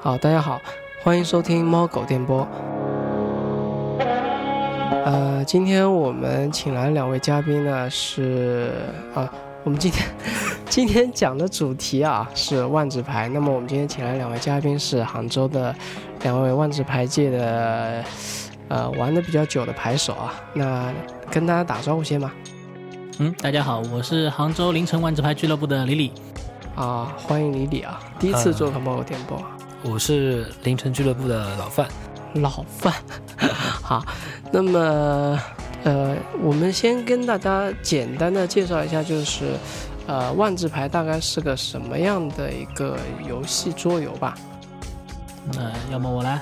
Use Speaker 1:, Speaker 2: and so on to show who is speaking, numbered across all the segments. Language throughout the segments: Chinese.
Speaker 1: 好，大家好，欢迎收听猫狗电波。呃，今天我们请来两位嘉宾呢是啊，我们今天 今天讲的主题啊是万智牌。那么我们今天请来两位嘉宾是杭州的两位万智牌界的呃玩的比较久的牌手啊。那跟大家打招呼先吧。
Speaker 2: 嗯，大家好，我是杭州凌晨万智牌俱乐部的李李。
Speaker 1: 啊，欢迎李李啊，第一次做客猫狗电波。
Speaker 3: 我是凌晨俱乐部的老范，
Speaker 1: 老范。 好，那么呃，我们先跟大家简单的介绍一下，就是呃，万智牌大概是个什么样的一个游戏桌游吧？
Speaker 2: 呃，要么我来。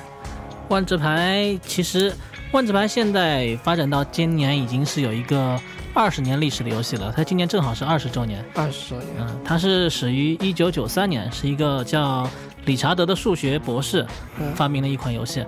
Speaker 2: 万智牌其实，万智牌现在发展到今年已经是有一个二十年历史的游戏了，它今年正好是二十周年。
Speaker 1: 二十周年。
Speaker 2: 嗯，它是始于一九九三年，是一个叫理查德的数学博士
Speaker 1: 嗯
Speaker 2: 发明了一款游戏。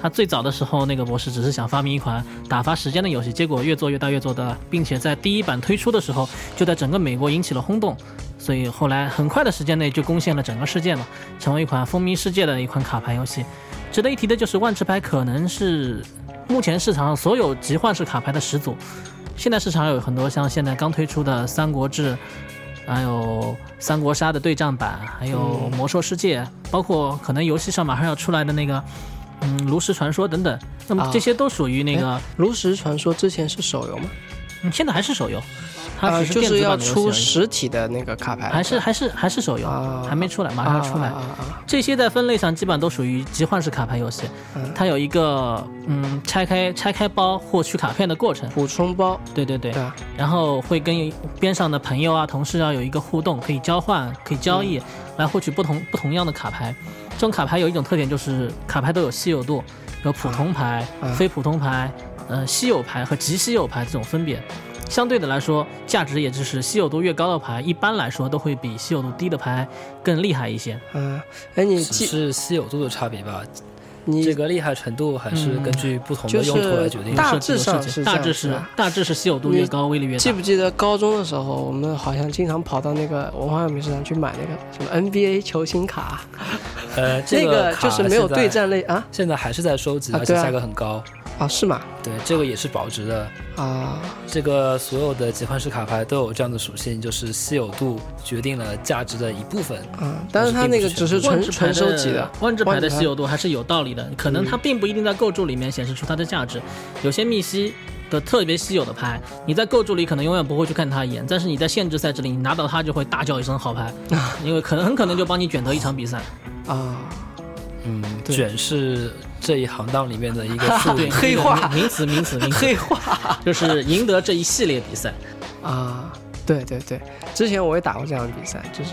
Speaker 2: 他最早的时候，那个博士只是想发明一款打发时间的游戏，结果越做越大，越做大，并且在第一版推出的时候，就在整个美国引起了轰动。所以后来很快的时间内就攻陷了整个世界嘛，成为一款风靡世界的一款卡牌游戏。值得一提的就是万智牌可能是目前市场上所有集换式卡牌的始祖。现在市场有很多像现在刚推出的《三国志》，还有《三国杀》的对战版，还有
Speaker 1: 嗯
Speaker 2: 《魔兽世界》，包括可能游戏上马上要出来的那个，嗯，炉石传说等等。那么
Speaker 1: 啊
Speaker 2: 这些都属于那个，
Speaker 1: 炉石传说之前是手游吗？
Speaker 2: 嗯现在还是手游，它
Speaker 1: 呃，
Speaker 2: 啊只是
Speaker 1: 就
Speaker 2: 电子
Speaker 1: 是
Speaker 2: 版
Speaker 1: 要
Speaker 2: 的游戏
Speaker 1: 出
Speaker 2: 而已
Speaker 1: 实体的那个卡牌，
Speaker 2: 还是还是还是手游
Speaker 1: 啊，
Speaker 2: 还没出来，马上要出来
Speaker 1: 啊。啊啊啊
Speaker 2: 这些在分类上基本上都属于集换式卡牌游戏
Speaker 1: 嗯，
Speaker 2: 它有一个嗯拆开拆开包获取卡片的过程，
Speaker 1: 补充包，啊
Speaker 2: 对对对
Speaker 1: 对，吧？
Speaker 2: 然后会跟边上的朋友啊、同事啊有一个互动，可以交换、可以交
Speaker 1: 嗯
Speaker 2: 易，来获取不同不同样的卡牌。这种卡牌有一种特点就是卡牌都有稀有度，有普通牌、
Speaker 1: 啊
Speaker 2: 非普通牌、呃稀有牌和极稀有牌这种分别。相对的来说，价值也就是稀有度越高的牌，一般来说都会比稀有度低的牌更厉害一些。
Speaker 1: 嗯，哎，你
Speaker 3: 只
Speaker 1: 记
Speaker 3: 是稀有度的差别吧。
Speaker 1: 你嗯
Speaker 3: 这个厉害程度还是根据不同
Speaker 1: 就
Speaker 3: 的用途来
Speaker 1: 是
Speaker 3: 决定的。
Speaker 1: 大
Speaker 2: 设
Speaker 1: 致
Speaker 2: 计
Speaker 1: 上
Speaker 2: 游戏
Speaker 1: 是这
Speaker 2: 大
Speaker 1: 样
Speaker 2: 致
Speaker 1: 子
Speaker 2: 是
Speaker 1: 的。
Speaker 2: 大致是稀有度越
Speaker 1: 你
Speaker 2: 高，威力越
Speaker 1: 记
Speaker 2: 大。
Speaker 1: 不记得高中的时候，我们好像经常跑到那个文化用品市场去买那个什么 NBA 球星卡，啊
Speaker 3: 呃，
Speaker 1: 那
Speaker 3: 这
Speaker 1: 个
Speaker 3: 卡
Speaker 1: 就是没有
Speaker 3: 现在
Speaker 1: 对，战类啊
Speaker 3: 现在还是在收集，
Speaker 1: 啊
Speaker 3: 而且
Speaker 1: 对啊
Speaker 3: 价格很高。
Speaker 1: 啊是吗？
Speaker 3: 对，这个也是保值的。
Speaker 1: 啊
Speaker 3: 这个所有的集换式卡牌都有这样的属性，就是稀有度决定了价值的一部分。
Speaker 1: 啊，但是它那个只是纯
Speaker 2: 万智
Speaker 1: 纯
Speaker 2: 牌的
Speaker 1: 收集的，嗯
Speaker 2: 万智牌
Speaker 1: 万
Speaker 2: 的
Speaker 1: 智牌
Speaker 2: 稀有度还是有道理的，可能它并不一定在构筑里面显示出它的价值。有些密西的特别稀有的牌，你在构筑里可能永远不会去看它一眼，但是你在限制赛制里，你拿到它就会大叫一声 好牌，因为可能很可能就帮你卷得一场比赛。
Speaker 1: 啊，
Speaker 3: 嗯，
Speaker 2: 对
Speaker 3: 卷是这一行当里面的一个术
Speaker 2: 对，
Speaker 3: 语。
Speaker 1: 黑化
Speaker 2: 那个名词，名词，名 词，
Speaker 1: 黑化
Speaker 2: 就是赢得这一系列比赛。
Speaker 1: 啊，对对对，之前我也打过这样的比赛，就是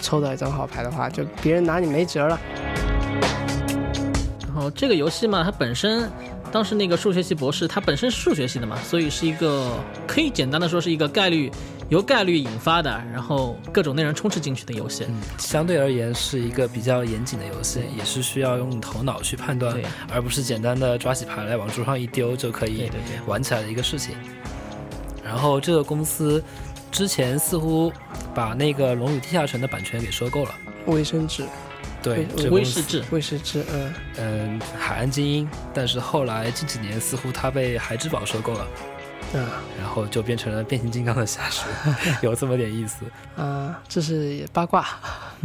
Speaker 1: 抽到一张好牌的话，就别人拿你没辙了。
Speaker 2: 然后这个游戏嘛，它本身当时那个数学系博士，他本身是数学系的嘛，所以是一个可以简单的说是一个概率由概率引发的，然后各种内容充斥进去的游戏。
Speaker 3: 嗯，相对而言是一个比较严谨的游戏，也是需要用头脑去判断
Speaker 2: 对，
Speaker 3: 而不是简单的抓起牌来往桌上一丢就可以
Speaker 2: 对对对
Speaker 3: 玩起来的一个事情。然后这个公司之前似乎把那个《龙与地下城》的版权给收购了，
Speaker 1: 卫生纸，
Speaker 3: 对
Speaker 1: 嗯，
Speaker 3: 这个
Speaker 2: 威
Speaker 3: 公司
Speaker 2: 士忌，
Speaker 1: 卫生纸，嗯，
Speaker 3: 嗯海岸精英，但是后来近几年似乎它被孩之宝收购了，
Speaker 1: 啊
Speaker 3: 然后就变成了变形金刚的下属， 有这么点意思。
Speaker 1: 啊，这是八卦。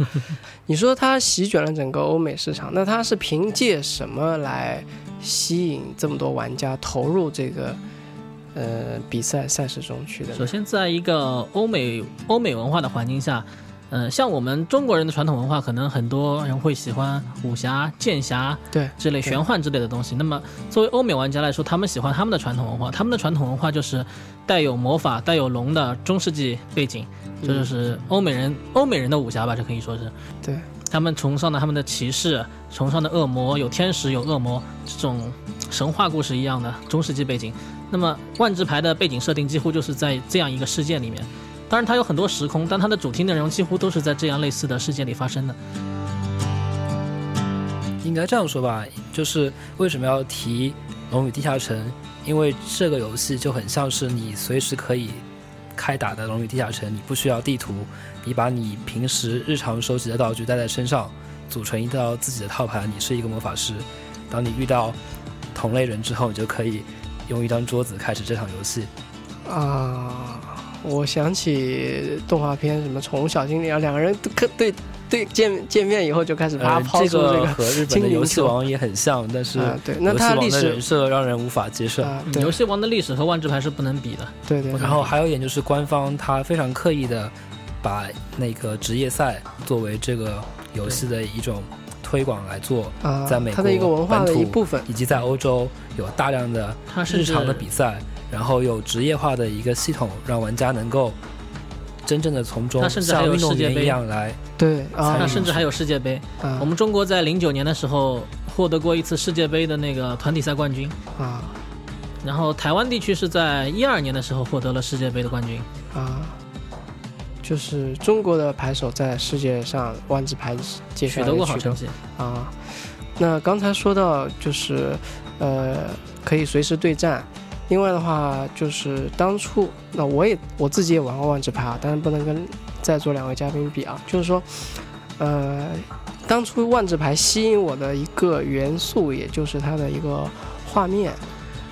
Speaker 1: 你说它席卷了整个欧美市场，那它是凭借什么来吸引这么多玩家投入这个呃比赛赛事中去的呢？
Speaker 2: 首先，在一个欧美欧美文化的环境下，嗯、像我们中国人的传统文化，可能很多人会喜欢武侠、剑侠
Speaker 1: 对，
Speaker 2: 之类、玄幻之类的东西。那么，作为欧美玩家来说，他们喜欢他们的传统文化，他们的传统文化就是带有魔法、带有龙的中世纪背景，
Speaker 3: 嗯
Speaker 2: 这就是欧美人欧美人的武侠吧，这可以说是。
Speaker 1: 对，
Speaker 2: 他们崇尚的他们的骑士，崇尚的恶魔，有天使，有恶魔，这种神话故事一样的中世纪背景。那么万智牌的背景设定几乎就是在这样一个世界里面，当然它有很多时空，但它的主题内容几乎都是在这样类似的世界里发生的。
Speaker 3: 应该这样说吧，就是为什么要提《龙与地下城》？因为这个游戏就很像是你随时可以开打的《龙与地下城》，你不需要地图，你把你平时日常收集的道具带在身上，组成一套自己的套牌，你是一个魔法师。当你遇到同类人之后，你就可以用一张桌子开始这场游戏。
Speaker 1: 啊，我想起动画片什么《宠物小精灵》啊，两个人都可对对见见面以后就开始啪
Speaker 3: 呃，
Speaker 1: 抛出
Speaker 3: 这
Speaker 1: 这个
Speaker 3: 和日本
Speaker 1: 精
Speaker 3: 的
Speaker 1: 灵
Speaker 3: 游戏
Speaker 1: 球
Speaker 3: 王也很像，但是
Speaker 1: 啊，对，那
Speaker 3: 游戏
Speaker 1: 它
Speaker 3: 王
Speaker 1: 历
Speaker 3: 的
Speaker 1: 史
Speaker 3: 人设让人无法接受。
Speaker 1: 啊，
Speaker 2: 嗯
Speaker 1: 对
Speaker 2: 游戏王的历史和万智牌是不能比的。
Speaker 1: 对对，对
Speaker 3: 然后还有一点就是，官方他非常刻意的把那个职业赛作为这个游戏的一种推广来做，
Speaker 1: 啊，
Speaker 3: 在美国
Speaker 1: 它的一个文化的
Speaker 3: 本土
Speaker 1: 一部分
Speaker 3: 以及在欧洲有大量的
Speaker 2: 它是
Speaker 3: 日常的比赛，然后有职业化的一个系统，让玩家能够真正的从中
Speaker 2: 它甚至还
Speaker 3: 像
Speaker 2: 有
Speaker 3: 运动
Speaker 2: 世界
Speaker 3: 员
Speaker 2: 杯
Speaker 3: 一样来。
Speaker 1: 对啊
Speaker 2: 它
Speaker 3: 参与
Speaker 2: 甚至还有世界杯。
Speaker 1: 啊
Speaker 2: 我们中国在零九年的时候获得过一次世界杯的那个团体赛冠军，
Speaker 1: 啊
Speaker 2: 然后台湾地区是在一二年的时候获得了世界杯的冠军。
Speaker 1: 啊，就是中国的牌手在世界上万字牌界
Speaker 2: 取
Speaker 1: 上
Speaker 2: 得
Speaker 1: 也
Speaker 2: 过好成绩。
Speaker 1: 啊。那刚才说到就是，呃，可以随时对战。另外的话，就是当初那我也我自己也玩过万智牌啊，当然不能跟在座两位嘉宾比啊。就是说，呃，当初万智牌吸引我的一个元素，也就是它的一个画面。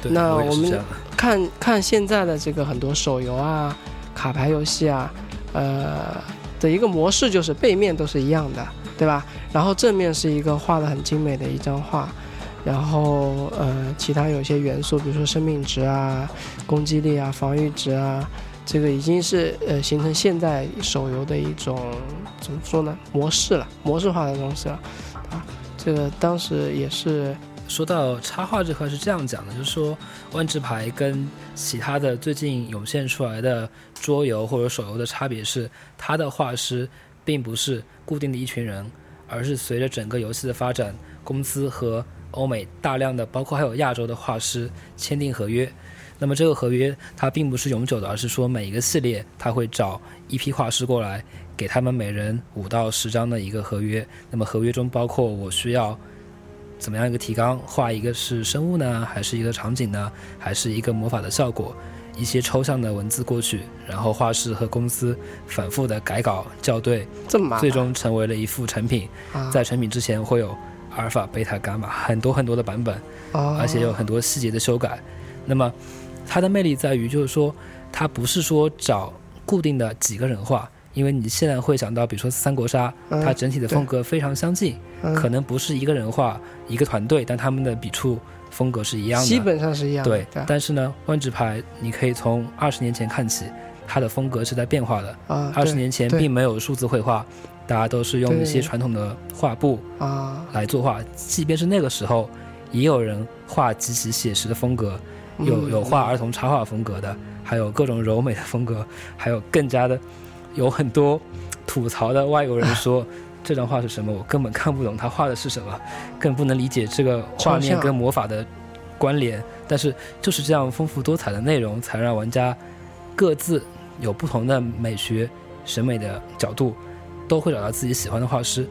Speaker 3: 对，
Speaker 1: 那
Speaker 3: 我也
Speaker 1: 我
Speaker 3: 是
Speaker 1: 们
Speaker 3: 这样的。
Speaker 1: 看看现在的这个很多手游啊、卡牌游戏啊，呃的一个模式就是背面都是一样的，对吧？然后正面是一个画的很精美的一张画，然后呃其他有些元素，比如说生命值啊、攻击力啊、防御值啊，这个已经是呃形成现在手游的一种怎么说呢模式了，模式化的东西了啊。这个当时也是
Speaker 3: 说到插画这块是这样讲的，就是说万智牌跟其他的最近涌现出来的桌游或者手游的差别是，它的画师并不是固定的一群人，而是随着整个游戏的发展，公司和欧美大量的，包括还有亚洲的画师签订合约。那么这个合约它并不是永久的，而是说每一个系列它会找一批画师过来，给他们每人五到十张的一个合约。那么合约中包括我需要怎么样一个提纲，画一个是生物呢，还是一个场景呢，还是一个魔法的效果，一些抽象的文字过去，然后画师和公司反复的改稿校对，
Speaker 1: 这么麻烦
Speaker 3: 最终成为了一副成品。
Speaker 1: 啊，
Speaker 3: 在成品之前会有阿尔法、贝塔、伽马很多很多的版本，
Speaker 1: 啊
Speaker 3: 而且有很多细节的修改。那么它的魅力在于，就是说它不是说找固定的几个人画，因为你现在会想到，比如说三国杀，
Speaker 1: 嗯
Speaker 3: 它整体的风格非常相近。
Speaker 1: 嗯
Speaker 3: 可能不是一个人画一个团队，但他们的笔触风格是一样的。
Speaker 1: 基本上是一样的。
Speaker 3: 对
Speaker 1: 吧，
Speaker 3: 但是呢，万智牌你可以从二十年前看起，它的风格是在变化的。
Speaker 1: 啊，
Speaker 3: 二十
Speaker 1: 对
Speaker 3: 年前
Speaker 1: 对
Speaker 3: 并没有数字绘画，大家都是用一些
Speaker 1: 对
Speaker 3: 传统的画布
Speaker 1: 啊，
Speaker 3: 来作画。即便是那个时候，也有人画极其写实的风格，
Speaker 1: 嗯
Speaker 3: 有有画儿童插画风格的，还有各种柔美的风格，还有更加的有很多吐槽的外国 人说这张画是什么，我根本看不懂他画的是什么，更不能理解这个
Speaker 1: 抽
Speaker 3: 画面
Speaker 1: 象
Speaker 3: 跟魔法的关联。但是就是这样丰富多彩的内容，才让玩家各自有不同的美学审美的角度，都会找到自己喜欢的画师。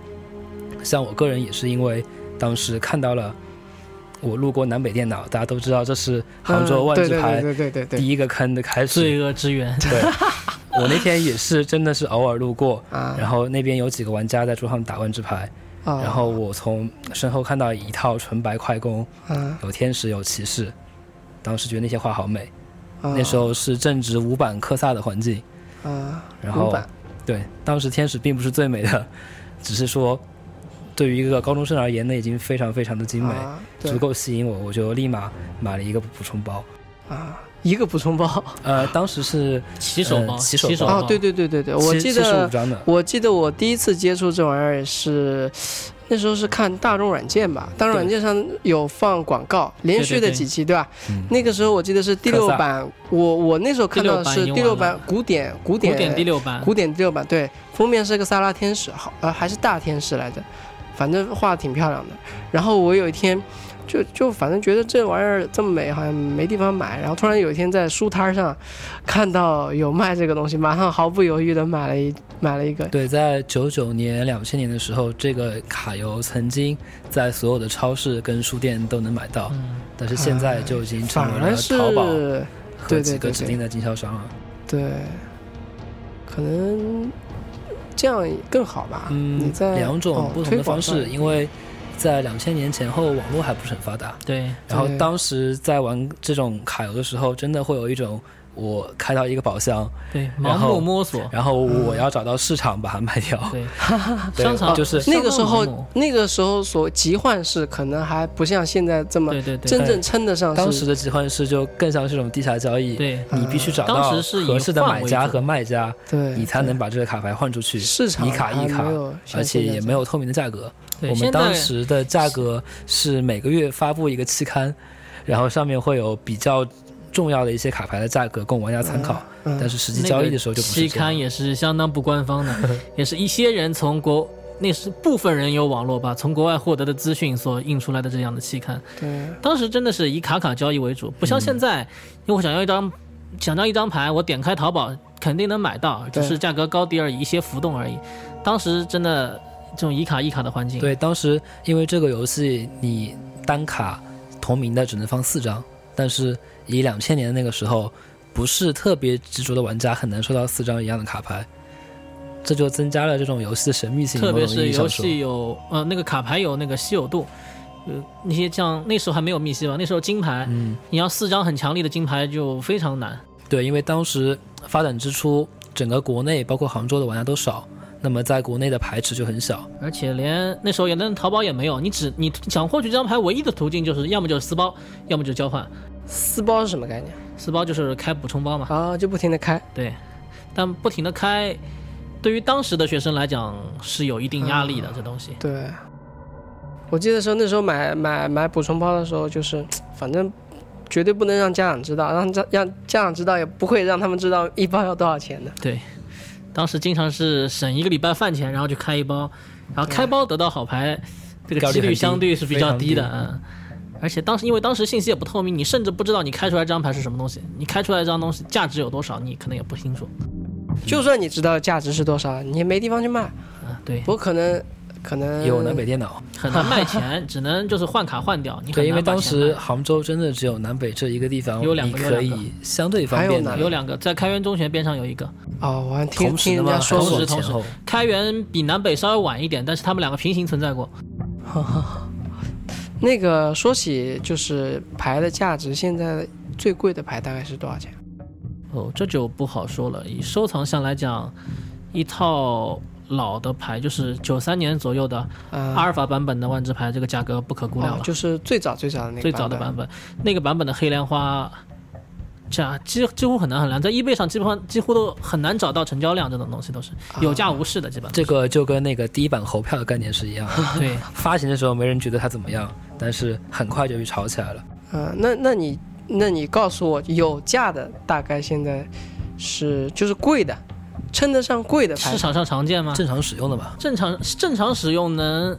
Speaker 3: 像我个人也是因为当时看到了。我路过南北电脑，大家都知道这是杭州
Speaker 1: 嗯
Speaker 3: 万
Speaker 1: 对
Speaker 3: 智
Speaker 1: 对
Speaker 3: 牌
Speaker 1: 对对对对
Speaker 3: 第
Speaker 1: 对
Speaker 3: 一个坑的开始。
Speaker 2: 罪恶之源，
Speaker 3: 对，我那天也是真的是偶尔路过，
Speaker 1: 啊，
Speaker 3: 然后那边有几个玩家在桌上打万智牌，
Speaker 1: 啊
Speaker 3: 然后我从身后看到一套纯白快攻，
Speaker 1: 啊，
Speaker 3: 有天使有骑士，当时觉得那些画好美。
Speaker 1: 那
Speaker 3: 那时候是正值五版科萨的环境，
Speaker 1: 啊，
Speaker 3: 然
Speaker 1: 五
Speaker 3: 后
Speaker 1: 版
Speaker 3: 对，当时天使并不是最美的， 只是说对于一个高中生而言，那已经非常非常的精美，
Speaker 1: 啊对
Speaker 3: 足够吸引我，我就立马买了一个补充包。
Speaker 1: 啊，一个补充 包
Speaker 3: 呃，当时是
Speaker 2: 骑手包，
Speaker 3: 呃骑手包
Speaker 1: 啊，
Speaker 2: 包，
Speaker 1: 对对对对对，我记
Speaker 3: 七十五
Speaker 1: 得
Speaker 3: 张的，
Speaker 1: 我记得我第一次接触这玩意儿是。那时候是看大众软件吧，大众软件上有放广告，连续的
Speaker 2: 对对
Speaker 1: 几期，对吧？
Speaker 3: 嗯
Speaker 1: 那个时候我记得是第六
Speaker 3: 科萨
Speaker 1: 版，我我那时候看
Speaker 2: 第六
Speaker 1: 到的
Speaker 2: 版
Speaker 1: 是
Speaker 2: 已经
Speaker 1: 第六
Speaker 2: 完了
Speaker 1: 版古典古
Speaker 2: 古
Speaker 1: 典
Speaker 2: 典第六
Speaker 3: 啊
Speaker 2: 版，
Speaker 1: 古典第六版，对，封面是个萨拉天使，好呃还是大天使来着，反正画的挺漂亮的。然后我有一天就就反正觉得这玩意儿这么美，好像没地方买。然后突然有一天在书摊上看到有卖这个东西，马上毫不犹豫的买了一买了一个。
Speaker 3: 对，在九九年、两千年的时候，这个卡游曾经在所有的超市跟书店都能买到，
Speaker 2: 嗯，
Speaker 3: 但是现在就已经成
Speaker 1: 啊反
Speaker 3: 为
Speaker 1: 而
Speaker 3: 了
Speaker 1: 是
Speaker 3: 淘宝和
Speaker 1: 对对
Speaker 3: 几
Speaker 1: 对
Speaker 3: 个
Speaker 1: 对
Speaker 3: 指定的经销商了。
Speaker 1: 对，可能这样更好吧？
Speaker 3: 嗯，
Speaker 1: 你在
Speaker 3: 两种
Speaker 1: 哦
Speaker 3: 不同
Speaker 1: 推
Speaker 3: 的
Speaker 1: 广
Speaker 3: 方式，
Speaker 1: 上
Speaker 3: 因为在两千年前后，网络还不是很发达，
Speaker 2: 对，
Speaker 3: 然后
Speaker 1: 对
Speaker 3: 当时在玩这种卡游的时候，真的会有一种我开到一个宝箱，
Speaker 2: 对，盲
Speaker 3: 然后
Speaker 2: 目摸 索，
Speaker 3: 然后我要找到市场把它卖掉，
Speaker 2: 对，
Speaker 3: 对
Speaker 2: 商场
Speaker 3: 就是
Speaker 1: 那个时
Speaker 2: 商场盲
Speaker 1: 候
Speaker 2: 目，
Speaker 1: 那个时候所集换式可能还不像现在这么
Speaker 2: 对对对
Speaker 1: 真正称得上
Speaker 3: 当时
Speaker 1: 是。
Speaker 3: 的集换式就更像是这种地下交易，
Speaker 2: 对
Speaker 3: 你必须找到
Speaker 2: 当时是以
Speaker 3: 合适的买
Speaker 2: 换
Speaker 3: 家
Speaker 2: 为主
Speaker 3: 和卖家，
Speaker 1: 对，
Speaker 3: 你才能把这个卡牌换出去，
Speaker 1: 市场
Speaker 3: 一卡
Speaker 1: 还
Speaker 3: 一卡
Speaker 1: 没有，像
Speaker 3: 而且
Speaker 1: 现在
Speaker 3: 也
Speaker 1: 这
Speaker 3: 没
Speaker 1: 样
Speaker 3: 有透明的价格。
Speaker 2: 对
Speaker 3: 我们
Speaker 2: 现在
Speaker 3: 当时的价格是每个月发布一个期刊，然后上面会有比较重要的一些卡牌的价格供玩家参考，
Speaker 1: 嗯
Speaker 3: 但是实际交易的时候就不
Speaker 2: 那
Speaker 3: 是
Speaker 2: 个、期
Speaker 3: 这样
Speaker 2: 刊也是相当不官方的，也是一些人从国。那是部分人有网络吧，从国外获得的资讯所印出来的这样的期刊，
Speaker 1: 对
Speaker 2: 当时真的是以卡卡交易为主，不
Speaker 3: 嗯
Speaker 2: 像现在，因为我想要一张，想要一张牌，我点开淘宝肯定能买到，只
Speaker 1: 对
Speaker 2: 是价格高低而已，一些浮动而已。当时真的这种以卡一卡的环境，
Speaker 3: 对，当时因为这个游戏，你单卡同名的只能放四张，但是以两千年的那个时候，不是特别执着的玩家很难收到四张一样的卡牌，这就增加了这种游戏的神秘性。
Speaker 2: 特别
Speaker 3: 某种
Speaker 2: 是
Speaker 3: 意义上
Speaker 2: 游
Speaker 3: 说
Speaker 2: 戏有呃那个卡牌有那个稀有度，呃那些像那时候还没有密西吧，那时候金牌、
Speaker 3: 嗯，
Speaker 2: 你要四张很强力的金牌就非常难。
Speaker 3: 对，因为当时发展之初，整个国内包括杭州的玩家都少，那么在国内的牌池就很小。
Speaker 2: 而且连那时候也连淘宝也没有，你只你想获取这张牌唯一的途径就是要么就是撕包，要么就是交换。
Speaker 1: 撕包是什么概念？
Speaker 2: 撕包就是开补充包嘛，
Speaker 1: 啊，就不停的开，
Speaker 2: 对，但不停的开，对于当时的学生来讲是有一定压力
Speaker 3: 嗯
Speaker 2: 的。这东西，
Speaker 1: 对。我记得时候那时候买买买补充包的时候，就是反正绝对不能让家长知道，让家让家长知道也不会让他们知道一包要多少钱的。
Speaker 2: 对，当时经常是省一个礼拜饭钱，然后去开一包，然后开包得到好牌，这个
Speaker 3: 概率
Speaker 2: 几
Speaker 3: 很
Speaker 2: 率
Speaker 3: 低
Speaker 2: 相对是比较低的。
Speaker 3: 非
Speaker 2: 嗯，而且当时因为当时信息也不透明，你甚至不知道你开出来这张牌是什么东西，你开出来这张东西价值有多少，你可能也不清楚。
Speaker 3: 嗯
Speaker 1: 就算你知道价值是多少，你也没地方去卖。
Speaker 2: 嗯，对，
Speaker 1: 我可能可
Speaker 2: 呃
Speaker 1: 能
Speaker 3: 有南北电脑，
Speaker 2: 很难卖钱，只能就是换卡换掉。你很
Speaker 3: 对，因为
Speaker 2: 难把
Speaker 3: 当
Speaker 2: 钱
Speaker 3: 时
Speaker 2: 卖
Speaker 3: 杭州真的只有南北这一个地方，
Speaker 2: 有两个
Speaker 3: 你
Speaker 2: 有
Speaker 3: 可
Speaker 2: 两个
Speaker 3: 以相对方便
Speaker 1: 还
Speaker 3: 的
Speaker 1: 有
Speaker 2: 有两个在开元中学边上有一个，
Speaker 1: 哦，我还听听
Speaker 3: 同时的
Speaker 1: 人
Speaker 3: 吗？
Speaker 1: 家说
Speaker 2: 同时
Speaker 1: 过
Speaker 3: 还是
Speaker 2: 同
Speaker 3: 往
Speaker 2: 时
Speaker 3: 前后
Speaker 2: 开元比南北稍微晚一点，但是他们两个平行存在过。
Speaker 1: 那个说起就是牌的价值，现在最贵的牌大概是多少钱？
Speaker 2: 哦，这就不好说了。以收藏项来讲，一套老的牌就是九三年左右的
Speaker 1: 呃，
Speaker 2: 阿尔法版本的万智牌，这个价格不可估量
Speaker 1: 哦
Speaker 2: 了。，
Speaker 1: 就是最早最早的那个
Speaker 2: 最早的
Speaker 1: 版
Speaker 2: 版本，那个版本的黑莲花价几几乎很难衡量，在 eBay 上基本上几乎都很难找到成交量，这种东西都是
Speaker 1: 啊
Speaker 2: 有价无市的，基本上。
Speaker 3: 这个就跟那个第一版猴票的概念是一样的，
Speaker 2: 对，
Speaker 3: 发行的时候没人觉得它怎么样，但是很快就被炒起来了。
Speaker 1: 本。呃，那那你那你告诉我，有价的大概现在是就是贵的，称得上贵的牌
Speaker 2: 市，场上常见吗？
Speaker 3: 正常使用的嘛，
Speaker 2: 正常正常使用能，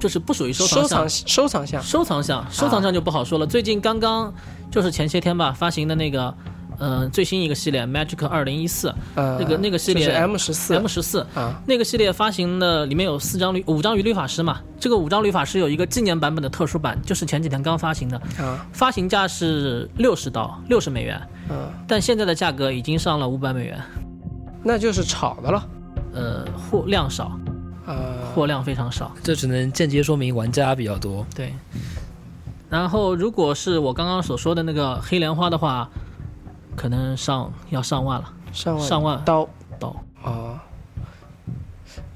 Speaker 2: 就是不属于收藏
Speaker 1: 收藏收
Speaker 2: 项
Speaker 1: 藏项
Speaker 2: 收藏项，收藏项就不好说了。最近刚刚就是前些天吧，发行的那个，呃，最新一个系列 Magic 二零一四
Speaker 1: 呃
Speaker 2: 那个那个系列
Speaker 1: 就是 M 十四
Speaker 2: M 十四
Speaker 1: 啊，
Speaker 2: 那个系列发行的，里面有四张律五张鱼律法师嘛。这个五张律法师有一个纪念版本的特殊版，就是前几天刚发行的，
Speaker 1: 啊
Speaker 2: 发行价是六十刀六十美元，
Speaker 1: 啊，
Speaker 2: 但现在的价格已经上了五百美元，
Speaker 1: 那就是炒的了
Speaker 2: 呃，货量少，
Speaker 1: 啊。
Speaker 2: 货量非常少。
Speaker 3: 这只能间接说明玩家比较多。
Speaker 2: 对。然后，如果是我刚刚所说的那个黑莲花的话，可能上要上万了，
Speaker 1: 上万
Speaker 2: 上万
Speaker 1: 刀
Speaker 2: 到
Speaker 1: 啊。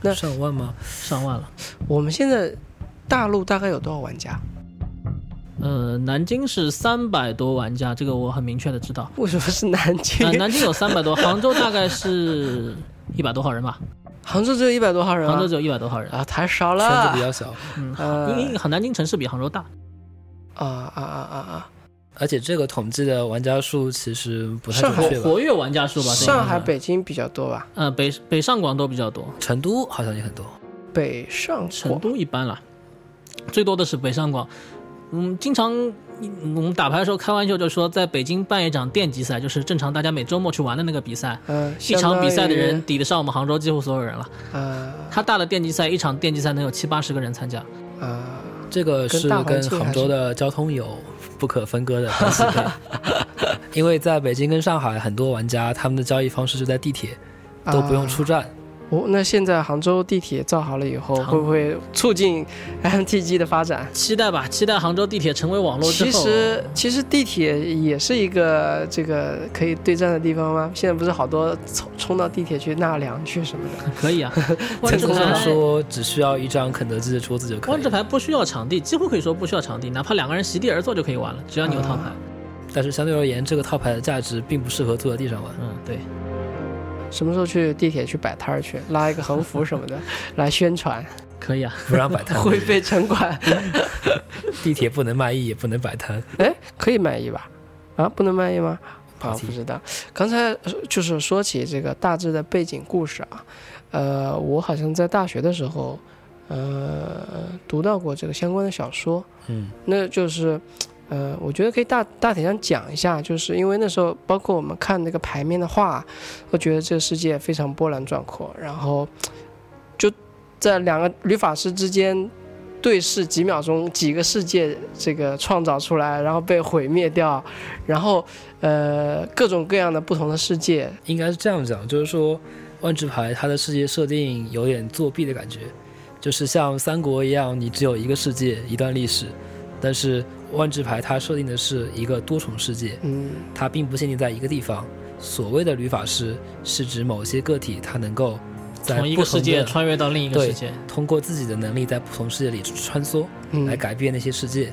Speaker 1: 那
Speaker 3: 上万吗？
Speaker 2: 上万了。
Speaker 1: 我们现在大陆大概有多少玩家？
Speaker 2: 呃，南京是三百多玩家，这个我很明确的知 道。
Speaker 1: 为什么是南京
Speaker 2: 呃，？南京有三百多，杭州大概是一百多号人吧，
Speaker 1: 杭州只有一百多号人啊，
Speaker 2: 杭州只有一百多号人。
Speaker 1: 啊，太少
Speaker 3: 圈子
Speaker 1: 了
Speaker 3: 比。较小，
Speaker 2: 嗯，
Speaker 1: 呃
Speaker 2: 因为南京城市比杭州大，
Speaker 1: 啊啊啊啊啊！
Speaker 3: 而且这个统计的玩家数其实不太
Speaker 1: 上海
Speaker 3: 准
Speaker 2: 活
Speaker 3: 确吧？
Speaker 2: 活跃玩家数吧。这个
Speaker 1: 上海、
Speaker 2: 应该是
Speaker 1: 北京比较多吧，
Speaker 2: 呃北北上广都比较多，
Speaker 3: 成都好像也很多，
Speaker 1: 北上
Speaker 2: 成
Speaker 1: 广
Speaker 2: 都一般啦，最多的是北上广。嗯，经常嗯我们打牌的时候开玩笑就说，在北京办一场电击赛，就是正常大家每周末去玩的那个比赛，
Speaker 1: 嗯，
Speaker 2: 一
Speaker 1: 相
Speaker 2: 场
Speaker 1: 当
Speaker 2: 比赛的
Speaker 1: 于
Speaker 2: 人抵得上我们杭州几乎所有人了。
Speaker 1: 啊
Speaker 2: 他大的电击赛，一场电击赛能有七八十个人参加，
Speaker 1: 啊，
Speaker 3: 这个是
Speaker 1: 跟大环
Speaker 3: 跟
Speaker 1: 境
Speaker 3: 杭州的交通有不可分割的关系，因为在北京跟上海，很多玩家他们的交易方式就在地铁，都不用出站，
Speaker 1: 啊哦，那现在杭州地铁造好了以后，会不会促进 MTG 的发展？
Speaker 2: 期待吧，期待杭州地铁成为网络之
Speaker 1: 其
Speaker 2: 后。
Speaker 1: 实其实地铁也是一个这个可以对战的地方吗？现在不是好多冲冲到地铁去纳凉去什么的，
Speaker 2: 可 以啊，
Speaker 3: 政
Speaker 2: 万智
Speaker 3: 策上
Speaker 2: 牌
Speaker 3: 说只需要一张肯德基的桌子就可
Speaker 2: 万
Speaker 3: 以
Speaker 2: 智
Speaker 3: 了，
Speaker 2: 牌不需要场地，几乎可以说不需要场地，哪怕两个人席地而坐就可以玩了，只要扭套
Speaker 3: 啊
Speaker 2: 牌。
Speaker 3: 但是相对而言，这个套牌的价值并不适合坐在地上玩。
Speaker 2: 嗯，对，
Speaker 1: 什么时候去地铁去摆摊儿去，拉一个横幅什么的 来宣传，
Speaker 2: 可以啊。
Speaker 3: 不让 摆 摊，
Speaker 1: 会被城管
Speaker 3: 地铁不能卖艺，也不能摆摊。
Speaker 1: 哎，可以卖艺吧？啊，不能卖艺吗？啊，
Speaker 3: 题
Speaker 1: 不知道。刚才呃就是说起这个大致的背景故事啊，呃，我好像在大学的时候，呃，读到过这个相关的小说。
Speaker 3: 嗯，
Speaker 1: 那就是，呃，我觉得可以大大体上讲一下，就是因为那时候包括我们看那个牌面的画，会觉得这个世界非常波澜壮阔，然后就在两个女法师之间对视几秒钟，几个世界这个创造出来，然后被毁灭掉，然后呃各种各样的不同的世界，
Speaker 3: 应该是这样讲，就是说万智牌它的世界设定有点作弊的感觉，就是像三国一样，你只有一个世界一段历史，但是万智牌它设定的是一个多重世界，
Speaker 1: 嗯
Speaker 3: 它并不限定在一个地方。所谓的旅法师是指某些个体，它能够在
Speaker 2: 从一
Speaker 3: 不
Speaker 2: 个
Speaker 3: 同
Speaker 2: 世界
Speaker 3: 的
Speaker 2: 穿越到另一个
Speaker 3: 对
Speaker 2: 世界。
Speaker 3: 通过自己的能力在不同世界里穿梭，
Speaker 1: 嗯，
Speaker 3: 来改变那些世界。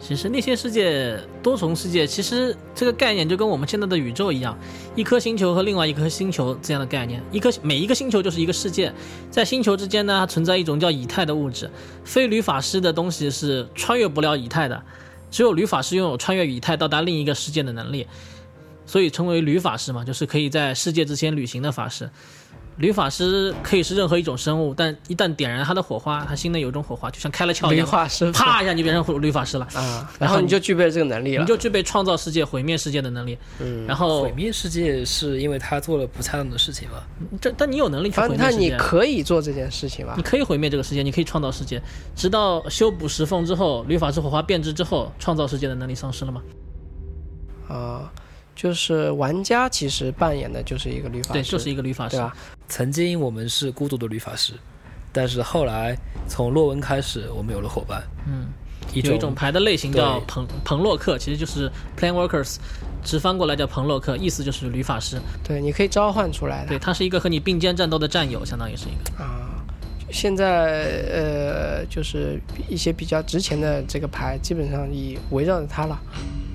Speaker 2: 其实那些世界，多重世界，其实这个概念就跟我们现在的宇宙一样，一颗星球和另外一颗星球这样的概念。一颗每一个星球就是一个世界，在星球之间呢，它存在一种叫以太的物质。非旅法师的东西是穿越不了以太的，只有旅法师拥有穿越以太到达另一个世界的能力，所以称为旅法师嘛，就是可以在世界之间旅行的法师。旅法师可以是任何一种生物，但一旦点燃它的火花，它心内有一种火花，就像开了窍一
Speaker 1: 驴
Speaker 2: 样，
Speaker 1: 化身份
Speaker 2: 啪一下你变成旅法师了。
Speaker 1: 啊，然
Speaker 2: 然
Speaker 1: 后
Speaker 2: 后
Speaker 1: 你
Speaker 2: 你
Speaker 1: 就具备了这个能力了，
Speaker 2: 你就具备创造世界、毁灭世界的能力。
Speaker 1: 嗯，
Speaker 2: 然后
Speaker 3: 毁，灭世界是因为他做了不恰当的事情嘛？
Speaker 2: 这但你有能力去
Speaker 1: 反
Speaker 2: 毁
Speaker 1: 正
Speaker 2: 灭
Speaker 1: 他
Speaker 2: 世
Speaker 1: 你
Speaker 2: 界啊，
Speaker 1: 可以做这件事情吧
Speaker 2: 你？可以毁灭这个世界，你可以创造世界。直到修补石缝之后，律法之火花变质之后，创造世界的能力丧失了嘛？
Speaker 1: 啊、就是玩家其实扮演的就是一个律法师，
Speaker 2: 对，就是一个律法师
Speaker 1: 对。吧？
Speaker 3: 曾经我们是孤独的旅法师，但是后来从洛温开始，我们有了伙伴，
Speaker 2: 嗯，
Speaker 3: 一
Speaker 2: 有
Speaker 3: 种
Speaker 2: 一种牌的类型叫
Speaker 3: 对
Speaker 2: 彭彭洛克，其实就是 Plan Workers，直翻过来叫彭洛克，意思就是律法师。
Speaker 1: 对，你可以召唤出来的
Speaker 2: 对，他是一个和你并肩战斗的战友，相当于是一个。
Speaker 1: 啊。现在呃，就是一些比较值钱的这个牌，基本上以围绕着它了，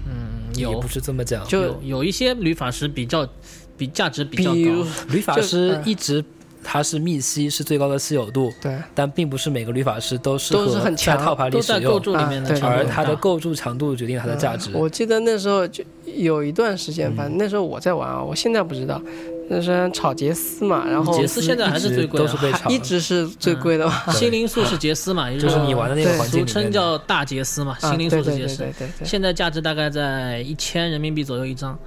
Speaker 2: 嗯，
Speaker 3: 也
Speaker 2: 有
Speaker 3: 不是这么讲。
Speaker 1: 就
Speaker 2: 有有一些律法师比较比价值比较
Speaker 1: 比如
Speaker 2: 高。
Speaker 3: 旅法师
Speaker 2: 嗯
Speaker 1: 就
Speaker 3: 一直他是密西是最高的稀有度，
Speaker 1: 对
Speaker 3: 但并不是每个旅法师都适
Speaker 1: 都
Speaker 3: 合
Speaker 1: 是很
Speaker 3: 在
Speaker 1: 强
Speaker 3: 套牌里
Speaker 2: 都
Speaker 3: 使
Speaker 2: 在构
Speaker 3: 用，
Speaker 2: 筑里面
Speaker 1: 啊
Speaker 2: 的
Speaker 1: 对
Speaker 2: 成分
Speaker 3: 而
Speaker 2: 很大，嗯
Speaker 3: 它的构筑强度决定它的价值。
Speaker 1: 我记得那时候就有一段时间，反正那时候我在玩啊，我现在不知道，那时候炒杰斯嘛，然后
Speaker 2: 杰斯现在还是最贵的
Speaker 3: 一直都是被
Speaker 1: 还
Speaker 3: 炒
Speaker 1: 一直是最贵的嘛，
Speaker 2: 心灵素是杰斯嘛，也
Speaker 3: 就是
Speaker 2: 说
Speaker 3: 你玩的那个
Speaker 1: 对
Speaker 3: 环境
Speaker 2: 俗
Speaker 3: 里面
Speaker 2: 称
Speaker 3: 的，
Speaker 2: 叫大杰斯嘛，
Speaker 1: 啊
Speaker 2: 嗯心灵素
Speaker 1: 对
Speaker 2: 是
Speaker 1: 对
Speaker 2: 杰
Speaker 1: 对
Speaker 2: 斯
Speaker 1: 对，对对，
Speaker 2: 现在价值大概在一千人民币左右一张。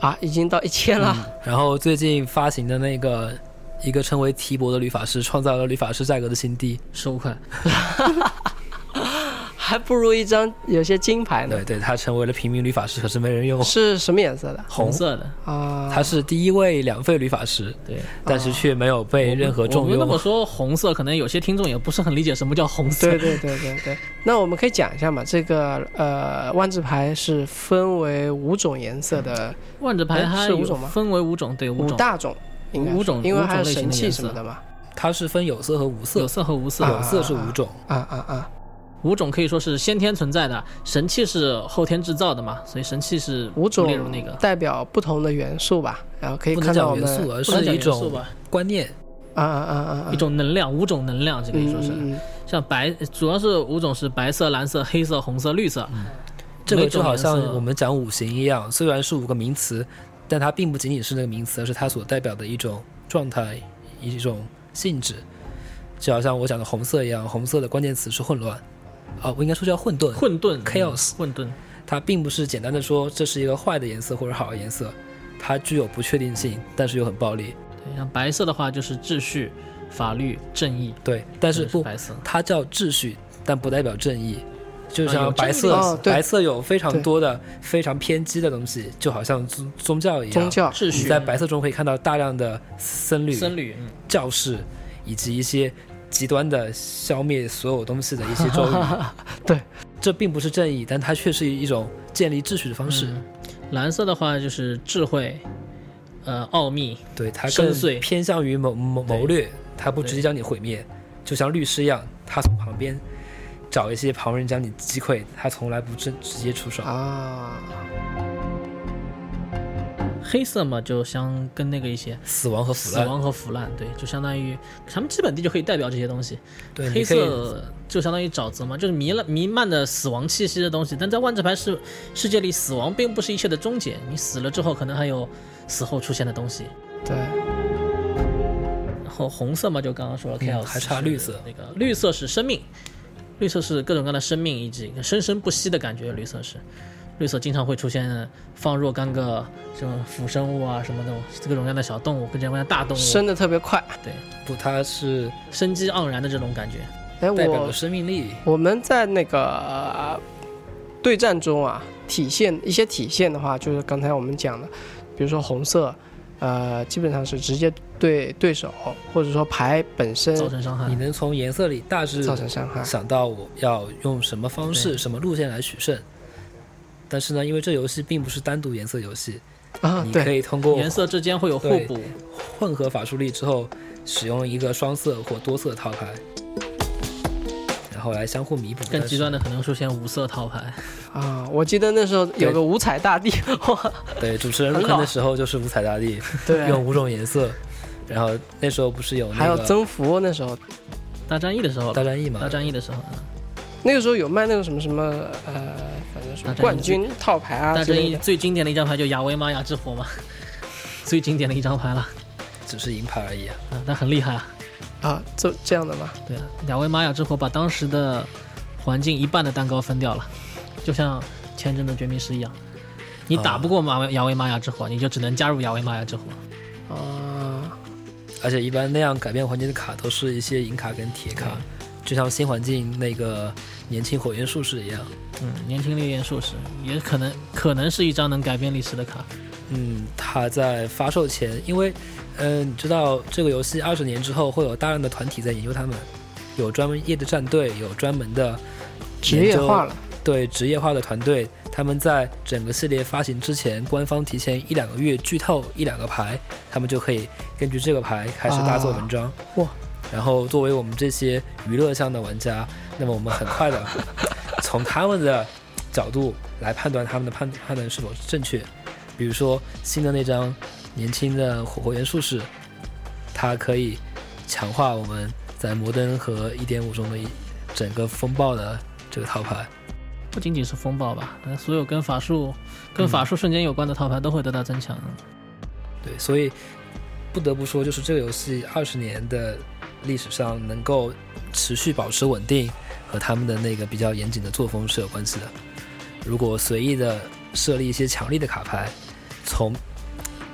Speaker 1: 啊，已经到一千了，
Speaker 3: 然后最近发行的那个一个称为提博的旅法师，创造了旅法师价格的新低。
Speaker 2: 十五块，嗯
Speaker 1: 还不如一张有些金牌呢
Speaker 3: 对。对，他成为了平民旅法师，可是没人用。
Speaker 1: 是什么颜色的？
Speaker 2: 红色的，
Speaker 1: 啊，
Speaker 3: 他是第一位两费旅法师，
Speaker 2: 对。
Speaker 3: 但是却没有被任何
Speaker 2: 啊我
Speaker 3: 重
Speaker 2: 们那么
Speaker 3: 用。
Speaker 2: 说红色，可能有些听众也不是很理解什么叫红色。
Speaker 1: 对对对对对，那我们可以讲一下嘛，这个呃万字牌是分为五种颜色的，
Speaker 2: 万智牌
Speaker 1: 哎
Speaker 2: 它
Speaker 1: 是五
Speaker 2: 有
Speaker 1: 种吗
Speaker 2: 分为五种，对，
Speaker 1: 五
Speaker 2: 种，
Speaker 1: 大种，应该是
Speaker 2: 五种
Speaker 1: 因为
Speaker 2: 五种
Speaker 1: 还有
Speaker 2: 类型
Speaker 1: 神
Speaker 2: 的
Speaker 1: 器
Speaker 2: 颜
Speaker 1: 什么
Speaker 2: 色
Speaker 1: 的嘛，
Speaker 3: 他是分有色和无色
Speaker 2: 有，色和无色。
Speaker 1: 啊
Speaker 3: 有色是五种，
Speaker 1: 啊啊啊，
Speaker 2: 五种可以说是先天存在的，神器是后天制造的嘛，所以神器是
Speaker 1: 五种
Speaker 2: 列入那个。
Speaker 1: 代表不同的元素吧，然后可以
Speaker 3: 不
Speaker 1: 看
Speaker 3: 能
Speaker 1: 到我
Speaker 3: 讲元
Speaker 1: 们
Speaker 3: 素，而
Speaker 2: 不能讲
Speaker 3: 是一
Speaker 2: 元素
Speaker 3: 种
Speaker 2: 吧，
Speaker 3: 观念。
Speaker 1: 啊啊啊啊啊，
Speaker 2: 一种能量，五种能量，这个可以
Speaker 1: 嗯
Speaker 2: 说是。
Speaker 1: 嗯嗯
Speaker 2: 像白，主要是五种是白色、蓝色、黑色、红色、绿色。
Speaker 3: 嗯这个
Speaker 2: 每
Speaker 3: 就
Speaker 2: 种
Speaker 3: 好
Speaker 2: 颜色
Speaker 3: 像我们讲五行一样，虽然是五个名词，但它并不仅仅是那个名词，而是它所代表的一种状态、一种性质。就好像我讲的红色一样，红色的关键词是混乱，啊，我应该说叫混沌。
Speaker 2: 混沌嗯
Speaker 3: Chaos
Speaker 2: 混沌，
Speaker 3: 它并不是简单的说这是一个坏的颜色或者好的颜色，它具有不确定性，但是又很暴力。
Speaker 2: 对，像白色的话就是秩序、法律、正义，
Speaker 3: 对，但
Speaker 2: 这
Speaker 3: 是
Speaker 2: 个是
Speaker 3: 不，啊
Speaker 2: 白色。
Speaker 3: 它叫秩序，但不代表正义。就
Speaker 2: 啊有
Speaker 3: 像
Speaker 2: 这
Speaker 3: 白
Speaker 2: 个
Speaker 3: 色、
Speaker 1: 意思哦对
Speaker 3: 白色有非常
Speaker 1: 对
Speaker 3: 多的非常偏激的东西，就好像宗宗教一样。
Speaker 1: 宗教
Speaker 2: 秩
Speaker 3: 你
Speaker 2: 序
Speaker 3: 在白色中可以看到大量的僧侣、
Speaker 2: 僧侣，嗯
Speaker 3: 教士以及一些极端的消灭所有东西的一些咒语。
Speaker 1: 对，
Speaker 3: 这并不是正义，但它却是一种建立秩序的方式。
Speaker 2: 嗯蓝色的话就是智慧，呃，奥秘，
Speaker 3: 对，它
Speaker 2: 深
Speaker 3: 更
Speaker 2: 邃
Speaker 3: 偏向于谋谋
Speaker 2: 对
Speaker 3: 谋略，它不直接将你毁灭，就像律师一样，他从旁边找一些旁人将你击溃，他从来不直直接出手。
Speaker 1: 啊，
Speaker 2: 黑色嘛就相跟那个一些
Speaker 3: 死亡和腐
Speaker 2: 死
Speaker 3: 烂，
Speaker 2: 亡和腐烂，对，就相当于他们基本地就可以代表这些东西。
Speaker 3: 对，
Speaker 2: 黑
Speaker 3: 你可以
Speaker 2: 色就相当于沼泽嘛，就是弥漫弥漫的死亡气息的东西。但在万智牌世世界里，死亡并不是一切的终结，你死了之后，可能还有死后出现的东西。
Speaker 1: 对，
Speaker 2: 嗯然后红色嘛，就刚刚说了
Speaker 3: 嗯
Speaker 2: chaos，、
Speaker 3: 还差绿色，
Speaker 2: 那个绿色是生命，绿色是各种各样的生命以及生生不息的感觉。绿色是，绿色经常会出现放若干个什么腐生物啊，什么那种各种各样的小动物，各种各样的大动物，
Speaker 1: 升的特别快。
Speaker 3: 不，它是
Speaker 2: 生机盎然的这种感觉。
Speaker 1: 哎，
Speaker 3: 代表
Speaker 1: 我
Speaker 3: 了生命力。
Speaker 1: 我们在那个、呃对战中啊，体现一些体现的话，就是刚才我们讲的，比如说红色，呃，基本上是直接对对手或者说牌本身
Speaker 2: 造成伤害
Speaker 3: 你。能从颜色里大致
Speaker 1: 造成伤害。
Speaker 3: 想到我要用什么方式、
Speaker 2: 啊对
Speaker 3: 什么路线来取胜。但是呢，因为这游戏并不是单独颜色游戏，
Speaker 1: 啊，
Speaker 3: 你可
Speaker 1: 对，
Speaker 3: 以通过
Speaker 2: 颜色之间会有互
Speaker 3: 对
Speaker 2: 补，
Speaker 3: 混合法术力之后，使用一个双色或多色套牌，然后来相互弥补。
Speaker 2: 更极端
Speaker 3: 的，
Speaker 2: 的可能出现五色套牌。
Speaker 1: 啊，我记得那时候有个五彩大地，哇，
Speaker 3: 对主持人
Speaker 1: 很
Speaker 3: 入
Speaker 1: 老
Speaker 3: 坑的时候就是五彩大地，
Speaker 1: 对，
Speaker 3: 用五种颜色，然后那时候不是有
Speaker 1: 还
Speaker 3: 那
Speaker 1: 有
Speaker 3: 个
Speaker 1: 增幅那时候，
Speaker 2: 大战役的时候，
Speaker 3: 大战役嘛
Speaker 2: 大？战役的时候，嗯
Speaker 1: 那个时候有卖那个什么什么呃，反正什么
Speaker 2: 大战役
Speaker 1: 冠军套牌啊
Speaker 2: 大
Speaker 1: 之
Speaker 2: 战
Speaker 1: 类
Speaker 2: 役
Speaker 1: 的，
Speaker 2: 最经典的一张牌就亚维玛雅之火嘛， 最经典的一张牌了，
Speaker 3: 只是银牌而已啊。
Speaker 2: 啊，那很厉害啊，
Speaker 1: 啊，这这样的嘛，
Speaker 2: 对啊，亚维玛雅之火把当时的环境一半的蛋糕分掉了，就像前阵的绝命师一样，你打不过马维亚维玛雅之火，你就只能加入亚维玛雅之火，
Speaker 1: 啊，
Speaker 3: 而且一般那样改变环境的卡都是一些银卡跟铁卡，就像新环境那个年轻火焰术士一样。
Speaker 2: 嗯，年轻烈焰术士也可能可能是一张能改变历史的卡，
Speaker 3: 嗯，它在发售前，因为，嗯、你知道这个游戏二十年之后会有大量的团体在研究它们，有专门业的战队，有专门的
Speaker 1: 职业化
Speaker 3: 研究
Speaker 1: 了，
Speaker 3: 对职业化的团队，他们在整个系列发行之前，官方提前一两个月剧透一两个牌，他们就可以根据这个牌开始大做文章。
Speaker 1: 哇！
Speaker 3: 然后作为我们这些娱乐向的玩家，那么我们很快的从他们的角度来判断他们的判判断是否正确。比如说新的那张年轻的火火焰术士，它可以强化我们在摩登和一点五中的一整个风暴的这个套牌。
Speaker 2: 不仅仅是风暴吧，呃所有跟法术跟法术瞬间有关的套牌都会得到增强。
Speaker 3: 对，所以不得不说，就是这个游戏二十年的历史上能够持续保持稳定，和他们的那个比较严谨的作风是有关系的。如果随意的设立一些强力的卡牌，从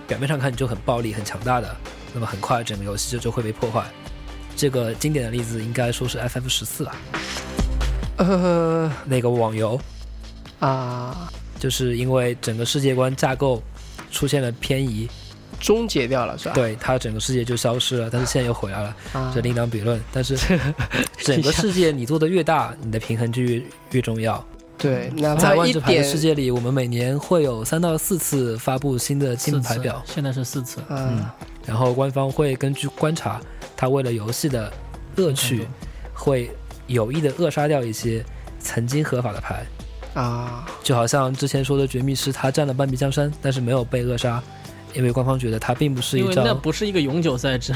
Speaker 3: 表面上看你就很暴力、很强大的，那么很快整个游戏就就会被破坏。这个经典的例子应该说是 FF 十四吧，
Speaker 1: 呃
Speaker 3: 那个网游，
Speaker 1: 啊，
Speaker 3: 就是因为整个世界观架构出现了偏移，
Speaker 1: 终结掉了是吧？
Speaker 3: 对它整个世界就消失了，但是现在又回来了。
Speaker 1: 啊
Speaker 3: 这，另当别论。 但是整个世界你做的越大，你的平衡就越越重要。
Speaker 1: 对，哪怕
Speaker 3: 在万
Speaker 1: 一
Speaker 3: 智牌的
Speaker 1: 点
Speaker 3: 世界里，我们每年会有三到四次发布新的进
Speaker 2: 四
Speaker 3: 度
Speaker 2: 次
Speaker 3: 牌表，
Speaker 2: 现在是四次，
Speaker 1: 啊，
Speaker 3: 然后官方会根据观察，它为了游戏的乐趣，会有意的扼杀掉一些曾经合法的牌。
Speaker 1: 啊，
Speaker 3: 就好像之前说的《绝密师》，它占了半壁江山，但是没有被扼杀，因为官方觉得它并不是
Speaker 2: 因
Speaker 3: 一
Speaker 2: 为那
Speaker 3: 张
Speaker 2: 不是一个永久赛制。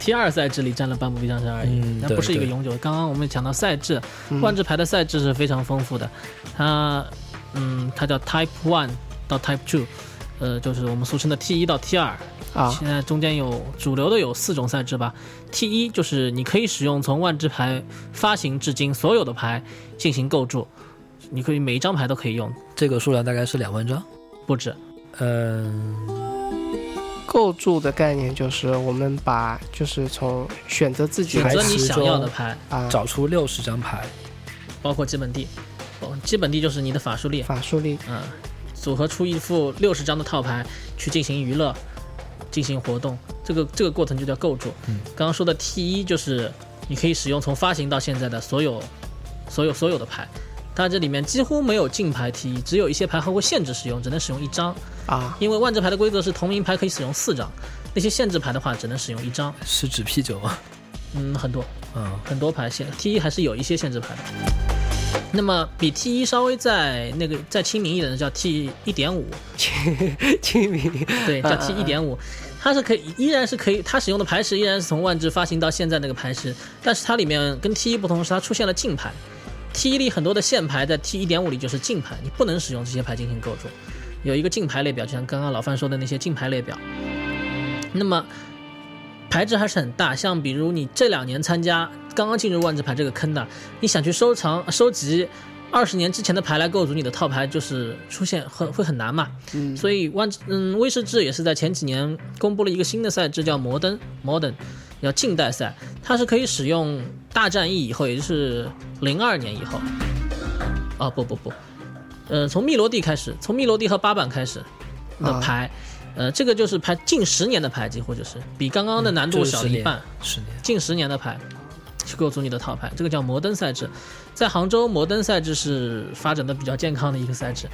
Speaker 2: T 二赛制里占了半步必江山而已
Speaker 3: 嗯，
Speaker 2: 那
Speaker 3: 对
Speaker 2: 不是一个
Speaker 3: 对
Speaker 2: 永久。刚刚我们讲到赛制，
Speaker 1: 嗯
Speaker 2: 万智牌的赛制是非常丰富的，它，嗯，它叫 Type One 到 Type Two，呃，就是我们俗称的 T 一到 T 二，
Speaker 1: 啊
Speaker 2: 现在中间有主流的有四种赛制吧。T 一就是你可以使用从万智牌发行至今所有的牌进行构筑，你可以每一张牌都可以用，
Speaker 3: 这个数量大概是两万张。
Speaker 2: 不止。
Speaker 3: 嗯，
Speaker 1: 构筑的概念就是我们把就是从选择自己
Speaker 2: 选
Speaker 1: 来
Speaker 2: 择
Speaker 3: 牌
Speaker 2: 你
Speaker 3: 池
Speaker 2: 想要
Speaker 3: 中
Speaker 2: 的牌，
Speaker 1: 啊
Speaker 3: 找出六十张牌，
Speaker 2: 包括基本地，哦，基本地就是你的法术力，
Speaker 1: 法术力
Speaker 2: 嗯，组合出一副六十张的套牌去进行娱乐，进行活动，这个这个过程就叫构筑。
Speaker 3: 嗯
Speaker 2: 刚刚说的 T 一就是你可以使用从发行到现在的所有所有所有的牌，它这里面几乎没有禁牌 T 一，只有一些牌还会限制使用，只能使用一张，
Speaker 1: 啊，
Speaker 2: 因为万智牌的规则是同名牌可以使用四张，那些限制牌的话只能使用一张。
Speaker 3: 是指 P 九吗？
Speaker 2: 嗯，很多。
Speaker 3: 嗯
Speaker 2: 很多牌限 T 一还是有一些限制牌的。那么比 T 一稍微再那个再亲民一点的叫 T 一点五，
Speaker 1: 清明
Speaker 2: 对，叫 T 一点五，它是可以依然是可以，它使用的牌石依然是从万智发行到现在那个牌石，但是它里面跟 T 一不同是它出现了禁牌，T 一里很多的限牌在 T 一点五里就是禁牌，你不能使用这些牌进行构筑，有一个禁牌列表，就像刚刚老范说的那些禁牌列表。那么牌质还是很大，像比如你这两年参加刚刚进入万智牌这个坑的，你想去收藏收集二十年之前的牌来构筑你的套牌，就是出现很会很难嘛。
Speaker 1: 嗯
Speaker 2: 所以万嗯威士忌也是在前几年公布了一个新的赛制，叫摩登 Modern，叫近代赛，它是可以使用大战役以后，也就是零二年以后。啊不不不，呃，从密罗地开始，从密罗地和八板开始的
Speaker 1: 啊
Speaker 2: 牌，呃，这个就是牌近十年的牌，几乎就是比刚刚的难度
Speaker 3: 就是
Speaker 2: 小
Speaker 3: 十
Speaker 2: 了一
Speaker 3: 年
Speaker 2: 半。
Speaker 3: 十年，
Speaker 2: 近十年的牌去构筑你的套牌，这个叫摩登赛制。在杭州，摩登赛制是发展的比较健康的一个赛制，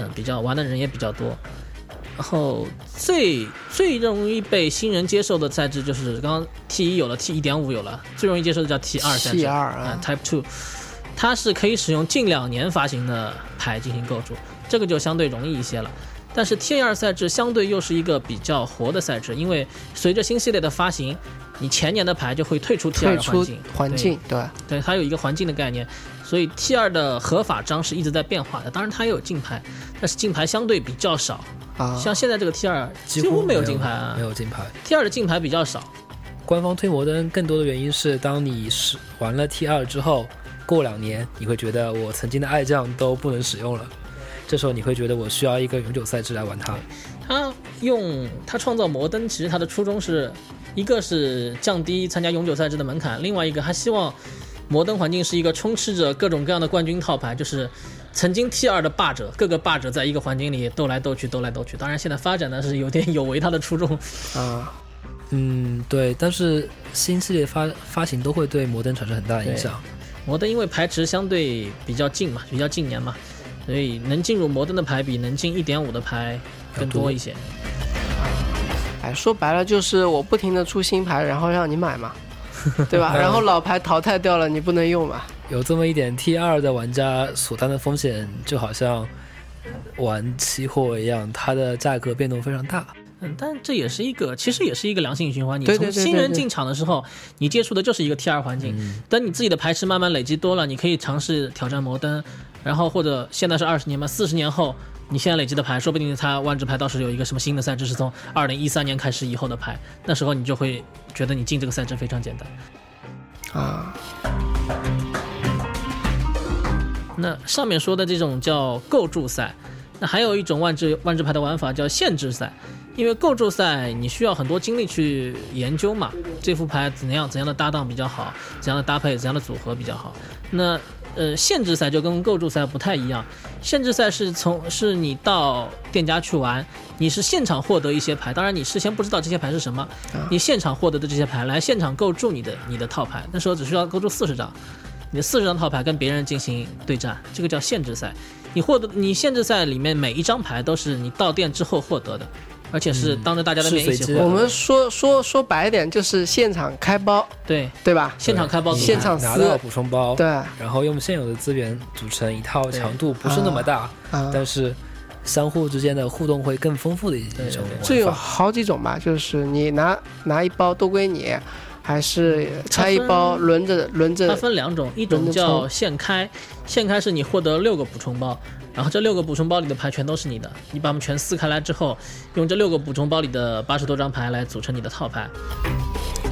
Speaker 2: 嗯、比较玩的人也比较多。然后最最容易被新人接受的赛制就是刚刚 T 一有了，T 一点五有了，最容易接受的叫 T 二赛制。
Speaker 1: T 二
Speaker 2: 啊
Speaker 1: 啊，
Speaker 2: ，Type Two，它是可以使用近两年发行的牌进行构筑，这个就相对容易一些了。但是 T 二赛制相对又是一个比较活的赛制，因为随着新系列的发行，你前年的牌就会退出 T
Speaker 1: 退
Speaker 2: 二环
Speaker 1: 出
Speaker 2: 境，
Speaker 1: 环境对，
Speaker 2: 对，它有一个环境的概念，所以 T 二的合法章是一直在变化的。当然它也有竞牌，但是竞牌相对比较少，
Speaker 1: 啊，
Speaker 2: 像现在这个 T 二几乎没有竞牌啊
Speaker 3: 没有金牌。
Speaker 2: ，T 二的竞牌比较少，
Speaker 3: 官方推摩登更多的原因是，当你是玩了 T 二之后，过两年你会觉得我曾经的爱将都不能使用了，这时候你会觉得我需要一个永久赛制来玩它。
Speaker 2: 他用他创造摩登，其实他的初衷是一个是降低参加永久赛制的门槛，另外一个他希望摩登环境是一个充斥着各种各样的冠军套牌，就是曾经 T 二的霸者，各个霸者在一个环境里斗来斗去，斗来斗去。当然，现在发展呢是有点有违他的初衷。
Speaker 1: 啊，
Speaker 3: 嗯，对，但是新系列发发行都会对摩登产生很大的影响。
Speaker 2: 摩登因为牌池相对比较近嘛，比较近年嘛，所以能进入摩登的牌比能进一点五的牌更多一些。
Speaker 1: 哎，说白了就是我不停的出新牌，然后让你买嘛， 对
Speaker 3: 嗯
Speaker 1: 吧？然后老牌淘汰掉了，你不能用嘛，
Speaker 3: 有这么一点 T 二的玩家所担的风险，就好像玩期货一样，它的价格变动非常大。
Speaker 2: 嗯，但这也是一个，其实也是一个良性循环。你
Speaker 1: 对
Speaker 2: 从
Speaker 1: 对对嗯
Speaker 2: 新
Speaker 1: 对
Speaker 2: 人
Speaker 1: 对
Speaker 2: 进场的时候，你接触的就是一个 T 二环境。等你自己的牌池慢慢累积多了，你可以尝试挑战摩登，然后或者现在是二十年嘛，四十年后你现在累积的牌，说不定它万智牌到时有一个什么新的赛制是从二零一三年开始以后的牌，那时候你就会觉得你进这个赛制非常简单。
Speaker 1: 啊，
Speaker 3: 嗯
Speaker 2: 那上面说的这种叫构筑赛，那还有一种万智万智牌的玩法叫限制赛，因为构筑赛你需要很多精力去研究嘛，这副牌怎样怎样的搭档比较好，怎样的搭配怎样的组合比较好。那呃，限制赛就跟构筑赛不太一样，限制赛是从是你到店家去玩，你是现场获得一些牌，当然你事先不知道这些牌是什么，你现场获得的这些牌来现场构筑你的你的套牌，那时候只需要构筑四十张，你的四十张套牌跟别人进行对战，这个叫限制赛。你获得你限制赛里面每一张牌都是你到店之后获得的，而且是当着大家的
Speaker 3: 嗯是
Speaker 2: 面一起
Speaker 3: 随
Speaker 2: 获得
Speaker 3: 机对的
Speaker 2: 的。
Speaker 1: 我们说说说白一点，就是现场开包，
Speaker 2: 对
Speaker 1: 对吧？
Speaker 2: 现场开包组牌，
Speaker 1: 现场
Speaker 3: 拿
Speaker 1: 撕
Speaker 3: 到补充包，
Speaker 1: 对啊，
Speaker 3: 然后用现有的资源组成一套强度不是那么大，但是相互之间的互动会更丰富的一
Speaker 2: 对对
Speaker 3: 一种玩法。
Speaker 1: 这有好几种吧，就是你拿拿一包都归你，还是
Speaker 3: 嗯
Speaker 1: 拆一包轮着轮
Speaker 2: 它
Speaker 1: 着
Speaker 2: 分两种，一
Speaker 1: 轮
Speaker 2: 种
Speaker 1: 着
Speaker 2: 叫
Speaker 1: 抽
Speaker 2: 现开，现开是你获得六个补充包，然后这六个补充包里的牌全都是你的，你把它们全撕开来之后，用这六个补充包里的八十多张牌来组成你的套牌。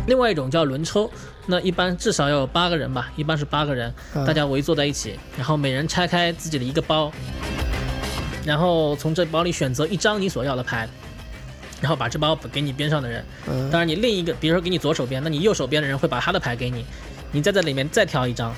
Speaker 2: 另外一种叫轮抽，那一般至少要有八个人吧，一般是八个人，大家围坐在一起，然后每人拆开自己的一个包，然后从这包里选择一张你所要的牌，然后把这包给你边上的人。
Speaker 1: 嗯
Speaker 2: 当然，你另一个，比如说给你左手边，那你右手边的人会把他的牌给你，你再在里面再挑一张，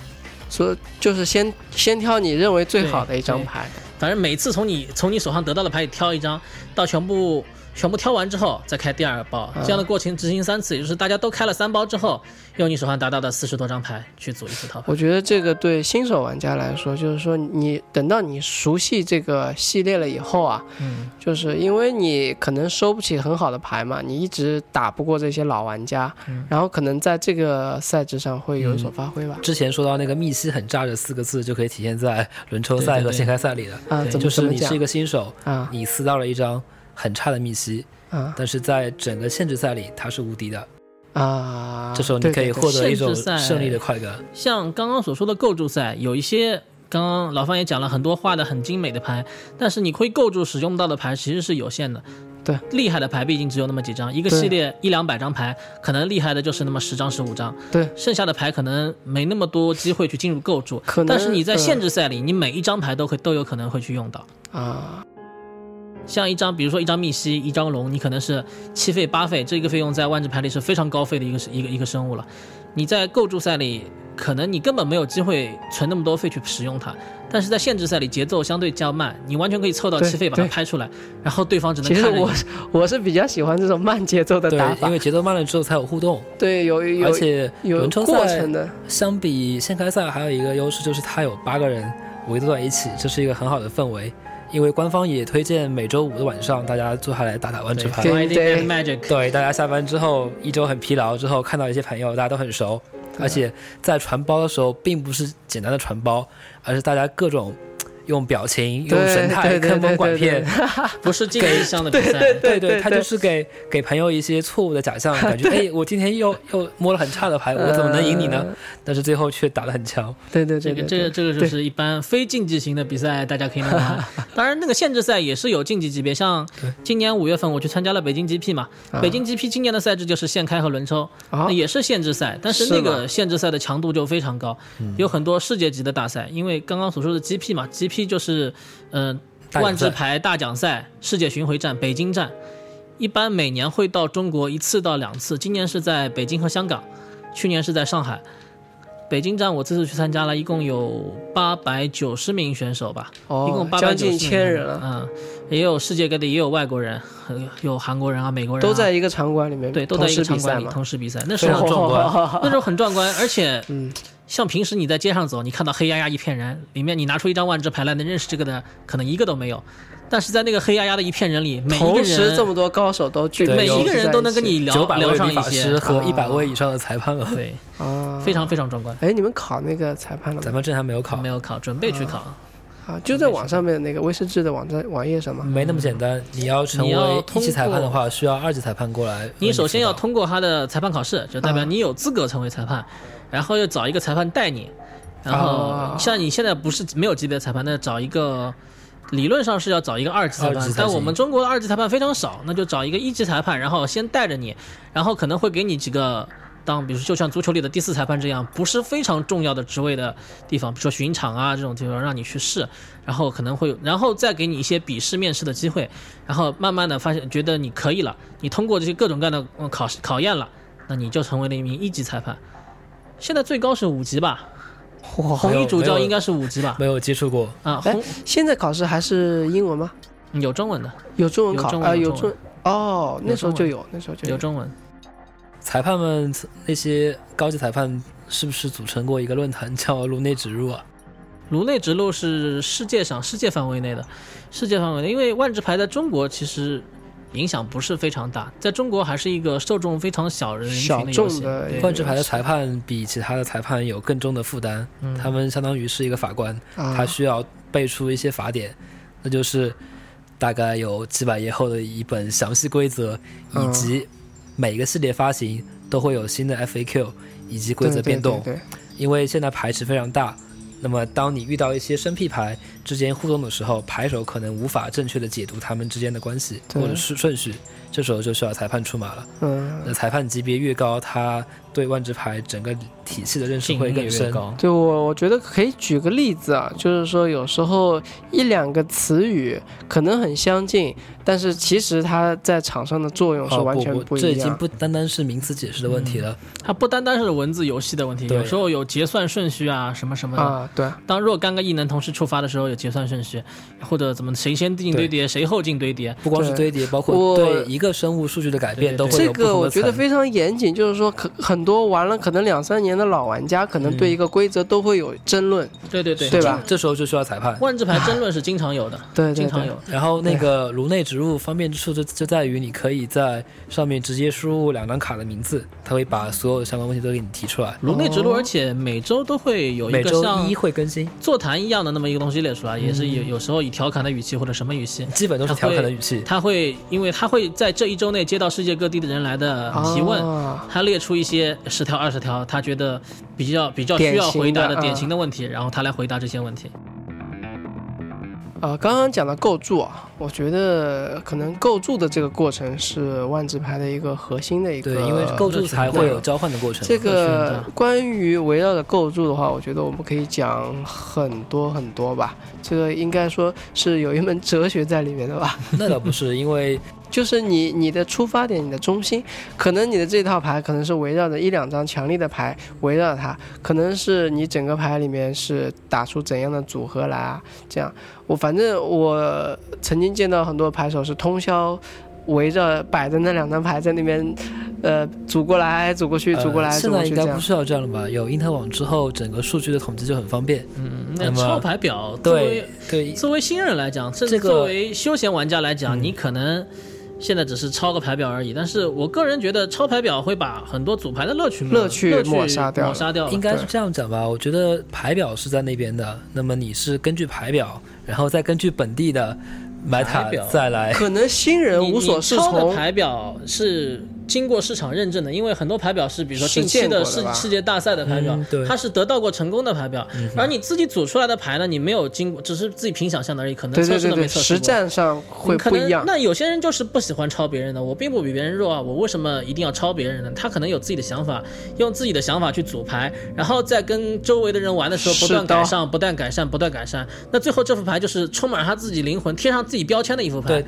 Speaker 1: 所以就是先先挑你认为最好的一张牌，
Speaker 2: 反正每次从你从你手上得到的牌里挑一张，到全部全部挑完之后再开第二包，这样的过程执行三次，也就是大家都开了三包之后，用你手上达到的四十多张牌去组一次套牌。
Speaker 1: 我觉得这个对新手玩家来说，就是说你等到你熟悉这个系列了以后啊，
Speaker 2: 嗯，
Speaker 1: 就是因为你可能收不起很好的牌嘛，你一直打不过这些老玩家，
Speaker 2: 嗯
Speaker 1: 然后可能在这个赛制上会有所发挥吧。
Speaker 3: 之前说到那个密西很炸这四个字，就可以体现在轮抽
Speaker 2: 对
Speaker 3: 赛
Speaker 2: 对
Speaker 3: 和
Speaker 2: 对
Speaker 3: 掀开赛里了。
Speaker 1: 啊，
Speaker 2: 对
Speaker 1: 怎
Speaker 3: 就
Speaker 1: 么
Speaker 3: 是
Speaker 1: 怎么
Speaker 3: 你是一
Speaker 1: 讲
Speaker 3: 个新手，
Speaker 1: 啊
Speaker 3: 你撕到了一张很差的密西，
Speaker 1: 啊
Speaker 3: 但是在整个限制赛里它是无敌的。
Speaker 1: 啊！
Speaker 3: 这时候你
Speaker 1: 对
Speaker 3: 可以
Speaker 1: 对
Speaker 3: 获得一种
Speaker 2: 限制赛
Speaker 3: 胜利的快感。
Speaker 2: 像刚刚所说的构筑赛，有一些刚刚老范也讲了很多画的很精美的牌，但是你会构筑使用到的牌其实是有限的。
Speaker 1: 对，
Speaker 2: 厉害的牌毕竟只有那么几张，一个
Speaker 1: 对
Speaker 2: 系列一两百张牌，可能厉害的就是那么十张、十五张，
Speaker 1: 对
Speaker 2: 剩下的牌可能没那么多机会去进入构筑。
Speaker 1: 可能
Speaker 2: 但是你在
Speaker 1: 呃
Speaker 2: 限制赛里，你每一张牌都会都有可能会去用到。
Speaker 1: 啊
Speaker 2: 像一张，比如说一张密西，一张龙，你可能是七费八费，这个费用在万智牌里是非常高费的一个一个一个生物了。你在构筑赛里，可能你根本没有机会存那么多费去使用它，但是在限制赛里节奏相对较慢，你完全可以凑到
Speaker 1: 对
Speaker 2: 七费把它
Speaker 1: 对
Speaker 2: 拍出来，然后对方只能
Speaker 1: 其
Speaker 2: 看
Speaker 1: 实
Speaker 2: 着你
Speaker 1: 我是我是比较喜欢这种慢节奏的
Speaker 3: 对
Speaker 1: 打，法
Speaker 3: 因，为节奏慢了之后才有互动，
Speaker 1: 对，有
Speaker 3: 而
Speaker 1: 有
Speaker 3: 且
Speaker 1: 有
Speaker 3: 轮抽
Speaker 1: 过
Speaker 3: 赛
Speaker 1: 程的，
Speaker 3: 相比现开赛还有一个优势就是它有八个人围坐在一起，这是一个很好的氛围。因为官方也推荐每周五的晚上大家坐下来打打万智
Speaker 2: 对
Speaker 3: 牌。
Speaker 1: 对
Speaker 2: Friday Night Magic，
Speaker 3: 对，大家下班之后一周很疲劳之后，看到一些朋友，大家都很熟，而且在传包的时候，并不是简单的传包，而是大家各种用表情、用神态
Speaker 1: 对对
Speaker 3: 坑蒙拐骗。
Speaker 2: 不是竞技项的比赛，
Speaker 1: 对对
Speaker 3: 对，他
Speaker 1: 对
Speaker 3: 就是给给朋友一些错误的假象， 感觉哎，我今天又又摸了很差的牌，我怎么能赢你呢？
Speaker 1: 呃？
Speaker 3: 但是最后却打得很强。
Speaker 1: 对对
Speaker 2: 这
Speaker 1: 对对，
Speaker 2: 个这
Speaker 1: 对
Speaker 2: 个这个就是一般非竞技型的比赛，大家可以慢 慢玩。当然，那个限制赛也是有竞技级别，像
Speaker 3: 对
Speaker 2: 今年五月份我去参加了北京 GP 嘛，
Speaker 1: 啊
Speaker 2: 北京 GP 今年的赛制就是现开和轮抽，
Speaker 1: 啊
Speaker 2: 那也是限制赛，但是
Speaker 1: 是嗯
Speaker 2: 那
Speaker 1: 吗
Speaker 2: 个限制赛的强度就非常高，有很多世界级的大赛。因为刚刚所说的 GP 嘛，GP 就是嗯、
Speaker 3: 大奖赛
Speaker 2: 万智牌大奖赛世界巡回站北京站，一般每年会到中国一次到两次，今年是在北京和香港，去年是在上海。北京站我这次去参加了，一共有八百九十名选手吧，一共
Speaker 1: 哦
Speaker 2: 八，百
Speaker 1: 将
Speaker 2: 九十
Speaker 1: 近千人了，
Speaker 2: 嗯，也有世界各地，也有外国人，呃有韩国人啊，美国人、啊、
Speaker 1: 都在一个场馆里面，
Speaker 2: 对，都在一
Speaker 1: 同时
Speaker 2: 个场
Speaker 1: 比赛
Speaker 2: 馆里
Speaker 1: 嘛，
Speaker 2: 同时比赛，那时
Speaker 3: 非常
Speaker 2: 候
Speaker 3: 壮观
Speaker 2: 那时候很壮观，而且
Speaker 1: 嗯，
Speaker 2: 像平时你在街上走，你看到黑压压一片人，里面你拿出一张万智牌来，能认识这个的可能一个都没有，但是在那个黑压压的一片人里，每一个
Speaker 1: 同时这
Speaker 2: 人
Speaker 1: 么多高手都聚集在
Speaker 2: 每
Speaker 1: 起，
Speaker 3: 对
Speaker 2: 一个人都能跟你聊
Speaker 3: 九百
Speaker 2: 聊
Speaker 3: 位
Speaker 2: 上
Speaker 3: 理
Speaker 2: 一
Speaker 3: 发师
Speaker 2: 些，
Speaker 3: 和一百
Speaker 1: 啊
Speaker 3: 位以上的裁判额，
Speaker 2: 对，
Speaker 1: 啊，
Speaker 2: 非常非常壮观。
Speaker 1: 哎，你们考那个裁判了
Speaker 3: 咱
Speaker 1: 吗？
Speaker 3: 们这还没有考，
Speaker 2: 没有考，准备去
Speaker 3: 嗯
Speaker 2: 考，
Speaker 1: 啊，就在网上面的那个威士忌的网站网页上
Speaker 2: 嗯
Speaker 1: 吗？
Speaker 3: 没那么简单。你要成
Speaker 2: 你要
Speaker 3: 为一级裁判的
Speaker 2: 通
Speaker 3: 话，需要二级裁判过来。
Speaker 2: 你首先要
Speaker 3: 通。
Speaker 2: 通过他的裁判考试，就代
Speaker 3: 嗯
Speaker 2: 表你有资格成为裁判，然后又找一个裁判带你，然后
Speaker 1: 啊
Speaker 2: 像你现在不是没有级别的裁判，那找一个。理论上是要找一个二级裁
Speaker 3: 二级
Speaker 2: 判，
Speaker 3: 才
Speaker 2: 但
Speaker 3: 行
Speaker 2: 我们中国的二级裁判非常少，那就找一个一级裁判，然后先带着你，然后可能会给你几个当，比如说就像足球里的第四裁判这样，不是非常重要的职位的地方，比如说巡场啊这种地方让你去试，然后可能会，然后再给你一些笔试、面试的机会，然后慢慢的发现觉得你可以了，你通过这些各种各样的嗯考试考验了，那你就成为了一名一级裁判。现在最高是五级吧？红
Speaker 3: 没
Speaker 2: 衣
Speaker 3: 有
Speaker 2: 主教
Speaker 3: 没有
Speaker 2: 应该是五级吧？
Speaker 3: 没有接触过，
Speaker 2: 啊，
Speaker 1: 哎
Speaker 2: 红
Speaker 1: 现在考试还是英文吗？
Speaker 2: 有中文的，
Speaker 1: 有中文
Speaker 2: 有
Speaker 1: 考
Speaker 2: 中文
Speaker 1: 啊？
Speaker 2: 有
Speaker 1: 有
Speaker 2: 中
Speaker 1: 中哦，那时候
Speaker 2: 有中文
Speaker 1: 就有，那时候就
Speaker 2: 有中文。
Speaker 3: 裁判们那些高级裁判是不是组成过一个论坛叫“颅内植入”啊？
Speaker 2: 颅内直路是世界上世界范围内的，世界范围内，因为万智牌在中国其实影响不是非常大，在中国还是一个受众非常小人群的游
Speaker 1: 小
Speaker 2: 戏。
Speaker 1: 众的
Speaker 2: 对
Speaker 1: 对
Speaker 3: 万智牌的裁判比其他的裁判有更重的负担，
Speaker 2: 嗯
Speaker 3: 他们相当于是一个法官，
Speaker 1: 啊
Speaker 3: 他需要背出一些法典，那就是大概有几百页厚的一本详细规则，
Speaker 1: 嗯
Speaker 3: 以及每个系列发行都会有新的 FAQ 以及规则
Speaker 1: 对
Speaker 3: 变动。
Speaker 1: 对对对
Speaker 3: 因为现在牌池非常大，那么当你遇到一些生僻牌之间互动的时候，牌手可能无法正确的解读他们之间的关系
Speaker 1: 对
Speaker 3: 或者是顺序，这时候就需要裁判出马了。
Speaker 1: 嗯，
Speaker 3: 那裁判级别越高，他对万智牌整个体系的认识
Speaker 2: 敬
Speaker 3: 会
Speaker 2: 意
Speaker 3: 更
Speaker 2: 越
Speaker 3: 深。
Speaker 2: 高。
Speaker 1: 对我我觉得可以举个例子啊，就是说有时候一两个词语可能很相近，但是其实它在场上的作用是
Speaker 3: 哦
Speaker 1: 完全
Speaker 3: 不不，
Speaker 1: 一
Speaker 3: 这已
Speaker 1: 样。嗯
Speaker 3: 经不单单是名词解释的问题了。
Speaker 2: 它不单单是文字游戏的问题，
Speaker 3: 对
Speaker 2: 有时候有结算顺序啊，什么什么的。
Speaker 1: 啊，对，
Speaker 2: 当若干个异能同时触发的时候，有结算顺序，或者怎么谁先进堆叠，谁后进堆叠。
Speaker 3: 不光是
Speaker 1: 对
Speaker 3: 堆叠，包
Speaker 1: 我
Speaker 3: 括对一个生物数据的改变，
Speaker 2: 对对
Speaker 3: 都会
Speaker 1: 这
Speaker 3: 有不同的
Speaker 1: 个我觉得
Speaker 3: 层
Speaker 1: 非常严谨，就是说可很多玩了可能两三年的老玩家，可能对一个规则都会有争论。
Speaker 2: 对对对，
Speaker 1: 对吧
Speaker 3: 这时候就需要裁判。
Speaker 2: 万智牌争论是经常有的，
Speaker 1: 对对
Speaker 2: 经常
Speaker 1: 对
Speaker 2: 有，。
Speaker 3: 然
Speaker 1: 哎
Speaker 3: 后那个颅内植入方便之处就就在于你可以在上面直接输入两张卡的名字，它会把所有相关问题都给你提出来。
Speaker 2: 颅内植入，
Speaker 1: 哦
Speaker 2: 而且每周都会有一
Speaker 3: 每
Speaker 2: 个
Speaker 3: 周
Speaker 2: 像
Speaker 3: 一会啊更新，
Speaker 2: 座谈一样的那么一个东西列出来，也是有有时候以调侃的语气或者什么语气，
Speaker 3: 基本都是调侃的语气。
Speaker 2: 他会因为他会在这一周内接到世界各地的人来的提问，
Speaker 1: 啊
Speaker 2: 他列出一些十条二十条，他觉得比较比较需要回答
Speaker 1: 典型
Speaker 2: 的
Speaker 1: 的
Speaker 2: 典型的问题，然后他来回答这些问题。
Speaker 1: 呃，刚刚讲到构筑啊，我觉得可能构筑的这个过程是万智牌的一个核心的一个，
Speaker 3: 对，因为构筑才会有交换的过程。
Speaker 1: 这
Speaker 2: 选
Speaker 1: 个
Speaker 2: 择
Speaker 1: 关于围绕着构筑的话，我觉得我们可以讲很多很多吧。这个应该说是有一门哲学在里面的吧，
Speaker 3: 那倒不是，因为
Speaker 1: 就是你你的出发点、你的中心，可能你的这套牌可能是围绕着一两张强力的牌围绕它，可能是你整个牌里面是打出怎样的组合来啊？这样，我反正我曾经见到很多牌手是通宵。围着摆着那两张牌在那边，呃，组过来组过去，
Speaker 3: 呃
Speaker 1: 组过来、组
Speaker 3: 现
Speaker 1: 过
Speaker 3: 在
Speaker 1: 去
Speaker 3: 应
Speaker 1: 这
Speaker 3: 该
Speaker 1: 样
Speaker 3: 不。需要这样了吧？有因特网之后，整个数据的统计就很方便。
Speaker 2: 嗯，那
Speaker 3: 那么
Speaker 2: 抄牌表作为
Speaker 3: 对对，
Speaker 2: 作为新人来讲，甚至
Speaker 3: 这个
Speaker 2: 作为休闲玩家来讲，你可能现在只是抄个牌表而已。但是我个人觉得，抄牌表会把很多组牌的乐趣
Speaker 1: 乐趣抹
Speaker 2: 抹
Speaker 1: 杀掉了
Speaker 2: 抹杀掉了
Speaker 3: 应该是这样讲吧，我觉得牌表是在那边的，那么你是根据牌表，然后再根据本地的买
Speaker 2: 牌
Speaker 3: 塔
Speaker 2: 表
Speaker 3: 再来。
Speaker 1: 可能新人
Speaker 2: 你
Speaker 1: 呃无所适
Speaker 2: 你抄的
Speaker 1: 从，
Speaker 2: 牌表是经过市场认证的，因为很多牌表是，比如说近期的
Speaker 1: 实践过
Speaker 2: 世
Speaker 1: 的吧
Speaker 2: 世界大赛的牌表
Speaker 3: 嗯，对嗯
Speaker 2: 它是得到过成功的牌表。而你自己组出来的牌呢，你没有经过，只是自己凭想象的而已，可能
Speaker 1: 对
Speaker 2: 测
Speaker 1: 对
Speaker 2: 试
Speaker 1: 对
Speaker 2: 都没
Speaker 1: 对，
Speaker 2: 测
Speaker 1: 实
Speaker 2: 试过。嗯
Speaker 1: 战上会
Speaker 2: 可
Speaker 1: 不一
Speaker 2: 能
Speaker 1: 样。
Speaker 2: 那有些人就是不喜欢抄别人的，我并不比别人弱啊，我为什么一定要抄别人呢？他可能有自己的想法，用自己的想法去组牌，然后在跟周围的人玩的时候不断
Speaker 1: 是的
Speaker 2: 改善，不断改善，不断改善，那最后这副牌就是充满了他自己灵魂，贴上自己标签的一副牌。
Speaker 3: 对，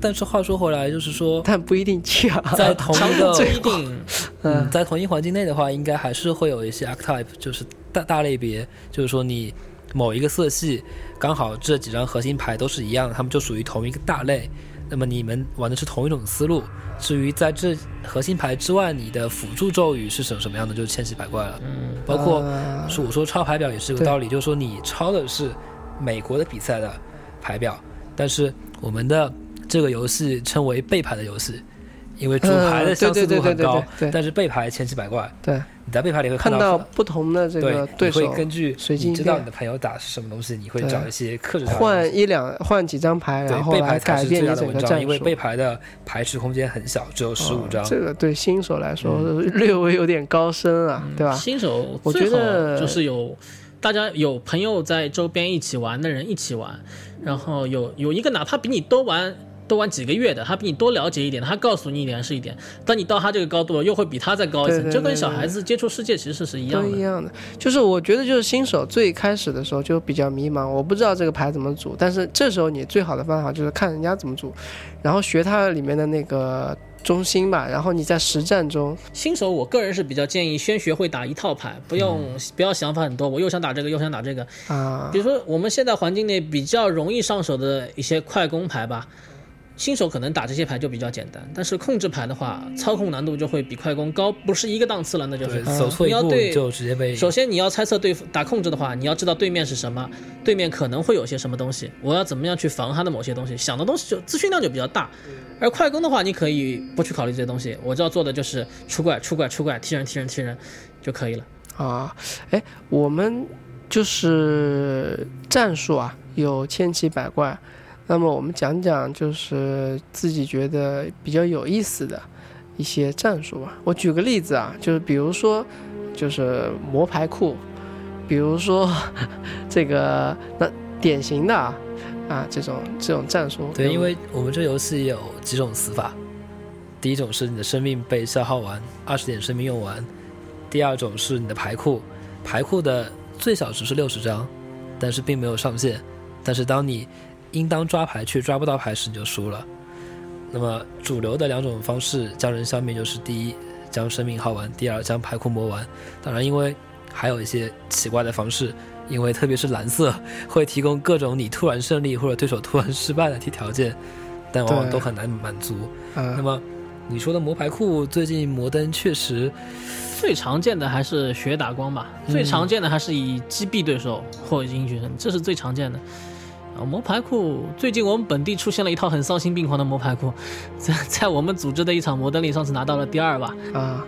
Speaker 3: 但是话说回来，就是 说
Speaker 1: 但不一定啊 强。
Speaker 3: 在同
Speaker 2: 强
Speaker 3: 一
Speaker 2: 度
Speaker 3: 个
Speaker 2: 不一定。
Speaker 3: 嗯，在同一环境内的话，应该还是会有一些 archetype，就是大大类别，就是说你某一个色系刚好这几张核心牌都是一样的，它们就属于同一个大类。那么你们玩的是同一种思路，至于在这核心牌之外，你的辅助咒语是什什么样的，就千奇百怪了。嗯，包括
Speaker 1: 啊
Speaker 3: 是我说抄牌表也是有
Speaker 1: 对
Speaker 3: 道理，就是说你抄的是美国的比赛的牌表，但是我们的这个游戏称为背牌的游戏，因为主牌
Speaker 1: 嗯
Speaker 3: 的
Speaker 1: 对
Speaker 3: 相
Speaker 1: 对
Speaker 3: 似
Speaker 1: 对
Speaker 3: 度
Speaker 1: 对
Speaker 3: 很
Speaker 1: 对
Speaker 3: 高
Speaker 1: 对，对
Speaker 3: 但是背牌千奇百怪，
Speaker 1: 对，
Speaker 3: 你在背牌里会
Speaker 1: 看
Speaker 3: 到
Speaker 1: 到不同的这个对
Speaker 3: 对，你
Speaker 1: 手
Speaker 3: 会，根据
Speaker 1: 随机应
Speaker 3: 你知道
Speaker 1: 变
Speaker 3: 你的朋友打是什么东西，你会
Speaker 1: 对
Speaker 3: 找一些克制它的东西。
Speaker 1: 换一两换几张牌，然
Speaker 3: 对，
Speaker 1: 后
Speaker 3: 背
Speaker 1: 来
Speaker 3: 牌才
Speaker 1: 改
Speaker 3: 是最
Speaker 1: 变
Speaker 3: 大
Speaker 1: 你
Speaker 3: 的
Speaker 1: 整
Speaker 3: 文
Speaker 1: 个
Speaker 3: 章，
Speaker 1: 战
Speaker 3: 因为
Speaker 1: 术。
Speaker 3: 背牌的排斥空间很小，只有十五
Speaker 1: 啊
Speaker 3: 张。嗯
Speaker 1: 这个对新手来说略微有点高深啊，对吧？
Speaker 2: 新手
Speaker 1: 我
Speaker 2: 最
Speaker 1: 觉
Speaker 2: 好
Speaker 1: 得
Speaker 2: 就是有大家有朋友在周边一起玩的人一起玩，然后有有一个哪怕比你多玩。多玩几个月的，他比你多了解一点，他告诉你一点是一点。当你到他这个高度了，又会比他再高一
Speaker 1: 对
Speaker 2: 层，
Speaker 1: 对
Speaker 2: 就跟
Speaker 1: 对
Speaker 2: 小
Speaker 1: 对
Speaker 2: 孩子接触世界其实是一样
Speaker 1: 都一
Speaker 2: 的。
Speaker 1: 样的，就是我觉得就是新手最开始的时候就比较迷茫，我不知道这个牌怎么组，但是这时候你最好的办法就是看人家怎么组，然后学它里面的那个中心吧，然后你在实战中，
Speaker 2: 新手，我个人是比较建议先学会打一套牌，不用、
Speaker 1: 嗯
Speaker 2: 不要想法很多，我又想打这个又想打这个。
Speaker 1: 啊
Speaker 2: 比，如说我们现在环境内比较容易上手的一些快攻牌吧，新手可能打这些牌就比较简单，但是控制牌的话，操控难度就会比快攻高不是一个档次了，那就是
Speaker 3: 对，。
Speaker 1: 嗯
Speaker 3: 走错
Speaker 2: 你
Speaker 3: 一
Speaker 2: 要
Speaker 3: 步
Speaker 2: 对
Speaker 3: 就直接被
Speaker 2: 首先，你要猜测对付打控制的话，你要知道对面是什么，对面可能会有些什么东西，我要怎么样去防他的某些东西，想的东西就资讯量就比较大。而快攻的话，你可以不去考虑这些东西，我就要做的就是出怪、出怪、出怪，踢人、踢人、踢人就可以了。
Speaker 1: 啊，哎，我们就是战术啊，有千奇百怪。那么我们讲讲就是自己觉得比较有意思的一些战术吧。我举个例子啊，就是比如说，就是魔牌库，比如说 这个那典型的啊啊这种这种战术。
Speaker 3: 对，
Speaker 1: 有
Speaker 3: 因为我们这游戏有几种死法，第一种是你的生命被消耗完，二十点生命用完；第二种是你的牌库，牌库的最小值是六十张，但是并没有上限。但是当你应当抓牌却抓不到牌时，你就输了。那么主流的两种方式将人消灭，就是第一将生命耗完，第二将牌库磨完。当然，因为还有一些奇怪的方式，因为特别是蓝色会提供各种你突然胜利或者对手突然失败的条件，但往往
Speaker 1: 对
Speaker 3: 都很难满足。那
Speaker 1: 嗯，
Speaker 3: 么你说的魔牌库， 最近摩登确实
Speaker 2: 最常见的还是血打光吧，
Speaker 3: 嗯
Speaker 2: 最常见的还是以击毙对手或英雄，这是最常见的。啊，魔牌库最近我们本地出现了一套很丧心病狂的魔牌库， 在在我们组织的一场摩登里，上次拿到了第二吧。
Speaker 1: 啊，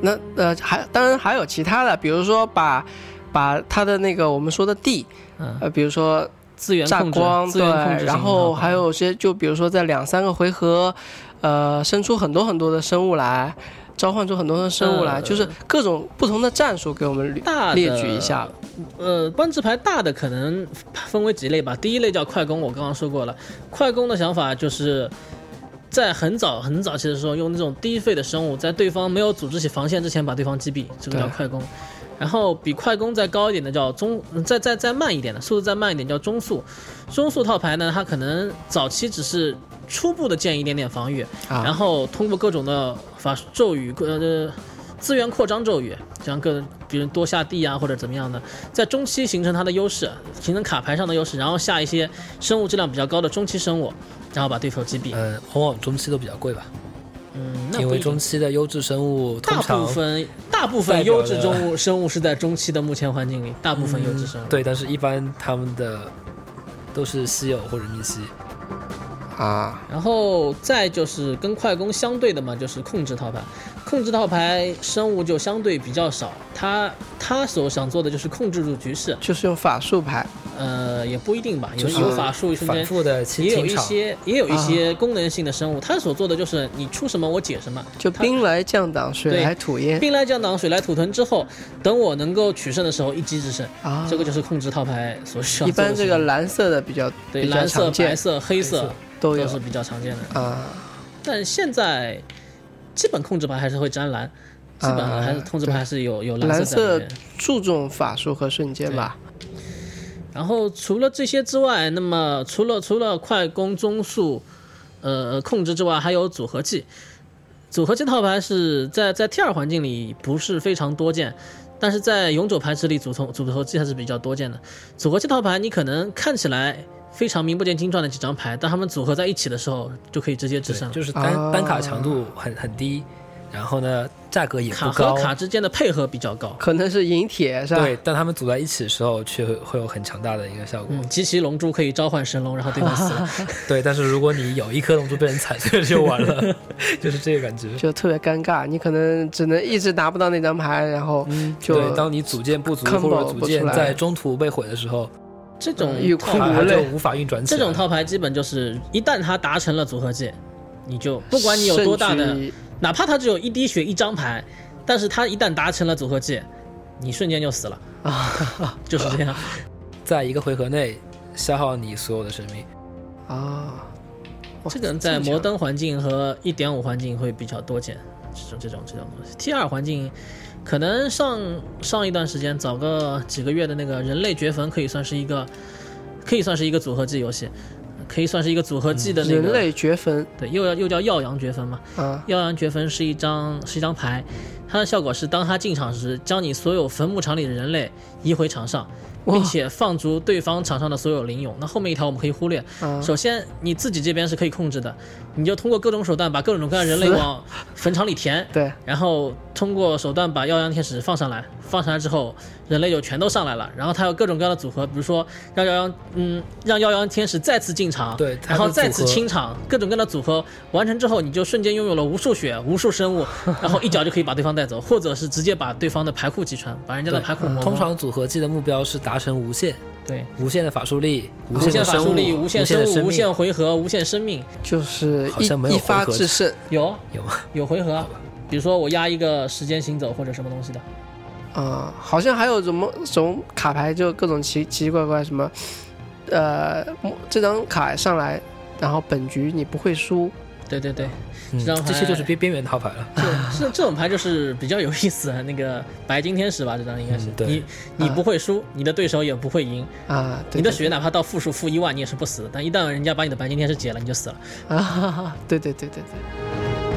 Speaker 1: 那呃还当然还有其他的，比如说把把他的那个我们说的地，
Speaker 2: 嗯，
Speaker 1: 呃，比如说
Speaker 2: 资源
Speaker 1: 炸
Speaker 2: 控制，
Speaker 1: 光，
Speaker 2: 资源控制型
Speaker 1: 然
Speaker 2: 套
Speaker 1: 后
Speaker 2: 牌
Speaker 1: 还有些就比如说在两三个回合，呃，生出很多很多的生物来，召唤出很多的生物来，
Speaker 2: 呃
Speaker 1: 就是各种不同的战术给我们捋
Speaker 2: 大的
Speaker 1: 列举一下。
Speaker 2: 呃，官职牌大的可能分为几类吧。第一类叫快攻，我刚刚说过了。快攻的想法就是在很早很早期的时候，用那种低费的生物，在对方没有组织起防线之前把对方击毙，这个叫
Speaker 1: 对
Speaker 2: 快攻。然后比快攻再高一点的叫中，呃再再再慢一点的速度再慢一点叫中速。中速套牌呢，它可能早期只是初步的建一点点防御，然
Speaker 1: 啊，
Speaker 2: 后通过各种的法术咒语，呃，资源扩张咒语，像各比如多下地啊或者怎么样的，在中期形成它的优势，形成卡牌上的优势，然后下一些生物质量比较高的中期生物，然后把对手击毙。
Speaker 3: 呃，往往中期都比较贵吧，
Speaker 2: 嗯，那
Speaker 3: 因
Speaker 2: 不
Speaker 3: 为
Speaker 2: 一定
Speaker 3: 中期的优质生物通
Speaker 2: 大部
Speaker 3: 常
Speaker 2: 分大部
Speaker 3: 代
Speaker 2: 分
Speaker 3: 表
Speaker 2: 优
Speaker 3: 的嗯
Speaker 2: 质生物生物是在中期的目前环境里，大部分优质生物。
Speaker 3: 对，但是一般他们的都是稀有或者密稀。
Speaker 1: 啊，
Speaker 2: 然后再就是跟快攻相对的嘛，就是控制套牌。控制套牌生物就相对比较少，它它所想做的就是控制住局势，
Speaker 1: 就是用法术牌
Speaker 2: 呃，也不一定吧，有
Speaker 3: 就是
Speaker 2: 有法术，一瞬
Speaker 3: 反
Speaker 2: 间
Speaker 3: 复的清
Speaker 2: 也有
Speaker 3: 清
Speaker 2: 一
Speaker 3: 场，
Speaker 2: 些也有一些功能性的生物，它所做的就是你出什么我解什么。
Speaker 1: 就
Speaker 2: 它
Speaker 1: 兵来将挡，水
Speaker 2: 对
Speaker 1: 来土掩
Speaker 2: 兵来将挡，水来土屯之后，等我能够取胜的时候一击制胜，
Speaker 1: 啊。
Speaker 2: 这个就是控制套牌所需要
Speaker 1: 一
Speaker 2: 做的
Speaker 1: 般
Speaker 2: 事情。
Speaker 1: 这个蓝色的比较
Speaker 2: 对
Speaker 1: 比较
Speaker 2: 蓝色、
Speaker 1: 常见
Speaker 2: 白色、黑色
Speaker 1: 都
Speaker 2: 都
Speaker 1: 有
Speaker 2: 是比较常见的，
Speaker 1: 啊，
Speaker 2: 但现在基本控制牌还是会沾蓝，基本上还是
Speaker 1: 啊
Speaker 2: 控制牌
Speaker 1: 对
Speaker 2: 还是有有
Speaker 1: 蓝
Speaker 2: 蓝色在里
Speaker 1: 色
Speaker 2: 面。
Speaker 1: 注重法术和瞬间吧。
Speaker 2: 然后除了这些之外，那么除了除了快攻、中速、呃控制之外，还有组合技。组合技套牌是在在 T 二环境里不是非常多见，但是在永久牌池里组同组合技还是比较多见的。组合技套牌你可能看起来非常名不见经传的几张牌，当它们组合在一起的时候，就可以直接制
Speaker 3: 对
Speaker 2: 胜了。
Speaker 3: 就是单、单卡
Speaker 1: 啊
Speaker 3: 强度很很低，然后呢价格也
Speaker 2: 卡
Speaker 3: 不
Speaker 2: 和
Speaker 3: 高，
Speaker 2: 卡之间的配合比较高，
Speaker 1: 可能是银铁是吧？
Speaker 3: 对，但他们组在一起的时候却会会有很强大的一个效果。
Speaker 2: 嗯，集齐龙珠可以召唤神龙，然后对方死 了。
Speaker 3: 对，但是如果你有一颗龙珠被人踩碎了就完 了，就是这个感觉。
Speaker 1: 就特别尴尬，你可能只能一直拿不到那张牌，然后
Speaker 2: 嗯
Speaker 1: 就
Speaker 3: 对，当你组件不足或
Speaker 1: combo
Speaker 3: 者组
Speaker 1: 不出
Speaker 3: 件
Speaker 1: 来
Speaker 3: 在中途被毁的时候，
Speaker 2: 这种
Speaker 3: 嗯
Speaker 1: 欲哭
Speaker 2: 套
Speaker 1: 无
Speaker 2: 牌
Speaker 3: 它它就
Speaker 1: 泪
Speaker 3: 无法运转起
Speaker 2: 哦这
Speaker 3: 来。
Speaker 2: 种套牌基本就是一旦它达成了组合技，你就不管你有多大的
Speaker 1: 甚，至
Speaker 2: 哪怕它只有一滴血一张牌，但是它一旦达成了组合技，你瞬间就死了，
Speaker 1: 啊
Speaker 2: 就是 这样。
Speaker 3: 在一个回合内消耗你所有的生命。
Speaker 1: 啊，哇
Speaker 2: 这个在
Speaker 1: 么
Speaker 2: 摩
Speaker 1: 强
Speaker 2: 登环境和一点五环境会比较多见，这种这种这种东西。T 二环境可能上上一段时间早个几个月的那个人类绝坟可以算是一个，可以算是一个组合技游戏，可以算是一个组合技的那个、
Speaker 1: 嗯人类绝坟
Speaker 2: 对，又要又叫耀阳绝坟嘛。
Speaker 1: 啊
Speaker 2: 耀阳绝坟是一张是一张牌，它的效果是当它进场时，将你所有坟墓场里的人类移回场上，
Speaker 1: 哇
Speaker 2: 并且放逐对方场上的所有灵勇。那后面一条我们可以忽略。
Speaker 1: 啊
Speaker 2: 首先，你自己这边是可以控制的，你就通过各种手段把各种各样的人类
Speaker 1: 死
Speaker 2: 往坟场里填，
Speaker 1: 对
Speaker 2: 然后通过手段把耀阳天使放上来，放上来之后，人类就全都上来了。然后它有各种各样的组合，比如说让耀阳，嗯，让耀阳天使再次进场，
Speaker 3: 对它的
Speaker 2: 然后再次
Speaker 3: 组合
Speaker 2: 清场，各种各样的组合完成之后，你就瞬间拥有了无数血、无数生物，然后一脚就可以把对方带走，或者是直接把对方的牌库击穿，把人家的
Speaker 3: 对
Speaker 2: 牌库磨
Speaker 3: 通
Speaker 2: 光。
Speaker 3: 常组合技的目标是达成无限，
Speaker 2: 对，
Speaker 3: 无限的法术力，无
Speaker 2: 无
Speaker 3: 限
Speaker 2: 限
Speaker 3: 的
Speaker 2: 法
Speaker 3: 生物，
Speaker 2: 术力、无限生
Speaker 3: 的
Speaker 2: 物、
Speaker 3: 生
Speaker 2: 无
Speaker 3: 命。
Speaker 2: 限回合、无限生命，
Speaker 1: 就是
Speaker 3: 好像没
Speaker 1: 一
Speaker 3: 有
Speaker 1: 一发
Speaker 3: 回合
Speaker 1: 制胜
Speaker 2: 有
Speaker 3: 有吗？
Speaker 2: 有回合，比如说我压一个时间行走或者什么东西的，
Speaker 1: 啊，好像还有什么什么卡牌，就各种奇奇奇怪怪什么，呃，这张卡上来，然后本局你不会输，
Speaker 2: 对对对，
Speaker 3: 嗯
Speaker 2: 这张牌
Speaker 3: 这些就是边边缘套牌了。
Speaker 2: 这种这这种牌就是比较有意思，那个白金天使吧，这张应该是
Speaker 3: 嗯对
Speaker 2: 你你
Speaker 1: 啊
Speaker 2: 不会输，你的对手也不会赢，
Speaker 1: 啊，对
Speaker 2: 你的
Speaker 1: 对
Speaker 2: 血哪怕到负数负一万你也是不死的，但一旦人家把你的白金天使解了，你就死了。
Speaker 1: 啊，哈哈 对对对对对，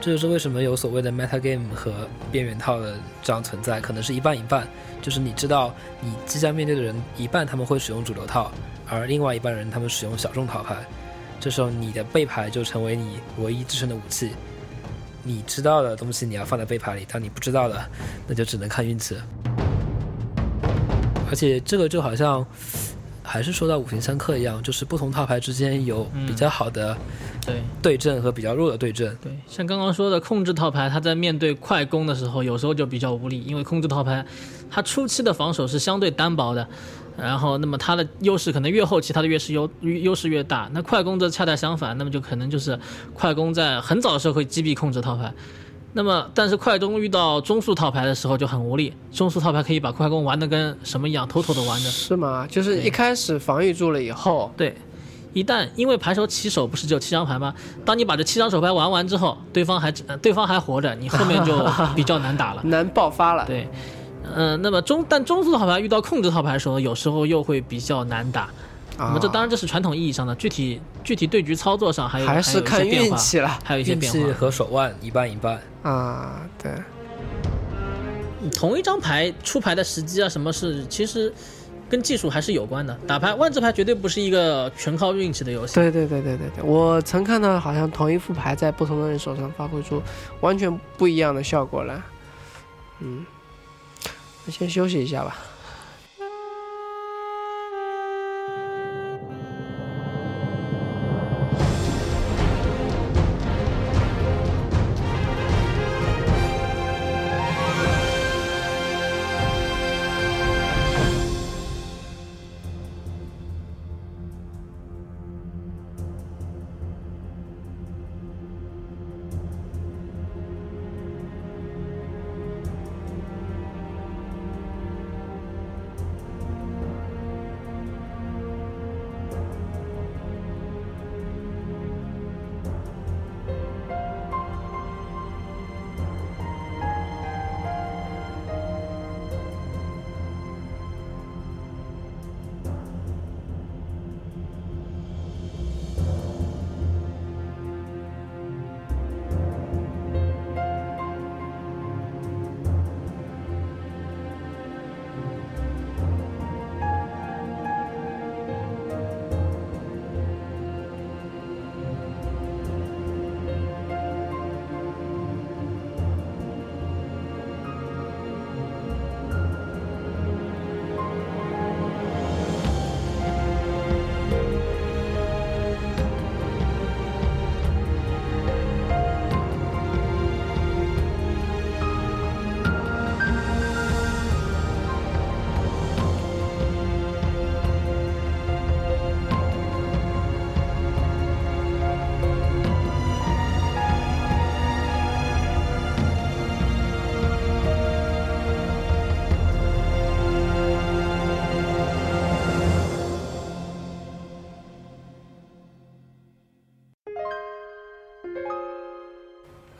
Speaker 3: 这就是为什么有所谓的 meta game 和边缘套的这样存在，可能是一半一半，就是你知道你即将面对的人一半他们会使用主流套，而另外一半人他们使用小众套牌，这时候你的背牌就成为你唯一制胜的武器。你知道的东西你要放在背牌里，但你不知道的，那就只能看运气了。而且这个就好像还是说到五行相克一样，就是不同套牌之间有比较好的
Speaker 2: 对
Speaker 3: 对阵和比较弱的对阵。
Speaker 2: 对，像刚刚说的控制套牌，它在面对快攻的时候，有时候就比较无力，因为控制套牌它初期的防守是相对单薄的，然后那么它的优势可能越后期它的优势优优势越大。那快攻则恰恰相反，那么就可能就是快攻在很早的时候会击毙控制套牌。那么，但是快攻遇到中速套牌的时候就很无力。中速套牌可以把快攻玩的跟什么一样，妥妥的玩的。
Speaker 1: 是吗？就是一开始防御住了以后，
Speaker 2: 对，一旦因为牌手起手不是只有七张牌吗？当你把这七张手牌玩完之后，对方还呃对方还活着，你后面就比较难 打了。
Speaker 1: 难爆发了，
Speaker 2: 对，嗯、那么中但中速套牌遇到控制套牌的时候，有时候又会比较难打。那
Speaker 1: 啊
Speaker 2: 么，这当然这是传统意义上的，具体具体对局操作上还有
Speaker 1: 还
Speaker 2: 有
Speaker 1: 是
Speaker 2: 一些
Speaker 1: 看
Speaker 2: 变
Speaker 1: 运
Speaker 2: 化，
Speaker 1: 气了
Speaker 2: 还有一些
Speaker 3: 运
Speaker 2: 变
Speaker 3: 气
Speaker 2: 化。
Speaker 3: 和手腕一半一半。
Speaker 1: 啊，对，
Speaker 2: 同一张牌出牌的时机啊，什么是其实跟技术还是有关的。打牌万智牌绝对不是一个全靠运气的游戏。
Speaker 1: 对对对对对对，我曾看到好像同一副牌在不同的人手上发挥出完全不一样的效果来。嗯，那先休息一下吧。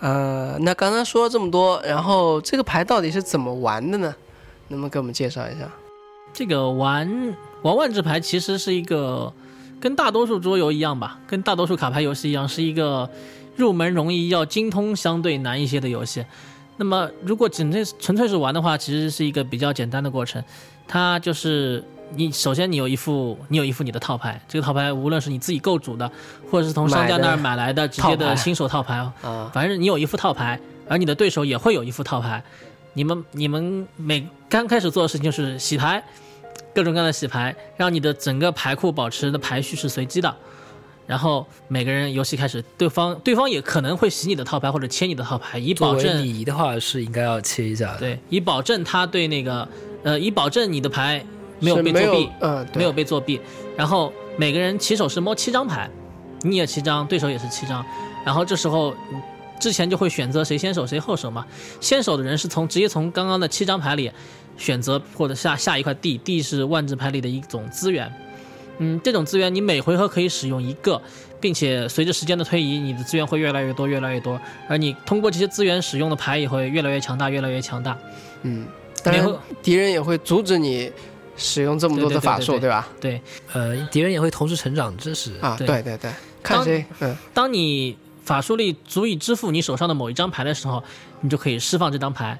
Speaker 1: 呃，那刚刚说了这么多，然后这个牌到底是怎么玩的呢？能不能给我们介绍一下？
Speaker 2: 这个玩玩万智牌其实是一个跟大多数桌游一样吧，跟大多数卡牌游戏一样，是一个入门容易、要精通相对难一些的游戏。那么，如果仅粹纯粹是玩的话，其实是一个比较简单的过程。它就是你首先你有一副你有一副你的套牌，这个套牌无论是你自己构筑的，或者是从商家那儿买来的直接
Speaker 1: 套牌
Speaker 2: 的新手套牌，
Speaker 1: 啊
Speaker 2: 反正你有一副套牌，而你的对手也会有一副套牌。你们你们每刚开始做的事情就是洗牌，各种各样的洗牌，让你的整个牌库保持的排序是随机的。然后每个人游戏开始，对方对方也可能会洗你的套牌或者切你的套牌，以
Speaker 3: 作
Speaker 2: 保
Speaker 3: 为
Speaker 2: 证
Speaker 3: 礼仪的话，是应该要切一下的。
Speaker 2: 对，以保证他对那个呃，以保证你的牌没有
Speaker 1: 是
Speaker 2: 被
Speaker 1: 没
Speaker 2: 作
Speaker 1: 有
Speaker 2: 弊，，
Speaker 1: 嗯，对
Speaker 2: 没有被作弊。然后每个人起手是摸七张牌，你也七张，对手也是七张。然后这时候嗯之前就会选择谁先手谁后手嘛。先手的人是从直接从刚刚的七张牌里选择或者下下一块地，地是万智牌里的一种资源。嗯，这种资源你每回合可以使用一个，并且随着时间的推移，你的资源会越来越多，越来越多，而你通过这些资源使用的牌也会越来越强大，越来越强大。
Speaker 1: 嗯，当然
Speaker 2: 然后
Speaker 1: 敌人也会阻止你使用这么多的法术，
Speaker 2: 对对对对对
Speaker 1: 吧？
Speaker 2: 对，
Speaker 3: 呃，敌人也会同时成长，这是
Speaker 1: 啊，
Speaker 2: 对
Speaker 1: 对对对，看
Speaker 2: 当
Speaker 1: 谁嗯
Speaker 2: 当你法术力足以支付你手上的某一张牌的时候，你就可以释放这张牌，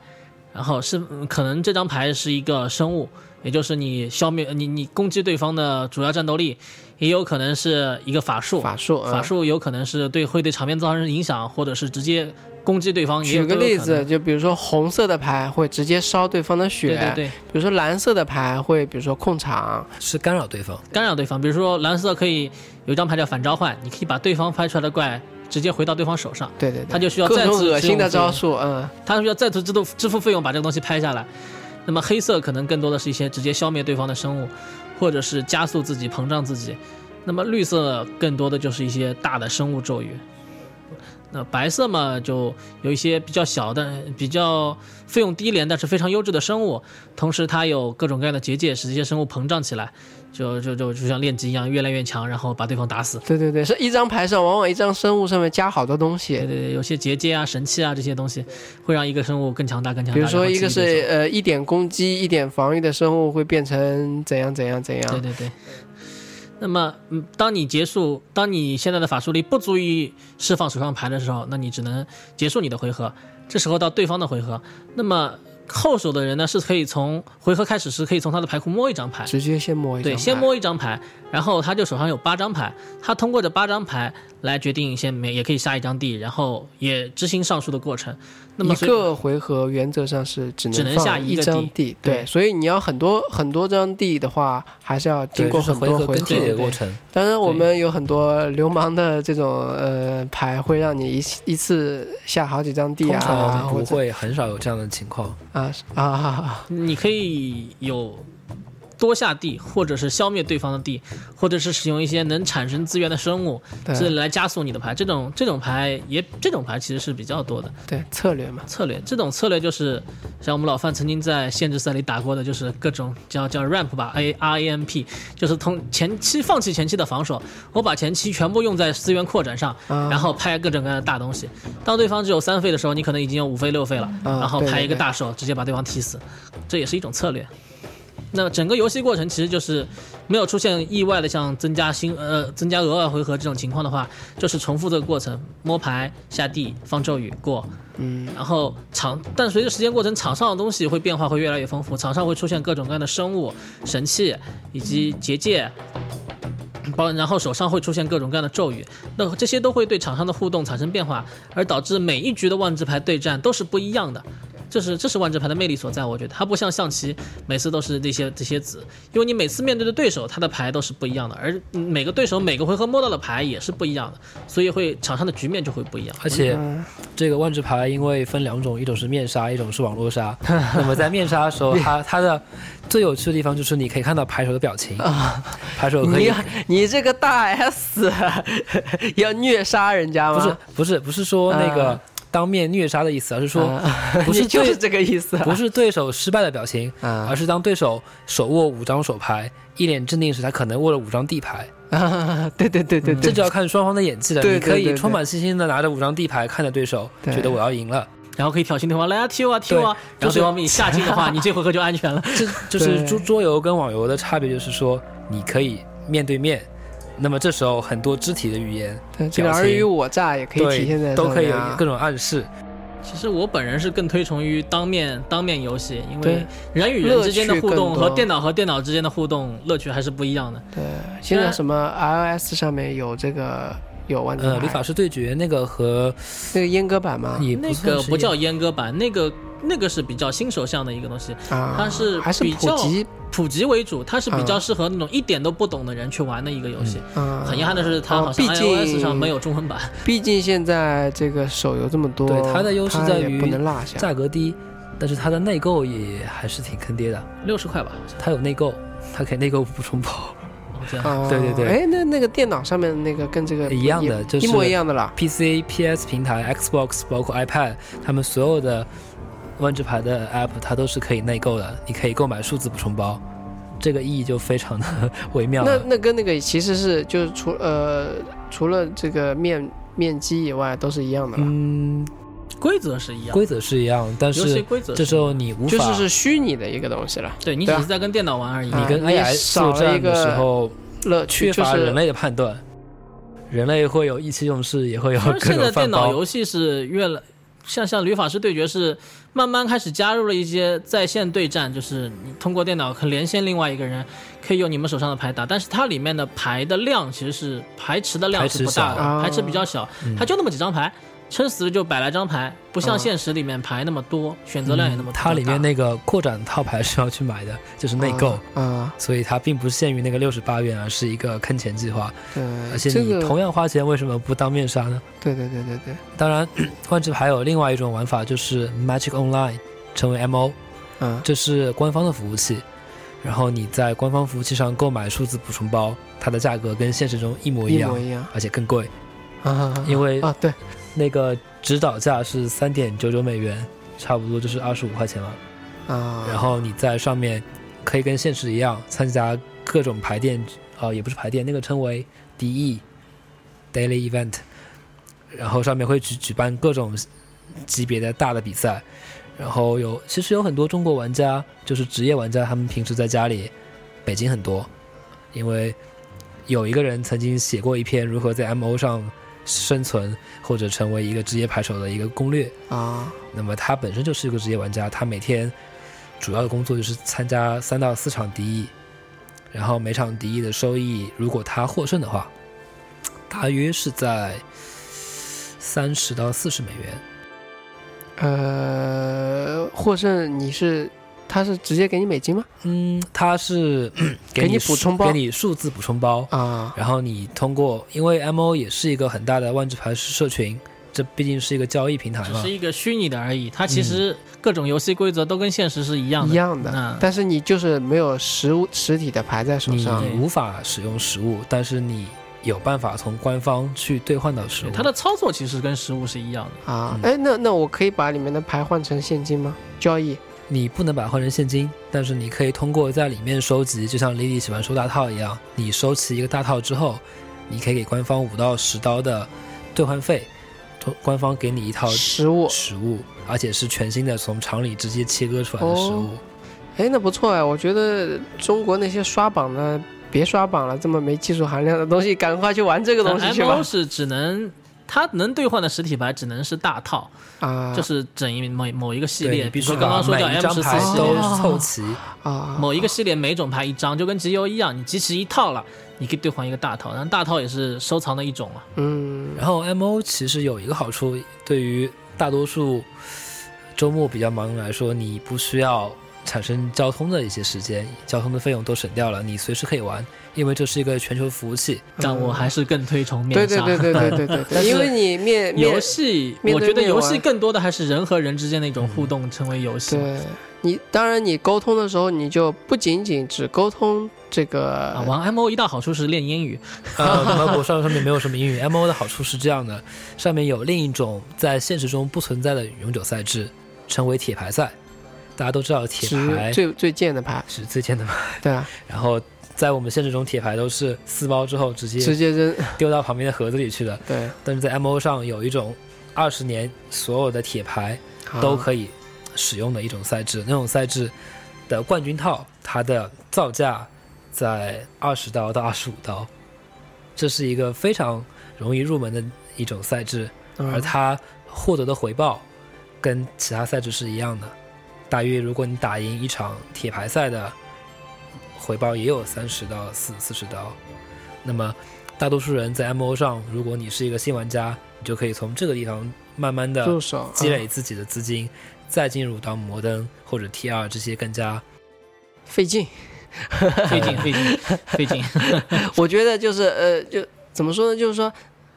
Speaker 2: 然后是嗯可能这张牌是一个生物，也就是你消灭你你攻击对方的主要战斗力，也有可能是一个法术，
Speaker 1: 法术嗯
Speaker 2: 法术有可能是对会对场面造成影响，或者是直接攻击对方。也有
Speaker 1: 举个例
Speaker 2: 都有可
Speaker 1: 子，
Speaker 2: 能，
Speaker 1: 就比如说红色的牌会直接烧对方的血，
Speaker 2: 对对对，
Speaker 1: 比如说蓝色的牌会，比如说控场，
Speaker 3: 是干扰对方。
Speaker 2: 干扰对方。比如说蓝色可以有一张牌叫反召唤，你可以把对方拍出来的怪直接回到对方手上，
Speaker 1: 对对对，
Speaker 2: 他就需要
Speaker 1: 各
Speaker 2: 再
Speaker 1: 种
Speaker 2: 次
Speaker 1: 恶
Speaker 2: 使
Speaker 1: 心
Speaker 2: 用
Speaker 1: 的
Speaker 2: 这个
Speaker 1: 招数，嗯，
Speaker 2: 他需要再次支付支付费用把这个东西拍下来。那么黑色可能更多的是一些直接消灭对方的生物，或者是加速自己膨胀自己。那么绿色更多的就是一些大的生物咒语。那白色嘛，就有一些比较小的、比较费用低廉，但是非常优质的生物，同时它有各种各样的结界，使这些生物膨胀起来，就就就就像练级一样，越来越强，然后把对方打死。
Speaker 1: 对对对，是一张牌上往往一张生物上面加好多东
Speaker 2: 对
Speaker 1: 西，
Speaker 2: 对对，有些结界啊、神器啊这些东西，会让一个生物更强大、更强大。
Speaker 1: 比如
Speaker 2: 然
Speaker 1: 说
Speaker 2: 后
Speaker 1: 一个
Speaker 2: 刺激对手
Speaker 1: 是呃一点攻击一点防御的生物会变成怎样怎样怎
Speaker 2: 对
Speaker 1: 样，
Speaker 2: 对对。啊那么，嗯，当你结束，当你现在的法术力不足以释放手上牌的时候，那你只能结束你的回合。这时候到对方的回合，那么后手的人呢是可以从回合开始时可以从他的牌库摸一张牌，
Speaker 1: 直接先摸一张
Speaker 2: 对，
Speaker 1: 牌
Speaker 2: 先摸一张牌，然后他就手上有八张牌，他通过这八张牌来决定先每也可以下一张地，然后也执行上述的过程。那么
Speaker 1: 一
Speaker 2: 随
Speaker 1: 个回合原则上是只
Speaker 2: 只能
Speaker 1: 放
Speaker 2: 下一个
Speaker 1: 张
Speaker 2: 地
Speaker 1: 地，
Speaker 2: 对
Speaker 1: 对，所以你要很多很多张地的话，还是要经
Speaker 3: 对，
Speaker 1: 过
Speaker 3: 就是
Speaker 1: 很
Speaker 3: 回
Speaker 1: 多
Speaker 3: 合
Speaker 1: 回
Speaker 3: 更
Speaker 1: 合
Speaker 3: 替。的
Speaker 2: 对
Speaker 3: 过程，
Speaker 1: 当然，我们有很多流氓的这种呃牌，会让你一一次下好几张地
Speaker 3: 通
Speaker 1: 啊，
Speaker 3: 常
Speaker 1: 或
Speaker 3: 不
Speaker 1: 者
Speaker 3: 会很少有这样的情况。
Speaker 1: 啊啊啊，
Speaker 2: 你可以有多下地，或者是消灭对方的地，或者是使用一些能产生资源的生物，
Speaker 1: 对
Speaker 2: 这来加速你的牌。这种这种牌也这种牌其实是比较多的
Speaker 1: 对策略嘛，
Speaker 2: 策略。这种策略就是像我们老范曾经在限制赛里打过的，就是各种叫叫 ramp 吧，a r a m p，就是从前期放弃前期的防守，我把前期全部用在资源扩展上，
Speaker 1: 啊
Speaker 2: 然后拍各种各样的大东西。当对方只有三费的时候，你可能已经有五费六费了，
Speaker 1: 啊
Speaker 2: 然后
Speaker 1: 对
Speaker 2: 拍
Speaker 1: 对
Speaker 2: 一个
Speaker 1: 对
Speaker 2: 大手直接把对方踢死，这也是一种策略。那整个游戏过程其实就是没有出现意外的像增加新呃增加额外回合这种情况的话，就是重复这个过程，摸牌、下地、放咒语过，
Speaker 1: 嗯，
Speaker 2: 然后场，但随着时间过程，场上的东西会变化，会越来越丰富。场上会出现各种各样的生物、神器以及结界，包然后手上会出现各种各样的咒语，那这些都会对场上的互动产生变化，而导致每一局的万智牌对战都是不一样的。这是这是万智牌的魅力所在，我觉得它不像象棋，每次都是这些这些子，因为你每次面对的对手，他的牌都是不一样的，而每个对手每个回合摸到的牌也是不一样的，所以会场上的局面就会不一样。
Speaker 3: 而且
Speaker 1: 嗯
Speaker 3: 这个万智牌因为分两种，一种是面杀，一种是网 络杀。那么在面杀的时候，它它的最有趣的地方就是你可以看到牌手的表情，牌手可以
Speaker 1: 啊你你这个大 S 要虐杀人家吗？
Speaker 3: 不是不是不是说那个
Speaker 1: 啊
Speaker 3: 当面虐杀的意思，而是说
Speaker 1: 啊，
Speaker 3: 不是
Speaker 1: 你就是
Speaker 3: 对
Speaker 1: 这个意思啊，
Speaker 3: 不是对手失败的表情，
Speaker 1: 啊
Speaker 3: 而是当对手手握五张手牌，一脸镇定时，他可能握了五张地牌。
Speaker 1: 啊，对对对对
Speaker 3: 嗯这
Speaker 1: 对，
Speaker 3: 就要看双方的演技了。
Speaker 1: 对
Speaker 3: 你可
Speaker 1: 对对
Speaker 3: 以
Speaker 1: 对
Speaker 3: 充满信心的拿着五张地牌看着对手，
Speaker 1: 对
Speaker 3: 觉得我要 赢了。
Speaker 2: 然后可以挑衅对方，来啊踢我啊踢我啊，然
Speaker 3: 对就
Speaker 2: 后
Speaker 3: 是
Speaker 2: 对方给你下禁 的话，你这回合就安全了。
Speaker 3: 这就
Speaker 1: 对
Speaker 3: 是桌桌游跟网游的差别，就是说你可以面对面，那么这时候很多肢体的语言，
Speaker 1: 对这个
Speaker 3: 表
Speaker 1: 尔
Speaker 3: 情
Speaker 1: 虞我诈也可以体现在
Speaker 3: 对，都
Speaker 1: 上
Speaker 3: 可以
Speaker 1: 面
Speaker 3: 有
Speaker 1: 啊
Speaker 3: 各种暗示。
Speaker 2: 其实我本人是更推崇于当面当面游戏，因
Speaker 1: 对
Speaker 2: 为人与人之间的互
Speaker 1: 乐趣更
Speaker 2: 动
Speaker 1: 多
Speaker 2: 和电脑和电脑之间的互动乐趣还是不一样的。
Speaker 1: 对，现在什么 iOS 上面有这个有万智
Speaker 3: 呃，
Speaker 1: 牌
Speaker 3: 理法师对嗯决那个和
Speaker 1: 那个阉割版吗？
Speaker 3: 也
Speaker 2: 那
Speaker 3: 不算
Speaker 2: 个
Speaker 3: 是
Speaker 2: 不叫阉割版，那个那个是比较新手向的一个东西，
Speaker 1: 啊，
Speaker 2: 它是
Speaker 1: 还是
Speaker 2: 比
Speaker 1: 普
Speaker 2: 较
Speaker 1: 及
Speaker 2: 普及为主，它是比较
Speaker 1: 嗯
Speaker 2: 适合那种一点都不懂的人去玩的一个游戏。
Speaker 1: 啊，
Speaker 2: 很遗憾的是，它
Speaker 1: 啊
Speaker 2: 好像
Speaker 1: 毕竟
Speaker 2: iOS 上没有中文版。
Speaker 1: 毕竟现在这个手游这么多，
Speaker 3: 对它的优势在于
Speaker 1: 它也不能落下。
Speaker 3: 价格低，但是它的内购也还是挺坑爹的，
Speaker 2: 六十块吧，好像
Speaker 3: 它有内购，它可以内购补充包。
Speaker 2: 哦这样。
Speaker 1: 啊
Speaker 3: 对对对
Speaker 1: 哎，那那个电脑上面那个跟这个
Speaker 3: 一样的
Speaker 1: 也
Speaker 3: 就是
Speaker 1: 一模一样的啦。
Speaker 3: PC、PS 平台、Xbox 包括 iPad，他们所有的万智牌的 App，它都是可以内购的，你可以购买数字补充包，这个意义就非常的 微妙
Speaker 1: 那
Speaker 3: 了。
Speaker 1: 那跟那个其实是就是除呃除了这个面面积以外，都是一样的吧？
Speaker 3: 嗯，
Speaker 2: 规则是一样，
Speaker 3: 规则是一样，但
Speaker 2: 游戏
Speaker 3: 是
Speaker 2: 规则
Speaker 3: 这时
Speaker 2: 是一样
Speaker 3: 候你无法，
Speaker 1: 就是是虚拟的一个东西了，
Speaker 2: 对你只
Speaker 1: 对啊
Speaker 2: 是在跟电脑玩而已。
Speaker 3: 你跟
Speaker 1: 啊你
Speaker 3: AI
Speaker 1: 少
Speaker 3: 作
Speaker 1: 了
Speaker 3: 战
Speaker 1: 一
Speaker 3: 的
Speaker 1: 个
Speaker 3: 时候，
Speaker 1: 乐趣
Speaker 3: 缺
Speaker 1: 就
Speaker 3: 乏
Speaker 1: 是
Speaker 3: 人类的判断，人类会有意气用事，也会有
Speaker 2: 而
Speaker 3: 各
Speaker 2: 现在
Speaker 3: 种
Speaker 2: 电
Speaker 3: 犯
Speaker 2: 脑
Speaker 3: 包。
Speaker 2: 游戏是越来，像像《吕法师对决》是慢慢开始加入了一些在线对战，就是你通过电脑可以连线另外一个人，可以用你们手上的牌打，但是它里面的牌的量其实是排池的量
Speaker 3: 排
Speaker 2: 是
Speaker 3: 池啊
Speaker 2: 不大的，
Speaker 1: 小
Speaker 2: 排池比较小，它就那么几张牌。撑死了就百来张牌，不像现实里面牌那么多，选择量也那么
Speaker 3: 啊嗯
Speaker 2: 多。
Speaker 3: 它里面那个扩展套牌是要去买的，就是内购，
Speaker 1: 啊，
Speaker 3: 所以它并不限于那个六十八元，而是一个坑钱计划。
Speaker 1: 对，
Speaker 3: 而且
Speaker 1: 这
Speaker 3: 你
Speaker 1: 个
Speaker 3: 同样花钱，为什么不当面杀呢？
Speaker 1: 对对对对对，
Speaker 3: 当然，万智牌有另外一种玩法，就是 Magic Online 成为 MO，
Speaker 1: 啊
Speaker 3: 这是官方的服务器。然后你在官方服务器上购买数字补充包，它的价格跟现实中一模一
Speaker 1: 一
Speaker 3: 样
Speaker 1: 模，一样
Speaker 3: 而且更贵，
Speaker 1: 啊，
Speaker 3: 因为
Speaker 1: 啊对，
Speaker 3: 那个指导价是三点九九美元，差不多就是二十五块钱嘛。
Speaker 1: 啊，
Speaker 3: 然后你在上面可以跟现实一样参加各种排练，呃，也不是排练，那个称为 DE（Daily Event），然后上面会举举办各种级别的大的比赛。然后有，其实有很多中国玩家，就是职业玩家，他们平时在家里，北京很多，因为有一个人曾经写过一篇如何在 MO 上生存或者成为一个职业牌手的一个攻略，
Speaker 1: 啊
Speaker 3: 那么他本身就是一个职业玩家，他每天主要的工作就是参加三到四场敌役，然后每场敌役的收益，如果他获胜的话，大约是在三十到四十美元。
Speaker 1: 呃，获胜你是他是直接给你美金吗？
Speaker 3: 嗯，他是
Speaker 1: 给你
Speaker 3: 数
Speaker 1: 补充包
Speaker 3: 给你数字补充包，
Speaker 1: 啊
Speaker 3: 然后你通过，因为 M O 也是一个很大的万智牌社群，这毕竟是一个交易平台
Speaker 2: 只
Speaker 3: 嘛
Speaker 2: 是。一个虚拟的而已，它
Speaker 3: 嗯
Speaker 2: 其实各种游戏规则都跟现实是一样
Speaker 1: 一
Speaker 2: 的。
Speaker 1: 样的
Speaker 2: 嗯，
Speaker 1: 但是你就是没有实物实体的牌在手
Speaker 3: 你
Speaker 1: 上
Speaker 2: 对
Speaker 3: 无法使用实物，但是你有办法从官方去兑换到实
Speaker 2: 对
Speaker 3: 物。
Speaker 2: 它的操作其实跟实物是一样的。
Speaker 1: 啊，
Speaker 3: 嗯
Speaker 1: 哎，那那我可以把里面的牌换成现金吗？交易
Speaker 3: 你不能把它换成现金，但是你可以通过在里面收集，就像 Lily 喜欢收大套一样，你收齐一个大套之后，你可以给官方五到十刀的兑换费，通官方给你一套
Speaker 1: 实物，
Speaker 3: 食物，而且是全新的，从厂里直接切割出来的食物。
Speaker 1: 哎，那不错哎，我觉得中国那些刷榜的别刷榜了，这么没技术含量的东西，赶快去玩这个东西去
Speaker 2: M O
Speaker 1: 吧。
Speaker 2: 是只能它能兑换的实体牌只能是大套，
Speaker 1: 啊，
Speaker 2: 就是整一某某一个系
Speaker 3: 对，
Speaker 2: 列，
Speaker 3: 你
Speaker 2: 比
Speaker 3: 必
Speaker 2: 如
Speaker 3: 须
Speaker 2: 说刚刚
Speaker 3: 把
Speaker 2: 说
Speaker 3: 每
Speaker 2: 叫
Speaker 3: 一
Speaker 2: M
Speaker 3: 张
Speaker 2: 十四
Speaker 3: 牌
Speaker 2: 系
Speaker 3: 都
Speaker 2: 列，
Speaker 3: 凑齐。
Speaker 1: 啊，
Speaker 2: 某一个系列每种牌一张，就跟集邮一样，你集齐一套了，你可以兑换一个大套，然后大套也是收藏的一种了。
Speaker 1: 嗯
Speaker 3: 然后 M O 其实有一个好处，对于大多数周末比较忙的人来说，你不需要产生交通的一些时间，交通的费用都省掉了，你随时可以玩，因为这是一个全球服务器。
Speaker 2: 但我还是更推崇面
Speaker 1: 对
Speaker 2: 纱。
Speaker 1: 对嗯对对对对 对对，
Speaker 3: 但是
Speaker 1: 因为你面
Speaker 2: 游
Speaker 1: 面
Speaker 2: 戏，
Speaker 1: 面
Speaker 2: 我
Speaker 1: 对
Speaker 2: 觉得
Speaker 1: 面
Speaker 2: 游
Speaker 1: 玩嗯
Speaker 2: 戏更多的还是人和人之间的一种互动，成为游戏。
Speaker 1: 对你，当然你沟通的时候，你就不仅仅只沟通这个
Speaker 2: 啊，玩 M O 一大好处是练英语，
Speaker 3: 呃，那我上上面没有什么英语。M O 的好处是这样的，上面有另一种在现实中不存在的永久赛制，称为铁牌赛。大家都知道铁牌
Speaker 1: 值最最贱的牌，
Speaker 3: 是最贱的嘛，
Speaker 1: 对啊，
Speaker 3: 然后在我们现实中，铁牌都是撕包之后直
Speaker 1: 直接
Speaker 3: 接
Speaker 1: 扔，
Speaker 3: 丢到旁边的盒子里去的。
Speaker 1: 对，
Speaker 3: 但是在 MO 上有一种二十年所有的铁牌
Speaker 1: 啊
Speaker 3: 都可以使用的一种赛制，那种赛制的冠军套，它的造价在二十刀到二十五刀，这是一个非常容易入门的一种赛制，
Speaker 1: 以
Speaker 3: 而它获得的回报跟其他赛制是一样的，大约如果你打赢一场铁牌赛的回报也有三十到四四十刀，那么大多数人在 MO 上，如果你是一个新玩家，你就可以从这个地方慢慢的
Speaker 1: 入手嗯
Speaker 3: 积累自己的资金，再进入到摩登或者 T 二这些更加
Speaker 1: 费劲。
Speaker 2: 费劲费劲费劲。
Speaker 1: 我觉得就是呃，就怎么说呢？就是说，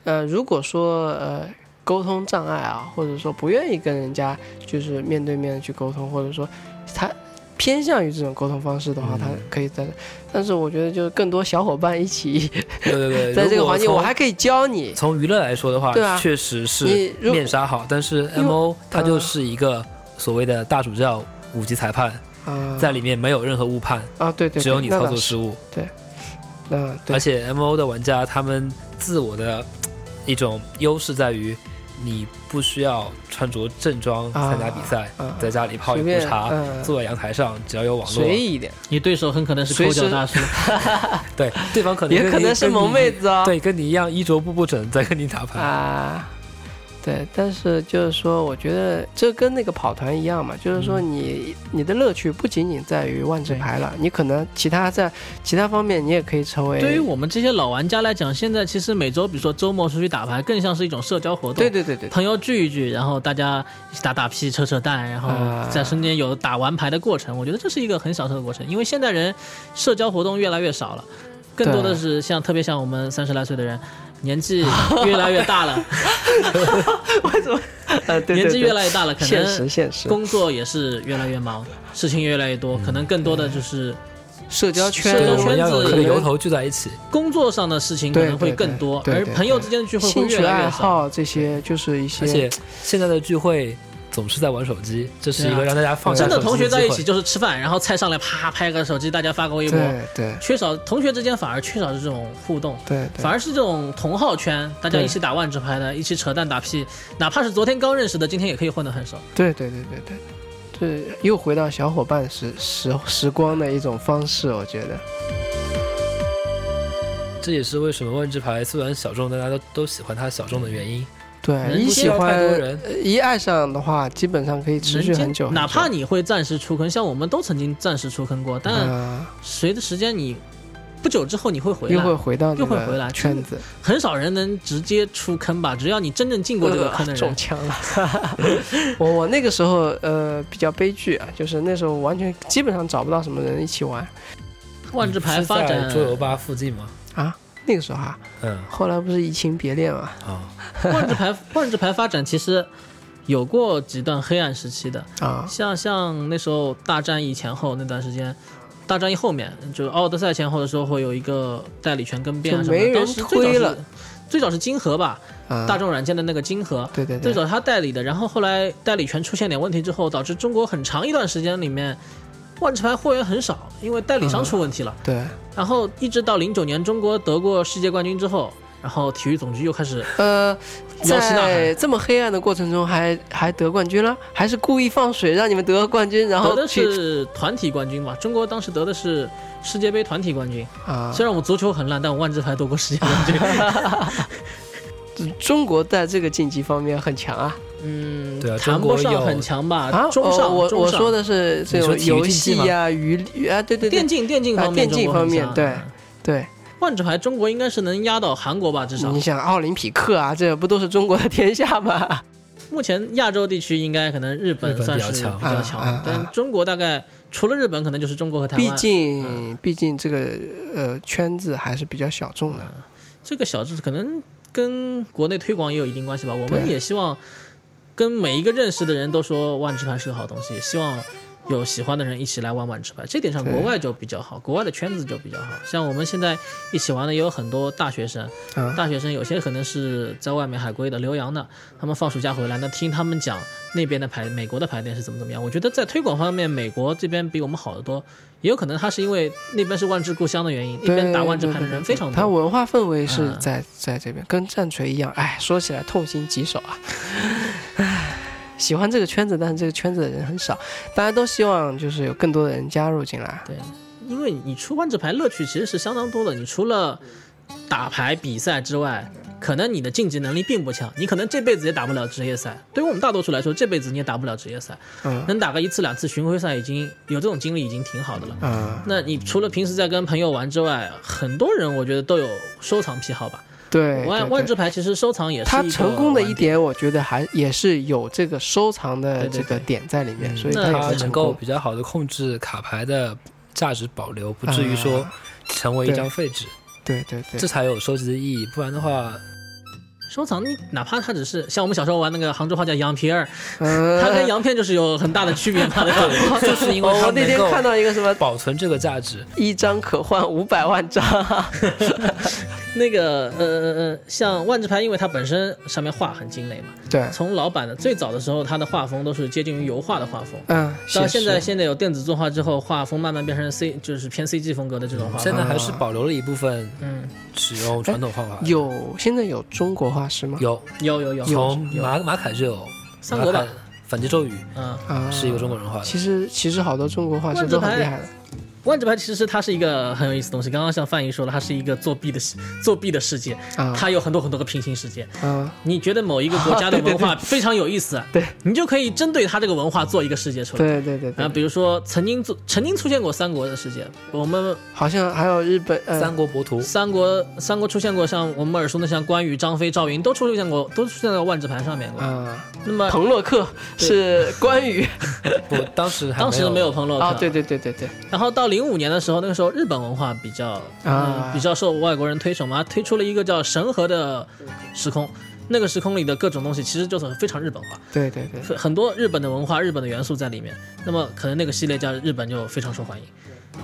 Speaker 1: 呃，如果说呃沟通障碍啊，或者说不愿意跟人家就是面对面地去沟通，或者说他偏向于这种沟通方式的话，
Speaker 3: 嗯
Speaker 1: 他可以在。但是我觉得就是更多小伙伴一 起
Speaker 3: 对对对。
Speaker 1: 在这
Speaker 3: 如
Speaker 1: 个
Speaker 3: 果
Speaker 1: 环境，
Speaker 3: 从
Speaker 1: 我还可以教你。
Speaker 3: 从娱乐来说的话，
Speaker 1: 对啊
Speaker 3: 确实是
Speaker 1: 你如
Speaker 3: 面纱好，但是
Speaker 1: 因为嗯
Speaker 3: M O 它就是一个所谓的大主教五级裁判，
Speaker 1: 啊、
Speaker 3: 在里面没有任何误判，
Speaker 1: 啊，对对对，
Speaker 3: 只有你
Speaker 1: 那
Speaker 3: 操
Speaker 1: 倒
Speaker 3: 作
Speaker 1: 是
Speaker 3: 失误。
Speaker 1: 嗯，对
Speaker 3: 而，且 M O 的玩家他们自我的嘖一种优势在于，你不需要穿着正装
Speaker 1: 啊
Speaker 3: 参加比赛，
Speaker 1: 啊
Speaker 3: 在家里泡
Speaker 1: 随
Speaker 3: 一壶
Speaker 1: 便
Speaker 3: 茶，
Speaker 1: 嗯
Speaker 3: 坐在阳台上，只要有网络
Speaker 1: 随，意一点，
Speaker 2: 你对手很可能是抠脚大叔，
Speaker 3: 对，对方可能
Speaker 1: 也
Speaker 3: 跟
Speaker 1: 可
Speaker 3: 你
Speaker 1: 能是
Speaker 3: 跟
Speaker 1: 萌
Speaker 3: 你
Speaker 1: 妹子哦。
Speaker 3: 对，跟你一样衣着不不整，在跟你打牌。
Speaker 1: 啊，对，但是就是说，我觉得这跟那个跑团一样嘛，就是说
Speaker 2: 嗯
Speaker 1: 你、你的乐趣不仅仅在于万智牌了，你可能其他在其他方面你也可以成为。
Speaker 2: 对于我们这些老玩家来讲，现在其实每周，比如说周末出去打牌，更像是一种社交活动。
Speaker 1: 对对对对，
Speaker 2: 朋友聚一聚，然后大家一起打打屁、扯扯淡，然后
Speaker 1: 啊
Speaker 2: 在中间有打完牌的过程，我觉得这是一个很享受的过程。因为现代人社交活动越来越少了，更多的
Speaker 1: 对
Speaker 2: 是像特别像我们三十来岁的人，年纪越来越大了，
Speaker 1: 呃， 对对对
Speaker 2: 年纪越来越大呃了，可
Speaker 1: 现实
Speaker 2: 能
Speaker 1: 现实，
Speaker 2: 工作也是越来越忙，事情越来越多，可能更
Speaker 1: 嗯
Speaker 2: 多的就是
Speaker 1: 社交圈
Speaker 2: 社交
Speaker 3: 我们
Speaker 2: 圈
Speaker 3: 要
Speaker 2: 子
Speaker 3: 有可
Speaker 2: 可
Speaker 3: 以
Speaker 2: 能
Speaker 3: 由头聚在一起，
Speaker 2: 工作上的事情可
Speaker 1: 对
Speaker 2: 能会
Speaker 1: 对
Speaker 2: 更
Speaker 1: 对
Speaker 2: 多，
Speaker 1: 对
Speaker 2: 而
Speaker 1: 对
Speaker 2: 朋友
Speaker 1: 对
Speaker 2: 之间的聚会会
Speaker 1: 兴
Speaker 2: 越
Speaker 1: 趣
Speaker 2: 来
Speaker 1: 爱
Speaker 2: 越少。
Speaker 1: 好这些就是一些，
Speaker 3: 而且现在的聚会总是在玩手机，这是一
Speaker 2: 对
Speaker 3: 个
Speaker 2: 啊
Speaker 3: 让大家放下
Speaker 2: 真的
Speaker 3: 手机
Speaker 2: 同学在一
Speaker 3: 机
Speaker 2: 起
Speaker 3: 会
Speaker 2: 就是吃饭，然后菜上来啪拍个手机，大家发个微博，
Speaker 1: 对对
Speaker 2: 缺少同学之间反而缺少这种互动，
Speaker 1: 对
Speaker 2: 反
Speaker 1: 对，
Speaker 2: 而是这种同好圈，大家一起打万智牌的，一起扯淡打屁，哪怕是昨天刚认识的，今天也可以混得很熟。
Speaker 1: 对对对对对。这又回到小伙伴时时时光的一种方式，我觉得，
Speaker 3: 这也是为什么万智牌虽然小众，但大家都都喜欢它小众的原因。
Speaker 1: 对，
Speaker 2: 人
Speaker 1: 哎一
Speaker 2: 不
Speaker 1: 喜
Speaker 3: 需要太
Speaker 1: 欢
Speaker 3: 多人
Speaker 1: 呃一爱上的话，基本上可以持续
Speaker 2: 人间
Speaker 1: 很久，
Speaker 2: 哪
Speaker 1: 很久
Speaker 2: 怕你会暂时出坑，像我们都曾经暂时出坑过，但
Speaker 1: 啊
Speaker 2: 随着时间你不久之后你会回
Speaker 1: 又会
Speaker 2: 来，
Speaker 1: 回到那
Speaker 2: 又会
Speaker 1: 个
Speaker 2: 回来
Speaker 1: 圈子，
Speaker 2: 很少人能直接出坑吧？只要你真正进过这个坑的
Speaker 1: 呃中，
Speaker 2: 人
Speaker 1: 枪了。 我我那个时候呃比较悲剧啊，就是那时候完全基本上找不到什么人一起玩
Speaker 2: 万智牌
Speaker 3: 嗯是
Speaker 2: 发
Speaker 3: 在
Speaker 2: 展
Speaker 3: 桌游吧附近吗？
Speaker 1: 啊。那个时候啊，
Speaker 3: 嗯
Speaker 1: 后来不是移情别恋嘛
Speaker 3: 啊，
Speaker 2: 万智牌万智牌发展其实有过几段黑暗时期的，
Speaker 1: 啊，
Speaker 2: 像像那时候大战役前后那段时间，大战役后面就是奥德赛前后的时候，会有一个代理权更变啊
Speaker 1: 就
Speaker 2: 什么
Speaker 1: 没
Speaker 2: 的。
Speaker 1: 人
Speaker 2: 当时最早
Speaker 1: 推
Speaker 2: 是
Speaker 1: 了
Speaker 2: 最早是金河吧，
Speaker 1: 啊
Speaker 2: 大众软件的那个金河。
Speaker 1: 对对对，
Speaker 2: 最早他代理的，然后后来代理权出现点问题之后，导致中国很长一段时间里面，万智牌货源很少，因为代理商出问题了。
Speaker 1: 对，
Speaker 2: 然后一直到零九年中国得过世界冠军之后，然后体育总局又开始
Speaker 1: 呃，
Speaker 2: 摇旗呐喊
Speaker 1: 在这么黑暗的过程中还还得冠军了，还是故意放水让你们得冠军，然
Speaker 2: 得
Speaker 1: 后
Speaker 2: 的
Speaker 1: 去
Speaker 2: 是团体冠军嘛，中国当时得的是世界杯团体冠军。
Speaker 1: 啊，
Speaker 2: 虽然我们足球很烂，但我万智牌夺过世界冠 军。
Speaker 1: 中国在这个竞技方面很强啊
Speaker 2: 嗯，
Speaker 3: 对啊
Speaker 2: 谈
Speaker 3: 中
Speaker 2: 不
Speaker 3: 国
Speaker 2: 上
Speaker 3: 有
Speaker 2: 很强吧？
Speaker 1: 啊！
Speaker 2: 中
Speaker 1: 哦
Speaker 2: 上，
Speaker 1: 我
Speaker 2: 中
Speaker 1: 我
Speaker 2: 上
Speaker 1: 说的是这种
Speaker 3: 你说体育
Speaker 1: 游
Speaker 3: 竞技
Speaker 1: 戏
Speaker 3: 吗
Speaker 1: 呀、娱娱啊，对对对
Speaker 2: 电，竞，电竞
Speaker 1: 啊
Speaker 2: 方面，
Speaker 1: 电竞
Speaker 2: 中国很
Speaker 1: 方面
Speaker 2: 强
Speaker 1: 对
Speaker 2: 嗯
Speaker 1: 对。
Speaker 2: 万智牌中国应该是能压倒韩国吧，至少
Speaker 1: 你想奥林匹克啊，这不都是中国的天下吗？
Speaker 2: 目前亚洲地区应该可能日
Speaker 3: 日
Speaker 2: 本
Speaker 3: 本
Speaker 2: 算
Speaker 3: 比较
Speaker 2: 是比
Speaker 3: 强
Speaker 2: 较
Speaker 1: 啊啊
Speaker 2: 强
Speaker 1: 啊，
Speaker 2: 但中国大概除了日本，可能就是中国和 台
Speaker 1: 毕
Speaker 2: 湾。嗯
Speaker 1: 竟，毕竟这个呃圈子还是比较小众
Speaker 2: 嗯
Speaker 1: 的。
Speaker 2: 这个小智可能跟国内推广也有一定关系吧。我们
Speaker 1: 对
Speaker 2: 也希望跟每一个认识的人都说万智牌是个好东西，希望有喜欢的人一起来玩万智牌。这点上
Speaker 1: 对
Speaker 2: 国外就比较好，国外的圈子就比较好。像我们现在一起玩的也有很多大学生，
Speaker 1: 啊，
Speaker 2: 大学生有些可能是在外面海归的、留洋的，他们放暑假回来呢，听他们讲那边的牌、美国的牌店是怎么怎么样。我觉得在推广方面，美国这边比我们好得多。也有可能他是因为那边是万智故乡的原因，那边
Speaker 1: 对
Speaker 2: 打万智
Speaker 1: 对
Speaker 2: 牌的
Speaker 1: 对
Speaker 2: 人
Speaker 1: 对
Speaker 2: 非常多。
Speaker 1: 它文化氛围是
Speaker 2: 嗯
Speaker 1: 在在这边，跟战锤一样。哎，说起来痛心疾首啊。唉，喜欢这个圈子，但是这个圈子的人很少，大家都希望就是有更多的人加入进来。
Speaker 2: 对，因为你出万智牌乐趣其实是相当多的，你除了打牌比赛之外，可能你的晋级能力并不强，你可能这辈子也打不了职业赛。对于我们大多数来说，这辈子你也打不了职业赛，
Speaker 1: 嗯
Speaker 2: 能打个一次两次巡回赛已经有这种经历已经挺好的了。
Speaker 1: 啊，
Speaker 2: 那你除了平时在跟朋友玩之外，很多人我觉得都有收藏癖好吧？
Speaker 1: 对，对
Speaker 2: 万
Speaker 1: 对
Speaker 2: 万智牌其实收藏也是
Speaker 1: 它
Speaker 2: 一个
Speaker 1: 成功的一
Speaker 2: 玩
Speaker 1: 点，我觉得还也是有这个收藏的
Speaker 2: 对对
Speaker 1: 这个
Speaker 2: 对
Speaker 1: 点在里面，所以
Speaker 2: 那
Speaker 1: 它
Speaker 3: 嗯它
Speaker 1: 也是
Speaker 3: 能
Speaker 1: 成
Speaker 3: 够
Speaker 1: 功。
Speaker 3: 比较好的控制卡牌的价值保留，不至于说
Speaker 1: 啊
Speaker 3: 成为一张废纸，
Speaker 1: 对对对
Speaker 3: 这，才有收集的意义。不然的话，
Speaker 2: 收藏，你哪怕它只是像我们小时候玩那个杭州话叫羊皮儿，
Speaker 1: 嗯
Speaker 2: 它跟羊片就是有很大的 区别嘛，对吧？就是因为
Speaker 1: 哦
Speaker 2: 它
Speaker 1: 我那天
Speaker 3: 能够
Speaker 1: 看到一个什么，
Speaker 3: 保存这个价值，
Speaker 1: 一张可换五百万张，
Speaker 2: 那个呃呃呃，像万智牌，因为它本身上面画很精美嘛，
Speaker 1: 对，
Speaker 2: 从老版的最早的时候，它的画风都是接近于油画的画风。
Speaker 1: 嗯，
Speaker 2: 到
Speaker 1: 写
Speaker 2: 现在，
Speaker 1: 实
Speaker 2: 现在有电子作画之后，画风慢慢变成 C，就是偏 CG 风格的这种
Speaker 1: 啊
Speaker 2: 画
Speaker 3: 现
Speaker 2: 风。
Speaker 3: 在还是保留了一部分
Speaker 2: 嗯，
Speaker 3: 使用传统方法的。
Speaker 1: 有现在有中国画师吗？
Speaker 3: 有
Speaker 2: 有有有
Speaker 3: 从
Speaker 2: 有
Speaker 3: 马马凯就有
Speaker 2: 三国吧
Speaker 3: 马凯，反击咒语
Speaker 2: 嗯，
Speaker 1: 啊，
Speaker 3: 是一个中国人画的。
Speaker 1: 其实其实好多中国画师都很厉害的，
Speaker 2: 万智牌其实它是一个很有意思的东西。刚刚像范姨说了，它是一个作弊的世作弊的世界，
Speaker 1: 啊
Speaker 2: 它有很多很多个平行世界。
Speaker 1: 啊
Speaker 2: 你觉得某一个国家的文化非常有意思，
Speaker 1: 对
Speaker 2: 你就可以针对它这个文化做一个世界出来。
Speaker 1: 对对对
Speaker 2: 啊，
Speaker 1: 对，
Speaker 2: 比如说曾经做曾经出现过三国的世界，我们
Speaker 1: 好像还有日本呃
Speaker 3: 三国博图，
Speaker 2: 三国三国出现过像我们耳熟能详关羽、张飞、赵云都出现过，都出现在万智牌上面过。
Speaker 1: 啊，
Speaker 2: 那么
Speaker 1: 彭洛克是关羽
Speaker 3: 不，当时还
Speaker 2: 当时没
Speaker 3: 有
Speaker 2: 有彭洛克，
Speaker 1: 啊，对对对对对，
Speaker 2: 然后到零五年的时候，那个时候日本文化比较
Speaker 1: 啊
Speaker 2: 嗯比较受外国人推崇嘛，推出了一个叫神河的时空。那个时空里的各种东西其实就是非常日本化，
Speaker 1: 对对对，
Speaker 2: 很多日本的文化、日本的元素在里面。那么可能那个系列叫日本就非常受欢迎。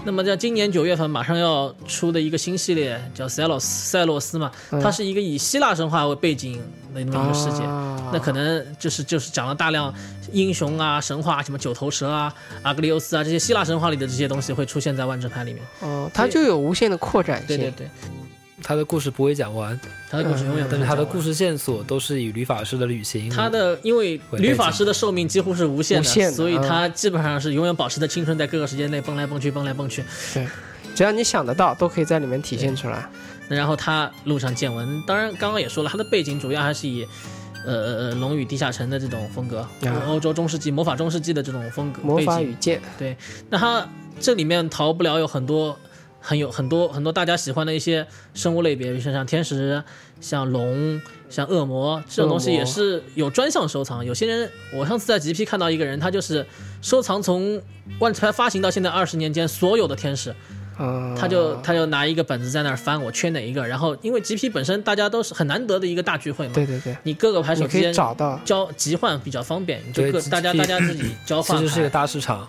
Speaker 2: 那么在今年九月份马上要出的一个新系列叫塞洛斯塞洛斯嘛，
Speaker 1: 嗯
Speaker 2: 它是一个以希腊神话为背景的那么一个世界。
Speaker 1: 啊
Speaker 2: 那可能就是就是讲了大量英雄啊、神话啊什么九头蛇啊、阿格里欧斯啊这些希腊神话里的这些东西会出现在万智牌里面。
Speaker 1: 哦，它就有无限的扩展性，
Speaker 2: 对对对，
Speaker 3: 他的故事不会讲完，
Speaker 2: 他的故事永远不
Speaker 3: 嗯但是他的故
Speaker 2: 事，
Speaker 3: 事线索都是以旅法师的旅行，
Speaker 2: 他的因为旅法师的寿命几乎是无限的，
Speaker 1: 无限的嗯
Speaker 2: 所以他基本上是永远保持在青春，在各个时间内蹦来蹦去，蹦来蹦去。
Speaker 1: 只要你想得到，都可以在里面体现出来。
Speaker 2: 然后他路上见闻，当然刚刚也说了，他的背景主要还是以。呃呃呃，龙与地下城的这种风格，
Speaker 1: 啊
Speaker 2: 欧洲中世纪、魔法中世纪的这种风格，
Speaker 1: 魔
Speaker 2: 背景
Speaker 1: 法与剑，
Speaker 2: 那它这里面逃不了有很多很有很多很多大家喜欢的一些生物类别，比如说像天使、像龙、像恶魔这种东西，
Speaker 1: 恶魔
Speaker 2: 也是有专项收藏。有些人，我上次在 GP 看到一个人，他就是收藏从万智牌发行到现在二十年间所有的天使，
Speaker 1: 嗯，
Speaker 2: 他就他就拿一个本子在那儿翻我缺哪一个，然后因为 GP 本身大家都是很难得的一个大聚会嘛，
Speaker 1: 对对对，
Speaker 2: 你各个牌手
Speaker 1: 你可
Speaker 2: 之
Speaker 1: 以
Speaker 2: 间。
Speaker 1: 找到。
Speaker 2: 交集换比较方便，你就
Speaker 3: 对
Speaker 2: 各
Speaker 3: ，GP
Speaker 2: 大家大家自己交
Speaker 3: 其
Speaker 2: 换
Speaker 3: 实是一个
Speaker 2: 牌。
Speaker 3: 大市场，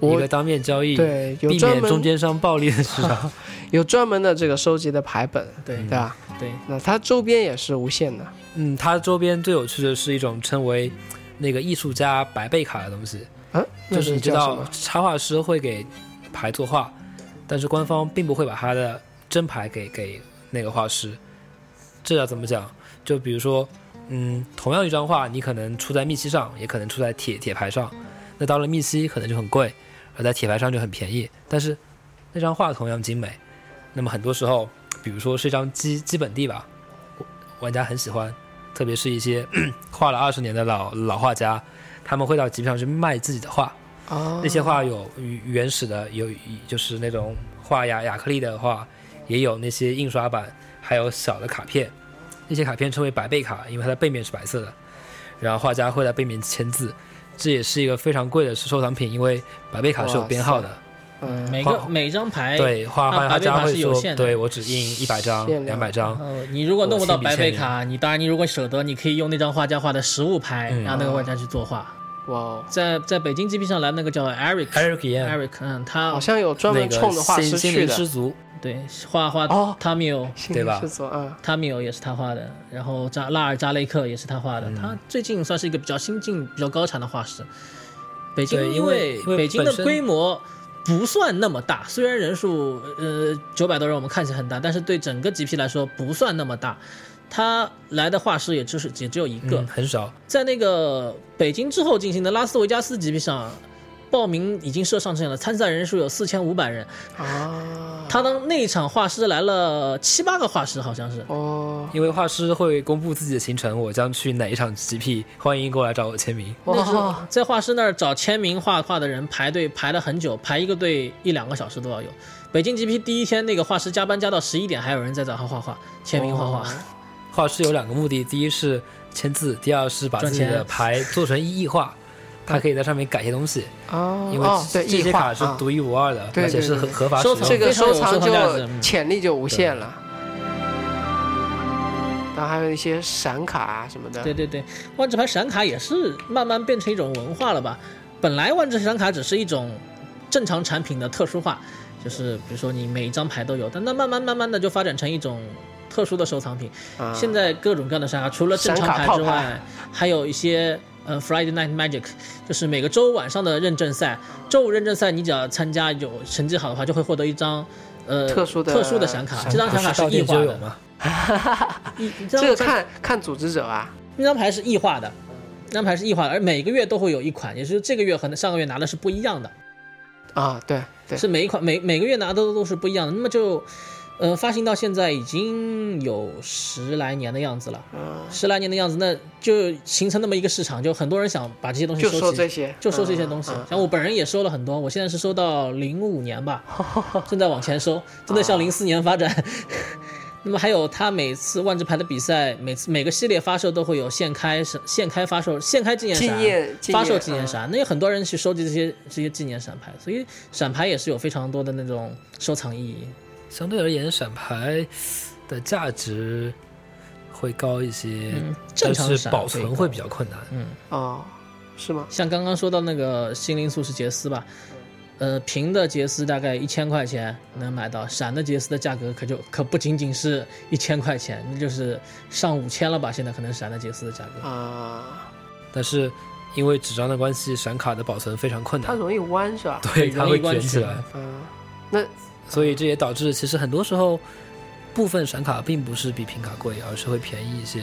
Speaker 3: 一
Speaker 1: 我
Speaker 3: 个当面交易，
Speaker 1: 对，有
Speaker 3: 避
Speaker 1: 专
Speaker 3: 免中
Speaker 1: 门
Speaker 3: 间商暴力的 市场。
Speaker 1: 有专门的这个收集的牌本，
Speaker 2: 对
Speaker 1: 对吧？
Speaker 2: 对，
Speaker 1: 那它周边也是无限的，
Speaker 3: 嗯，它周边最有趣的是一种称为那个艺术家白贝卡的东西，
Speaker 1: 嗯，那
Speaker 3: 就是你知
Speaker 1: 叫什
Speaker 3: 道
Speaker 1: 么？
Speaker 3: 插画师会给牌作画，但是官方并不会把他的真牌给给那个画师。这要怎么讲？就比如说，嗯，同样一张画，你可能出在密西上，也可能出在铁铁牌上。那到了密西可能就很贵，而在铁牌上就很便宜。但是那张画同样精美。那么很多时候，比如说是一张基基本地吧，我玩家很喜欢，特别是一些 画了二十年的老老画家，他们会到集市上去卖自己的画。
Speaker 1: 哦，
Speaker 3: 那些画有原始的，有就是那种画亚亚克力的画，也有那些印刷版，还有小的卡片。那些卡片称为白背卡，因为它的背面是白色的。然后画家会在背面签字，这也是一个非常贵的收藏品，因为白背卡是有
Speaker 1: 哇哎
Speaker 3: 编
Speaker 1: 塞
Speaker 3: 号的。
Speaker 1: 嗯，
Speaker 2: 每个
Speaker 3: 画
Speaker 2: 每张牌
Speaker 3: 对，画
Speaker 2: 那
Speaker 3: 画
Speaker 2: 白
Speaker 3: 画
Speaker 2: 背
Speaker 3: 家
Speaker 2: 卡
Speaker 3: 会
Speaker 2: 是有
Speaker 3: 说
Speaker 2: 限，的
Speaker 3: 对我只印一百张、
Speaker 1: 限
Speaker 3: 两
Speaker 1: 量嗯
Speaker 3: 百张。
Speaker 2: 呃，你如果弄不到白贝卡，你当然你如果舍得，你可以用那张画家画的实物牌，
Speaker 3: 嗯
Speaker 2: 让那个玩家去作画。
Speaker 1: 哇哦，
Speaker 2: 在在北京 GP 上来那个叫 Eric
Speaker 3: Eric Yan，
Speaker 2: Eric，嗯，他
Speaker 1: 好像有专
Speaker 3: 那
Speaker 1: 门
Speaker 3: 个
Speaker 1: 冲着画
Speaker 3: 心
Speaker 1: 师
Speaker 3: 心
Speaker 1: 去
Speaker 3: 灵
Speaker 1: 的，
Speaker 3: 失足，
Speaker 2: 对画画
Speaker 1: 哦
Speaker 2: Tamio
Speaker 1: 心
Speaker 3: 对
Speaker 1: 灵
Speaker 3: 吧
Speaker 1: 制作，嗯，
Speaker 2: Tamio 也是他画的，然后扎拉尔扎雷克也是他画的。
Speaker 3: 嗯
Speaker 2: 他最近算是一个比较新进、比较高产的画师。北京
Speaker 3: 对因为因为
Speaker 2: 北京的
Speaker 3: 本身
Speaker 2: 规模。不算那么大，虽然人数呃九百多人，我们看起来很大，但是对整个 GP 来说不算那么大。他来的画师也就是也只有一个，
Speaker 3: 嗯，很少。
Speaker 2: 在那个北京之后进行的拉斯维加斯 GP 上，报名已经设上限了，参赛人数有四千五百人。
Speaker 1: 啊，
Speaker 2: 他当那一场画师来了七八个画师，好像是。
Speaker 1: 哦，
Speaker 3: 因为画师会公布自己的行程，我将去哪一场 GP，欢迎过来找我签名。
Speaker 2: 那时候
Speaker 1: 哇，
Speaker 2: 在画师那儿找签名画画的人排队排了很久，排一个队一两个小时都要有。北京 GP 第一天那个画师加班加到十一点，还有人在找他画画、签名画画。
Speaker 3: 画师有两个目的，第一是签字，第二是把自己
Speaker 2: 赚
Speaker 3: 的
Speaker 2: 钱
Speaker 3: 牌做成 异画，他可以在上面改些东西，
Speaker 1: 哦，
Speaker 2: 嗯
Speaker 3: 因为
Speaker 1: 哦
Speaker 3: 这
Speaker 1: 对，
Speaker 3: 这
Speaker 1: 异
Speaker 3: 些卡
Speaker 1: 化
Speaker 3: 是
Speaker 1: 啊
Speaker 3: 独一无二的，
Speaker 1: 对
Speaker 3: 而且是
Speaker 1: 对
Speaker 3: 合
Speaker 1: 对
Speaker 3: 合法使
Speaker 2: 收
Speaker 3: 用
Speaker 2: 藏
Speaker 1: 这
Speaker 3: 的。
Speaker 1: 个
Speaker 2: 非常
Speaker 1: 收
Speaker 2: 有收
Speaker 1: 藏
Speaker 2: 藏价值
Speaker 1: 就
Speaker 2: 嗯
Speaker 1: 潜力就无限了。然后还有一些闪卡啊什么的，
Speaker 2: 对对对，万智牌闪卡也是慢慢变成一种文化了吧？本来万智闪卡只是一种正常产品的特殊化，就是比如说你每一张牌都有，但那慢慢慢慢的就发展成一种特殊的收藏品。
Speaker 1: 啊，
Speaker 2: 现在各种各样的沙，除了正常
Speaker 1: 闪
Speaker 2: 牌
Speaker 1: 卡
Speaker 2: 之
Speaker 1: 套牌
Speaker 2: 外，还有一些呃 Friday Night Magic，就是每个周晚上的认证赛。周五认证赛，你只要参加有成绩好的话，就会获得一张呃
Speaker 1: 特殊的
Speaker 2: 特殊的闪卡。这张
Speaker 3: 不
Speaker 2: 闪卡
Speaker 3: 是到
Speaker 2: 是异
Speaker 3: 店
Speaker 2: 化
Speaker 3: 就有
Speaker 2: 的，
Speaker 3: 吗？
Speaker 2: 一这
Speaker 1: 这个
Speaker 2: 张闪
Speaker 1: 看看组织者啊，
Speaker 2: 那张牌是异化的，那张牌是异化的，而每个月都会有一款，也就是这个月和上个月拿的是不一样的，
Speaker 1: 啊，对对，
Speaker 2: 是每一款每每个月拿的都都是不一样的。那么就，呃，发行到现在已经有十来年的样子了，
Speaker 1: 嗯，
Speaker 2: 十来年的样子，那就形成那么一个市场，就很多人想把这些东西
Speaker 1: 就
Speaker 2: 收集，
Speaker 1: 收这些，
Speaker 2: 就收这些东西
Speaker 1: 嗯嗯。
Speaker 2: 像我本人也收了很多，我现在是收到零五年 吧，正在往前收，正在向零四年发展。 那么还有，他每次万智牌的比赛，每次每个系列发售都会有现开是现开发售、现开纪念
Speaker 1: 纪念纪念
Speaker 2: 闪、发售纪念
Speaker 1: 嗯
Speaker 2: 闪，那有很多人去收集这些这些纪念闪牌，所以闪牌也是有非常多的那种收藏意义。
Speaker 3: 相对而言，闪牌的价值会高一些，
Speaker 2: 嗯，正
Speaker 3: 但
Speaker 2: 常
Speaker 3: 是
Speaker 2: 闪嗯
Speaker 3: 保存会比
Speaker 2: 较。
Speaker 3: 较困难。
Speaker 1: 哦，是吗？
Speaker 2: 像刚刚说到那个心灵素食杰斯吧，呃，平的杰斯大概一千块钱能买到，闪的杰斯的价格可就可不仅仅是一千块钱，那就是上五千了吧？现在可能闪的杰斯的价格。
Speaker 1: 啊，
Speaker 3: 但是因为纸张的关系，闪卡的保存非常困
Speaker 1: 它
Speaker 3: 难，
Speaker 1: 容易弯是吧？
Speaker 3: 对，它
Speaker 2: 容易
Speaker 3: 会
Speaker 2: 弯
Speaker 3: 卷
Speaker 2: 曲
Speaker 3: 起来，
Speaker 1: 嗯，那
Speaker 3: 所以这也导致其实很多时候。部分闪卡并不是比平卡贵，而是会便宜一些。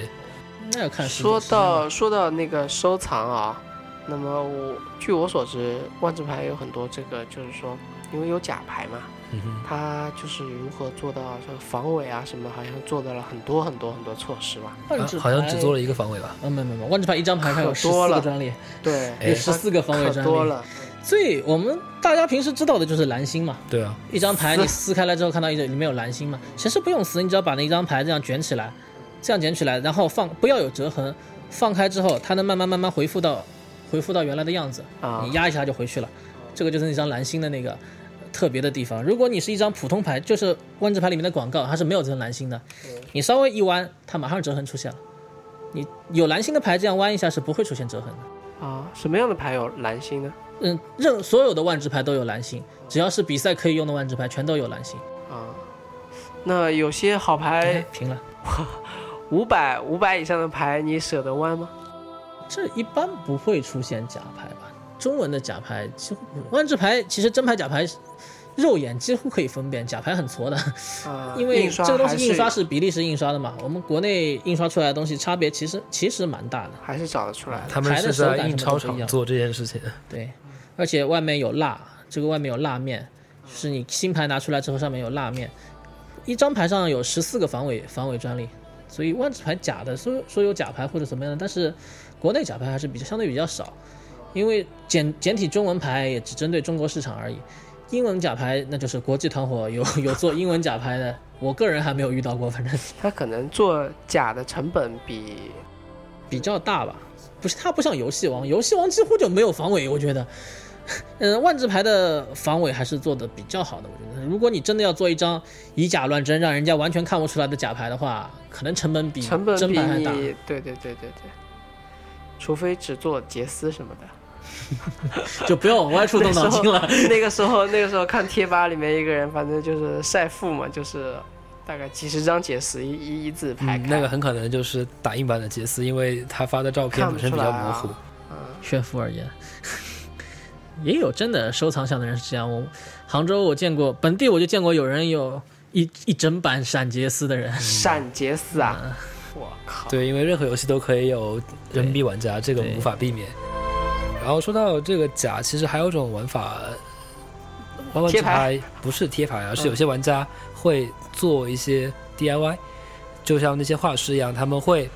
Speaker 2: 那要看时间
Speaker 1: 说到说到那个收藏啊，那么我据我所知，万智牌有很多这个，就是说，因为有假牌嘛，
Speaker 3: 嗯哼，
Speaker 1: 它就是如何做到这个防伪啊什么，好像做到了很多很多很多措施嘛。
Speaker 2: 万智
Speaker 3: 啊
Speaker 2: 牌
Speaker 3: 好像只做了一个防伪吧？
Speaker 2: 嗯，没没没，万智牌一张牌上有
Speaker 1: 可
Speaker 2: 十
Speaker 1: 多
Speaker 2: 四
Speaker 1: 了
Speaker 2: 个专利，
Speaker 1: 对，
Speaker 3: 哎
Speaker 2: 有十四个方位
Speaker 1: 可
Speaker 2: 专
Speaker 1: 多
Speaker 2: 利。
Speaker 1: 了，
Speaker 2: 最我们大家平时知道的就是蓝星嘛，
Speaker 3: 对啊，
Speaker 2: 一张牌你撕开来之后看到一个里面有蓝星嘛，其实不用撕，你只要把那一张牌这样卷起来，这样卷起来，然后放不要有折痕，放开之后它能慢慢慢慢恢复到恢复到原来的样子
Speaker 1: 啊，
Speaker 2: 你压一下就回去了。这个就是那张蓝星的那个特别的地方。如果你是一张普通牌，就是万智牌里面的广告，它是没有这层蓝星的，你稍微一弯，它马上折痕出现了。你有蓝星的牌这样弯一下是不会出现折痕的。
Speaker 1: 啊，什么样的牌有蓝星呢？
Speaker 2: 嗯，任所有的万智牌都有蓝星，只要是比赛可以用的万智牌全都有蓝星。
Speaker 1: 啊，那有些好牌
Speaker 2: 哎平了。
Speaker 1: 五百五百以上的牌，你舍得弯吗？
Speaker 2: 这一般不会出现假牌吧？中文的假牌几乎不万智牌其实真牌假牌，肉眼几乎可以分辨，假牌 很挫的，
Speaker 1: 啊，
Speaker 2: 因为
Speaker 1: 印刷
Speaker 2: 这个东
Speaker 1: 还
Speaker 2: 西印刷是比利时印刷的嘛，我们国内印刷出来的东西差别其实其实蛮大的，
Speaker 1: 还是找得出来的。
Speaker 3: 他们
Speaker 2: 牌的手
Speaker 3: 是
Speaker 2: 感
Speaker 3: 在
Speaker 2: 什么
Speaker 3: 印
Speaker 2: 都
Speaker 3: 钞
Speaker 2: 不一
Speaker 3: 厂
Speaker 2: 样
Speaker 3: 做这件事情。
Speaker 2: 对，而且外面有蜡，这个外面有蜡面，就是你新牌拿出来之后上面有蜡面，一张牌上有十四个防伪防伪专利，所以万智牌假的说说有假牌或者怎么样的，但是国内假牌还是比较相对比较少，因为简简体中文牌也只针对中国市场而已。英文假牌那就是国际团伙有有做英文假牌的，我个人还没有遇到过，反正
Speaker 1: 它可能做假的成本比
Speaker 2: 比较大吧，不是它不像游戏王，游戏王几乎就没有防伪，我觉得。 嗯，万智牌的防伪还是做的比较好的，我觉得。如果你真的要做一张以假乱真，让人家完全看不出来的假牌的话，可能成本比
Speaker 1: 成本
Speaker 2: 嗯真
Speaker 1: 比
Speaker 2: 牌还
Speaker 1: 你
Speaker 2: 大。
Speaker 1: 对对对对对，除非只做杰斯什么的。
Speaker 2: 就不要往歪处动脑筋 了。
Speaker 1: 那个时候， 那个时候看贴吧里面一个人，反正就是晒富嘛，就是大概几十张解释一一一字排
Speaker 3: 嗯
Speaker 1: 开。，
Speaker 3: 那个很可能就是打印版的杰斯，因为他发的照片
Speaker 1: 看不
Speaker 3: 本身比较
Speaker 1: 出来啊
Speaker 3: 模糊。
Speaker 2: 炫富而言，也有真的收藏向的人是这样。我杭州我见过，本地我就见过有人有一一整版闪杰斯的人。
Speaker 1: 闪杰斯啊！我靠！
Speaker 3: 对，因为任何游戏都可以有人民币玩家，这个
Speaker 2: 对
Speaker 3: 无法避免。然后说到这个假，其实还有一种玩法，玩玩
Speaker 1: 贴
Speaker 3: 纸
Speaker 1: 牌
Speaker 3: 牌不是贴牌，而啊是
Speaker 1: 嗯
Speaker 3: 有些玩家会做一些 DIY，、就像那些画师一样，他们会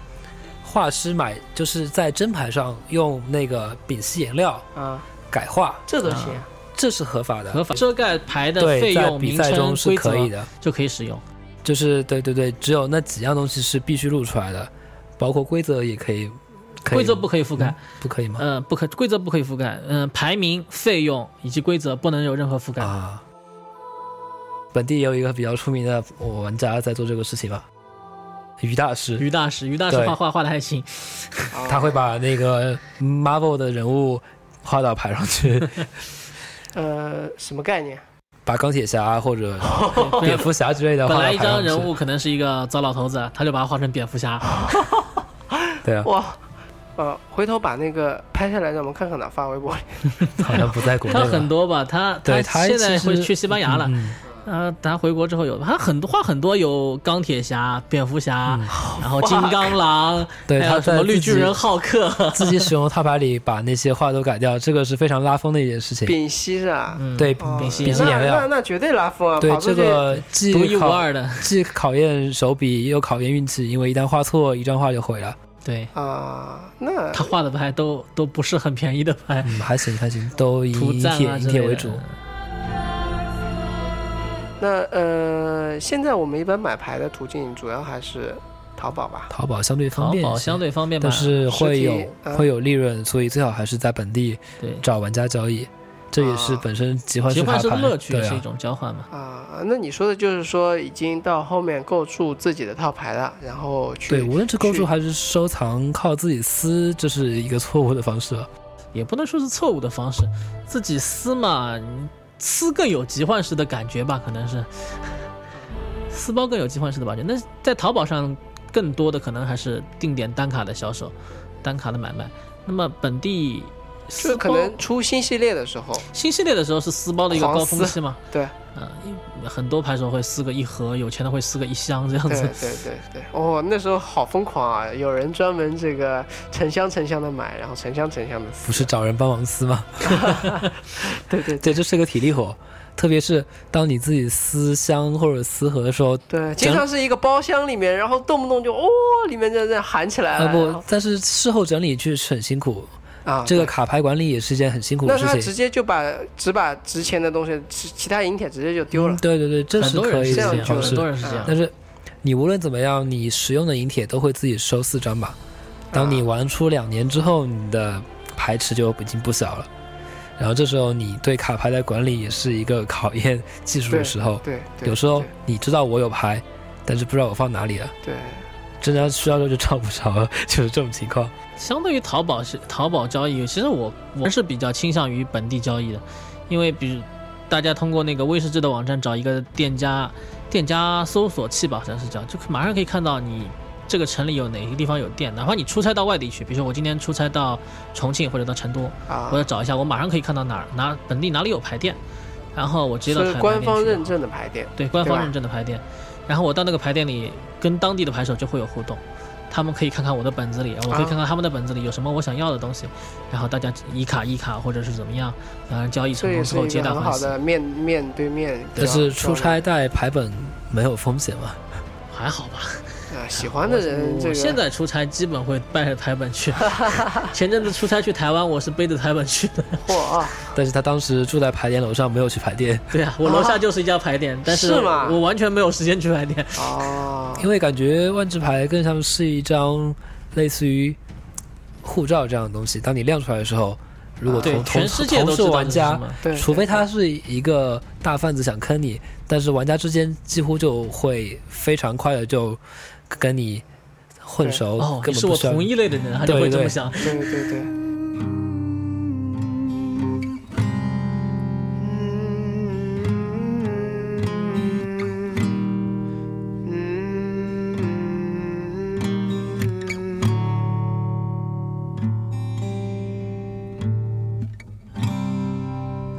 Speaker 3: 画师买，就是在真牌上用那个丙烯颜料
Speaker 1: 啊，
Speaker 3: 改画，
Speaker 1: 这都行啊
Speaker 3: 这是合法的，
Speaker 2: 合法遮盖牌的费
Speaker 3: 对，在
Speaker 2: 用、
Speaker 3: 比
Speaker 2: 名
Speaker 3: 赛
Speaker 2: 称
Speaker 3: 中、是
Speaker 2: 规
Speaker 3: 可以
Speaker 2: 则
Speaker 3: 的。
Speaker 2: 就可以使用。
Speaker 3: 就是对对对，只有那几样东西是必须录出来的，包括规则也可以，可以嗯
Speaker 2: 规则不可以覆盖，
Speaker 3: 不可以吗？
Speaker 2: 呃，不可规则不可以覆盖，嗯、排名、费用以及规则不能有任何覆盖。
Speaker 3: 啊，本地也有一个比较出名的玩家在做这个事情吧，于大师，
Speaker 2: 于大师，于大师
Speaker 3: 对
Speaker 2: 画画画的还行，
Speaker 3: 他会把那个 Marvel 的人物画到牌上去，
Speaker 1: 呃什么概念？
Speaker 3: 把钢铁侠或 者蝙蝠侠之类的画
Speaker 2: 本
Speaker 3: 到
Speaker 2: 来一
Speaker 3: 牌上
Speaker 2: 张
Speaker 3: 去
Speaker 2: 人物可能是一个糟老头子，他就把他画成蝙蝠侠，
Speaker 3: 啊对啊，
Speaker 1: 哇，呃，回头把那个拍下来，让我们看看哪发微博里。
Speaker 3: 好像不在国内
Speaker 2: 他
Speaker 3: 了。
Speaker 2: 很多吧，他
Speaker 3: 对他
Speaker 2: 现
Speaker 3: 其
Speaker 2: 在
Speaker 3: 实
Speaker 2: 会去西班牙了。
Speaker 3: 嗯
Speaker 2: 呃，他回国之后有，他很多画很多有钢铁侠、蝙蝠侠，然后金刚狼，
Speaker 3: 嗯对
Speaker 2: 还有
Speaker 3: 他
Speaker 2: 哎什么
Speaker 3: 在
Speaker 2: 绿
Speaker 3: 自
Speaker 2: 巨
Speaker 3: 己
Speaker 2: 人浩克，
Speaker 3: 自己使用套牌里把那些话都改掉，这个是非常拉风的一件事情。
Speaker 1: 丙烯是吧？
Speaker 2: 嗯
Speaker 3: 对，
Speaker 1: 哦
Speaker 3: 丙烯
Speaker 2: 丙烯
Speaker 3: 颜
Speaker 1: 那那
Speaker 3: 料，
Speaker 1: 那绝对拉风啊！
Speaker 3: 对
Speaker 1: 跑出
Speaker 3: 这
Speaker 1: 去
Speaker 3: 个既
Speaker 2: 独一无
Speaker 3: 考
Speaker 2: 二的，
Speaker 3: 既考验手笔，又考验运气，因为一旦画错，一张画就毁了。
Speaker 2: 对
Speaker 1: 啊、那
Speaker 2: 他画的牌都都不是很便宜的牌，
Speaker 3: 嗯，还行还行，都以
Speaker 2: 涂
Speaker 3: 以
Speaker 2: 赞
Speaker 3: 铁、
Speaker 2: 啊
Speaker 3: 嗯以
Speaker 2: 之
Speaker 3: 铁
Speaker 2: 类
Speaker 3: 为
Speaker 2: 的
Speaker 3: 主。
Speaker 1: 那呃，现在我们一般买牌的途径主要还是淘宝吧？
Speaker 3: 淘宝相对方
Speaker 2: 淘
Speaker 3: 便一些，
Speaker 2: 宝相对方便吧
Speaker 3: 但，是会
Speaker 1: 实体
Speaker 3: 有
Speaker 1: 嗯
Speaker 3: 会有利润，所以最好还是在本地
Speaker 2: 呃对，
Speaker 3: 找玩家交易，这也是
Speaker 1: 啊
Speaker 3: 本身集换
Speaker 2: 交
Speaker 3: 式
Speaker 2: 换
Speaker 3: 卡
Speaker 2: 是
Speaker 3: 牌
Speaker 2: 个乐趣，
Speaker 3: 对
Speaker 2: 是一
Speaker 3: 啊，
Speaker 2: 种交换嘛。
Speaker 1: 啊、那你说的就是说已经到后面构筑自己的套牌了，然后去
Speaker 3: 对，无论是购
Speaker 1: 去
Speaker 3: 筑还是收藏，靠自己撕，这是一个错误的方式了。
Speaker 2: 也不能说是错误的方式，自己撕嘛，你撕更有集换式的感觉吧，可能是 撕包更有集换式的感觉。那在淘宝上，更多的可能还是定点单卡的销售，单卡的买卖。那么本地
Speaker 1: 就是
Speaker 2: 撕
Speaker 1: 可
Speaker 2: 包
Speaker 1: 能出新系列的时候，
Speaker 2: 新系列的时候是撕包的一个
Speaker 1: 狂
Speaker 2: 高峰
Speaker 1: 撕
Speaker 2: 期嘛，
Speaker 1: 对
Speaker 2: 啊、一很多牌手会撕个一盒，有钱的会撕个一箱这样
Speaker 1: 对
Speaker 2: 子。
Speaker 1: 对对对，哦，那时候好疯狂啊！有人专门这个成箱成箱的买，然后成箱成箱的撕。
Speaker 3: 不是找人帮忙撕吗？
Speaker 1: 对对
Speaker 3: 对，这是个体力活，特别是当你自己撕箱或者撕盒的时候，
Speaker 1: 对，经常是一个包厢里面，然后动不动就哦，里面在在喊起来了。
Speaker 3: 啊
Speaker 1: 然
Speaker 3: 不
Speaker 1: 后，
Speaker 3: 但是事后整理确实很辛苦，
Speaker 1: 哎啊，
Speaker 3: 这个
Speaker 1: 对
Speaker 3: 卡牌管理也是一件很辛苦
Speaker 1: 那
Speaker 3: 的事
Speaker 1: 他
Speaker 3: 情。
Speaker 1: 直接就把只把值钱的东西，其其他银铁直接就丢了
Speaker 3: 嗯。对对对，这
Speaker 2: 很
Speaker 3: 是
Speaker 2: 多人
Speaker 3: 可以
Speaker 2: 是
Speaker 1: 这
Speaker 3: 的
Speaker 1: 样
Speaker 3: 一
Speaker 2: 这
Speaker 3: 种
Speaker 1: 就
Speaker 2: 样，
Speaker 3: 方
Speaker 2: 很
Speaker 3: 式
Speaker 2: 多。人是这样。
Speaker 3: 但是你无论怎么样，你使用的银铁都会自己收四张吧。当
Speaker 1: 啊
Speaker 3: 你玩出两年之后，你的牌池就已经不小了。然后这时候你对卡牌的管理也是一个 考验技术的时候。
Speaker 1: 对，对
Speaker 3: 有时候
Speaker 1: 对
Speaker 3: 你知道我有牌，但是不知道我放哪里了，
Speaker 1: 对
Speaker 3: 真的需要的时候就找不着了，就是这种情况。
Speaker 2: 相对于淘宝是淘宝交易，其实我我是比较倾向于本地交易的，因为比如大家通过那个威士忌的网站找一个店家，店家搜索器吧，好像是叫，就可马上可以看到你这个城里有哪个地方有店，哪怕你出差到外地去，比如说我今天出差到重庆或者到成都，
Speaker 1: 啊
Speaker 2: 我要，找一下，我马上可以看到哪儿哪本地哪里有牌店，然后我直接到
Speaker 1: 是
Speaker 2: 台
Speaker 1: 官方认
Speaker 2: 证。
Speaker 1: 证的牌店。
Speaker 2: 对，官
Speaker 1: 对
Speaker 2: 方
Speaker 1: 吧
Speaker 2: 认证的牌店。然后我到那个牌店里，跟当地的牌手就会有互动，他们可以看看我的本子里，我可
Speaker 1: 啊
Speaker 2: 以看看他们的本子里有什么我想要的东西，然后大家一卡一卡或者是怎么样，然后交易
Speaker 1: 这
Speaker 2: 成
Speaker 1: 也
Speaker 2: 功
Speaker 1: 是
Speaker 2: 之后
Speaker 1: 一
Speaker 2: 皆
Speaker 1: 个
Speaker 2: 大
Speaker 1: 很
Speaker 2: 欢
Speaker 1: 好
Speaker 2: 喜，
Speaker 1: 的面面对面交流。
Speaker 3: 但是出
Speaker 1: 交
Speaker 3: 差带牌本没有风险嘛？
Speaker 2: 还好吧。
Speaker 1: 流啊，喜欢的人这
Speaker 2: 我
Speaker 1: 个
Speaker 2: 现在出差基本会带着台 本去，前阵子出差去台湾，我是背着台本去的。
Speaker 1: 嚯啊，
Speaker 3: 但是他当时住在牌店楼上，没有去牌店，
Speaker 2: 对啊，我楼下就是一家牌店，但
Speaker 1: 是吗
Speaker 2: 我完全没有时间去牌店。
Speaker 1: 哦，
Speaker 3: 因为感觉万智牌更像是一张类似于护照这样的东西。当你亮出来的时候，如果
Speaker 2: 对
Speaker 3: 同，同
Speaker 2: 全世界
Speaker 3: 同
Speaker 2: 都知
Speaker 3: 是
Speaker 2: 道
Speaker 3: 玩
Speaker 2: 这是什
Speaker 3: 家，
Speaker 2: 么。
Speaker 1: 对，
Speaker 3: 除非
Speaker 1: 对
Speaker 3: 他是一个大贩子想坑你，但是玩家之间几乎就会非常快的就跟你混熟，
Speaker 2: 哦，你
Speaker 3: 根
Speaker 2: 是
Speaker 3: 本不
Speaker 2: 我
Speaker 3: 需要。
Speaker 2: 同一类的人，他就会这
Speaker 3: 对
Speaker 2: 么
Speaker 3: 对
Speaker 2: 想。
Speaker 1: 对对对。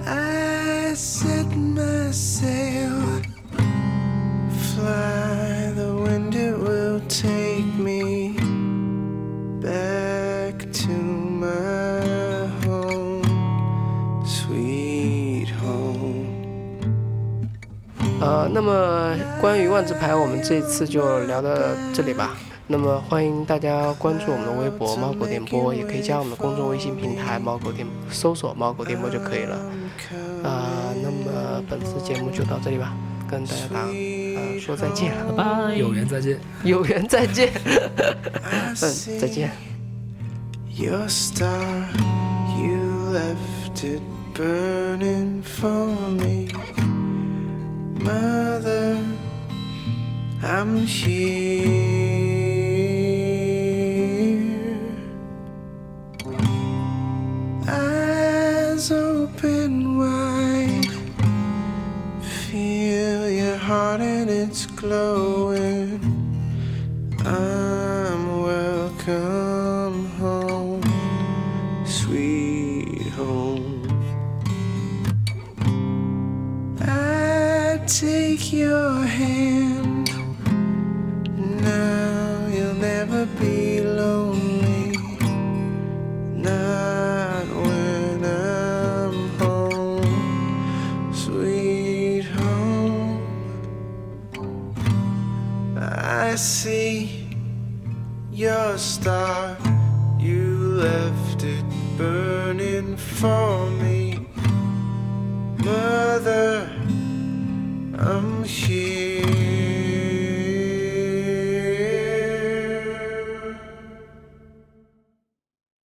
Speaker 4: I set my sail. Fly the wind, it will take me back to my home, sweet home.
Speaker 1: 呃，那么关于万智牌，我们这一次就聊到这里吧。那么欢迎大家关注我们的微博“猫狗电波”，也可以加我们的公众微信平台“猫狗电”，搜索“猫狗电波”就可以了。啊、那么本次节目就到这里吧，跟大家打呃说再见了，
Speaker 2: 拜拜。
Speaker 3: 有缘再见。
Speaker 1: 有缘再见，
Speaker 4: I
Speaker 1: 嗯，再
Speaker 4: see
Speaker 1: 见。
Speaker 4: your star, you left it burning for me. Mother, I'm here. Eyes open wide, out and it's glowing. I'm welcome home, sweet home. I take your hand. Now you'll never be lonely. Not when I'm home sweet home. I see your star, you left it burning for me.